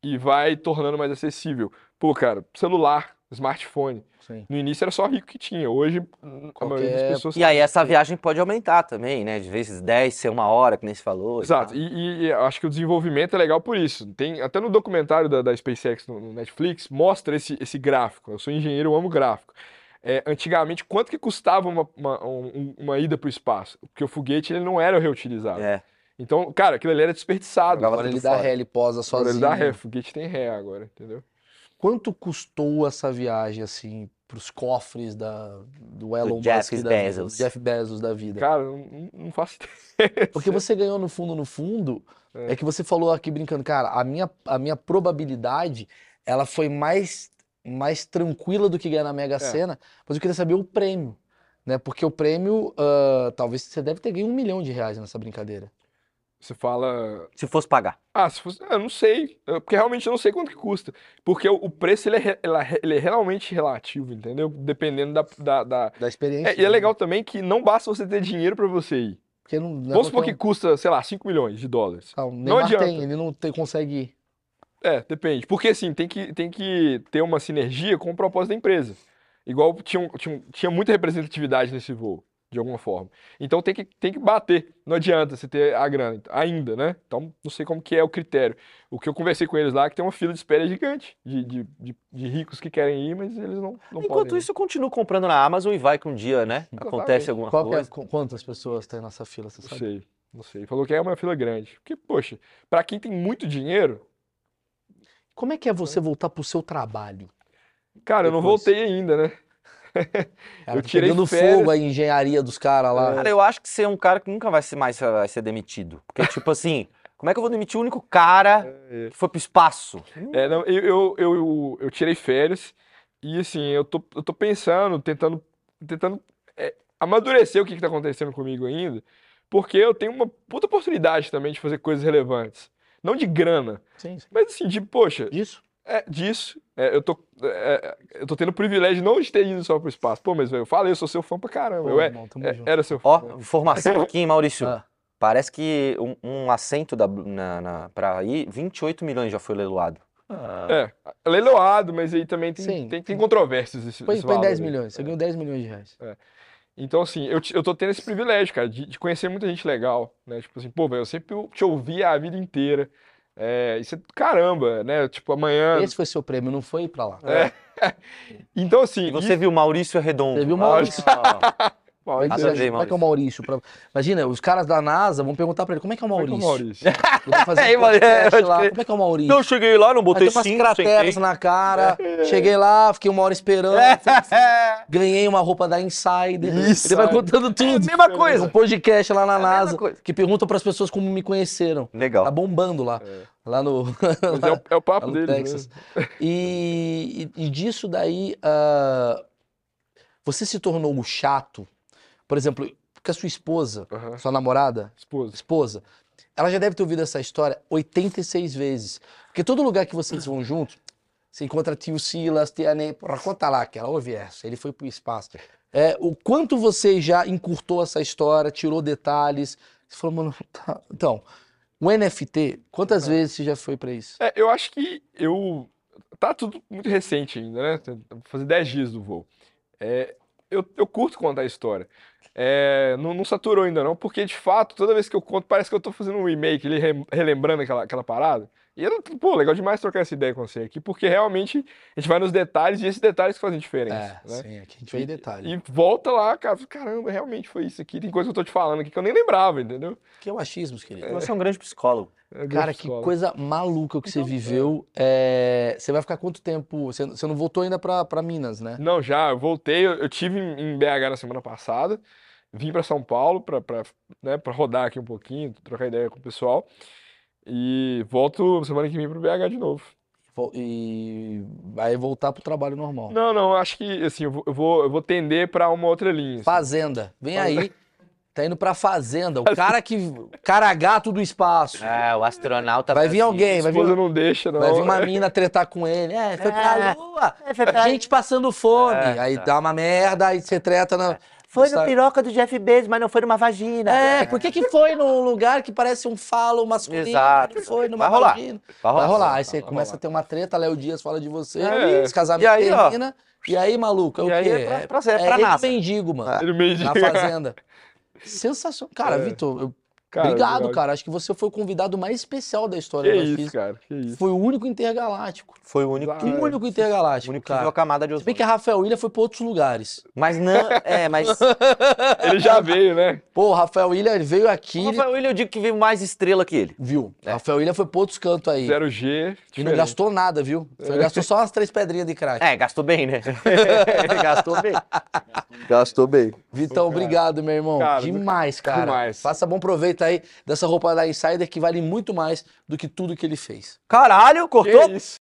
Speaker 2: e vai tornando mais acessível. Pô, cara, celular, smartphone.
Speaker 1: Sim.
Speaker 2: No início era só rico que tinha. Hoje, a maioria das
Speaker 1: Qualquer-
Speaker 2: pessoas
Speaker 3: E aí essa viagem pode aumentar também, né? De vezes 10 ser uma hora, que nem se falou. e
Speaker 2: Exato,
Speaker 3: tal.
Speaker 2: e, e- e acho que o desenvolvimento é legal por isso. Tem, até no documentário da, da SpaceX no, no Netflix mostra esse, esse gráfico. Eu sou engenheiro, eu amo gráfico. É, antigamente, quanto que custava uma, uma, um- uma ida para o espaço? Porque o foguete ele não era reutilizável.
Speaker 3: É.
Speaker 2: Então, cara, aquilo ali era desperdiçado.
Speaker 3: Jogava
Speaker 1: Agora
Speaker 3: tudo
Speaker 1: ele dá
Speaker 3: fora.
Speaker 1: ré, ele posa
Speaker 2: Agora ele dá ré,
Speaker 1: sozinho. né?
Speaker 2: foguete tem ré agora, entendeu?
Speaker 1: Quanto custou essa viagem, assim, pros cofres da, do Elon
Speaker 3: Jeff
Speaker 1: Musk, da,
Speaker 3: Bezos.
Speaker 1: Jeff Bezos da vida?
Speaker 2: Cara, eu não, não faço ideia.
Speaker 1: Porque você ganhou no fundo, no fundo,
Speaker 2: É.
Speaker 1: é que você falou aqui brincando, cara, a minha, a minha probabilidade, ela foi mais, mais tranquila do que ganhar na Mega Sena, mas eu queria saber o prêmio, né? Porque o prêmio, ah, talvez você deve ter ganho um milhão de reais nessa brincadeira.
Speaker 2: Você fala,
Speaker 3: Se fosse pagar.
Speaker 2: Ah, se fosse. Eu não sei. Eu- Porque realmente eu não sei quanto que custa. Porque o, o preço ele é, re- ela- ele é realmente relativo, entendeu? Dependendo da. da, da-
Speaker 1: Da experiência.
Speaker 2: É, e é
Speaker 1: né?
Speaker 2: legal também que não basta você ter dinheiro pra você ir.
Speaker 1: Porque não, não é
Speaker 2: Vamos supor
Speaker 1: qualquer
Speaker 2: que custa, sei lá, 5 milhões de dólares.
Speaker 1: um. Ah, o Neymar
Speaker 2: adianta.
Speaker 1: tem, ele não tem- consegue ir.
Speaker 2: É, depende. Porque assim, tem que, tem que ter uma sinergia com o propósito da empresa. Igual tinha, um- tinha, um- tinha muita representatividade nesse voo, de alguma forma. Então tem que, tem que bater. Não adianta você ter a grana ainda, né? Então não sei como que é o critério. O que eu conversei com eles lá é que tem uma fila de espera gigante de, de, de, de ricos que querem ir, mas eles não, não
Speaker 3: Enquanto
Speaker 2: podem. ir.
Speaker 3: isso, eu continuo comprando na Amazon e vai que um dia, né?
Speaker 2: Exatamente.
Speaker 3: Acontece alguma
Speaker 1: Qual que é-
Speaker 3: coisa.
Speaker 1: qu- quantas pessoas tem nessa fila, você
Speaker 2: Não
Speaker 1: sabe?
Speaker 2: sei, não sei. Falou que é uma fila grande. Porque, poxa, pra quem tem muito dinheiro,
Speaker 1: Como é que é você voltar pro seu trabalho?
Speaker 2: cara, eu não
Speaker 1: Depois.
Speaker 2: voltei ainda, né?
Speaker 1: Cara,
Speaker 2: Eu
Speaker 1: tá
Speaker 2: tirei
Speaker 1: pegando
Speaker 2: férias.
Speaker 1: fogo a engenharia dos caras lá.
Speaker 3: Cara, eu acho que você é um cara que nunca vai ser mais vai ser demitido. Porque, tipo assim, como é que eu vou demitir o único cara
Speaker 2: É.
Speaker 3: que foi pro espaço?
Speaker 2: É, não, eu, eu, eu, eu tirei férias e assim, eu tô, eu tô pensando, tentando, tentando é, amadurecer o que que tá acontecendo comigo ainda, porque eu tenho uma puta oportunidade também de fazer coisas relevantes. Não de grana,
Speaker 1: Sim, sim.
Speaker 2: mas assim, de, poxa,
Speaker 1: Isso?
Speaker 2: é disso. É, eu tô, é, é, eu tô tendo o privilégio não de ter ido só pro espaço. Pô, mas velho, eu falei, eu sou seu fã pra caramba.
Speaker 1: Pô,
Speaker 2: Eu é-
Speaker 1: irmão, tamo
Speaker 2: é-
Speaker 1: junto.
Speaker 2: era seu fã.
Speaker 3: Ó, informação aqui, hein, Maurício.
Speaker 1: Ah.
Speaker 3: Parece que um, um assento da, na, na, pra ir, 28 milhões já foi leiloado.
Speaker 2: É, leiloado, mas aí também tem,
Speaker 1: Sim.
Speaker 2: tem, tem controvérsias esse,
Speaker 1: Põe,
Speaker 2: esse
Speaker 1: põe
Speaker 2: valor
Speaker 1: 10
Speaker 2: aí.
Speaker 1: milhões, você ganhou 10 milhões de reais.
Speaker 2: Então, assim, eu, te- eu tô tendo esse privilégio, cara, de, de conhecer muita gente legal, né? Tipo assim, pô, velho, eu sempre te ouvia a vida inteira. É, isso é do caramba, né? Tipo, amanhã.
Speaker 1: Esse foi seu prêmio, não foi pra lá.
Speaker 2: É, Então, assim,
Speaker 3: E você viu Maurício Redondo.
Speaker 1: Você viu Maurício.
Speaker 3: Maurício?
Speaker 2: isso-
Speaker 1: Como é que
Speaker 3: Nada
Speaker 1: você-
Speaker 3: a ver,
Speaker 1: como é que é o Maurício? Pra- Imagina, os caras da NASA vão perguntar pra ele, como é que é o
Speaker 2: Como é que é
Speaker 1: Maurício?
Speaker 2: o
Speaker 1: Vou ter que fazer
Speaker 3: É,
Speaker 1: um podcast
Speaker 3: pode
Speaker 1: lá,
Speaker 3: crer.
Speaker 1: como é que é o Maurício?
Speaker 3: eu cheguei lá, não
Speaker 1: Aí tem umas crateras na cara,
Speaker 2: É.
Speaker 1: cheguei lá, fiquei uma hora esperando, ganhei uma roupa da Insider.
Speaker 2: Isso,
Speaker 1: Ele vai
Speaker 2: é.
Speaker 1: contando tudo.
Speaker 3: mesma
Speaker 1: Um podcast lá na
Speaker 3: mesma
Speaker 1: NASA,
Speaker 3: coisa.
Speaker 1: que perguntam pras pessoas como me conheceram. Tá
Speaker 3: Legal.
Speaker 1: bombando lá,
Speaker 2: É.
Speaker 1: lá no...
Speaker 2: Mas é o, é o
Speaker 1: Lá
Speaker 2: papo
Speaker 1: no
Speaker 2: dele,
Speaker 1: Texas. E, e- e disso daí, ah, você se tornou o chato, por exemplo, porque a sua esposa, sua namorada,
Speaker 2: Esposa.
Speaker 1: esposa, ela já deve ter ouvido essa história 86 vezes. Porque todo lugar que vocês vão juntos, você encontra tio Silas, tia Ney, porra, conta lá que ela ouve essa, ele foi pro espaço. É, o quanto você já encurtou essa história, tirou detalhes, você falou, mano, tá. Então, o NFT, quantas vezes você já foi pra isso?
Speaker 2: É, eu acho que eu. Tá tudo muito recente ainda, né? Tem- Vou fazer 10 dias do voo. É, eu, eu curto contar a história. É, não, não saturou ainda, não, porque de fato, toda vez que eu conto, parece que eu tô fazendo um remake ali, rem- relembrando aquela, aquela parada. E eu, não- pô, legal demais trocar essa ideia com você aqui, porque realmente a gente vai nos detalhes e esses detalhes que fazem diferença,
Speaker 1: É,
Speaker 2: né?
Speaker 1: sim, aqui a gente vê em detalhe.
Speaker 2: E volta lá, cara, fala, caramba, realmente foi isso aqui. Tem coisa que eu tô te falando aqui que eu nem lembrava, entendeu?
Speaker 1: Que é o achismo, querido.
Speaker 3: Você é um grande psicólogo.
Speaker 2: É grande
Speaker 1: Cara, que
Speaker 2: escola. Então,
Speaker 1: coisa maluca que você viveu. É, Você vai ficar quanto tempo? Você, você não voltou ainda pra, pra Minas, né?
Speaker 2: Não, já, eu voltei, eu, eu tive em em BH na semana passada, vim para São Paulo para né, para rodar aqui um pouquinho, trocar ideia com o pessoal. E volto semana que vem pro BH de novo.
Speaker 1: Vol- E vai voltar pro trabalho normal.
Speaker 2: Não, não, acho que assim, eu vou, eu vou, eu vou tender para uma outra linha. assim.
Speaker 1: Fazenda, vem aí. Tá indo pra fazenda. O cara que. Cara gato do espaço.
Speaker 3: É, assim, o astronauta.
Speaker 1: Vai vir
Speaker 3: brasileiro.
Speaker 1: alguém, vai vir,
Speaker 2: Esposa não deixa,
Speaker 1: vai vir
Speaker 2: não.
Speaker 1: uma mina tretar com ele. É, foi pra
Speaker 4: É.
Speaker 1: lua.
Speaker 4: Tá-
Speaker 1: Gente passando fome.
Speaker 3: É,
Speaker 1: aí
Speaker 3: tá.
Speaker 1: dá uma merda, aí você treta na.
Speaker 4: Foi no
Speaker 1: Sabe?
Speaker 4: piroca do Jeff Bezos, mas não foi numa vagina.
Speaker 1: É, por que que foi num lugar que parece um falo masculino?
Speaker 3: Exato.
Speaker 1: Que foi numa
Speaker 3: Vai rolar.
Speaker 1: vagina?
Speaker 3: Vai
Speaker 1: Vai
Speaker 3: rolar. Tá,
Speaker 1: rolar. Aí você
Speaker 3: Vai
Speaker 1: começa
Speaker 3: rolar.
Speaker 1: a ter uma treta, Léo Dias fala de você,
Speaker 2: É.
Speaker 1: esse casamento
Speaker 3: E aí, ó.
Speaker 1: termina. E aí, maluco, é o
Speaker 3: E aí
Speaker 1: quê?
Speaker 3: é pra- pra- é
Speaker 1: é
Speaker 3: pra
Speaker 1: ele
Speaker 3: NASA.
Speaker 1: mendigo, mano,
Speaker 2: Ele meio de
Speaker 1: na fazenda. Sensacional. Cara,
Speaker 2: É.
Speaker 1: Vitor, eu-
Speaker 2: Cara,
Speaker 1: obrigado,
Speaker 2: legal.
Speaker 1: cara. Acho que você foi o convidado mais especial da história
Speaker 2: Que
Speaker 1: do
Speaker 2: isso,
Speaker 1: X.
Speaker 2: cara, que isso.
Speaker 1: Foi o único intergaláctico.
Speaker 3: Foi o único
Speaker 1: O
Speaker 3: que,
Speaker 2: Ah, é.
Speaker 1: único
Speaker 3: o
Speaker 1: intergaláctico,
Speaker 3: único que viu a
Speaker 1: cara.
Speaker 3: camada de
Speaker 1: Se bem
Speaker 3: ozônio.
Speaker 1: que a Rafael Ilha foi pra outros lugares.
Speaker 3: Mas não. É, mas.
Speaker 2: Ele já veio, né?
Speaker 1: Pô, o Rafael Ilha ele veio aqui,
Speaker 3: O
Speaker 1: ele-
Speaker 3: Rafael Willian, eu digo que veio mais estrela que ele.
Speaker 1: viu? Rafael Ilha foi pra outros cantos aí.
Speaker 2: Zero
Speaker 1: E
Speaker 2: G,
Speaker 1: não
Speaker 2: É. diferente. É.
Speaker 1: gastou nada, viu? Só gastou só umas três pedrinhas de crack.
Speaker 3: É, gastou bem, né? gastou bem. Gastou bem.
Speaker 1: Vitão,
Speaker 2: cara.
Speaker 1: obrigado, meu irmão.
Speaker 2: Cara,
Speaker 1: demais, cara.
Speaker 2: demais.
Speaker 1: Faça bom proveito aí dessa roupa da Insider que vale muito mais do que tudo que ele fez.
Speaker 3: Caralho,
Speaker 2: Que
Speaker 3: cortou?
Speaker 2: isso.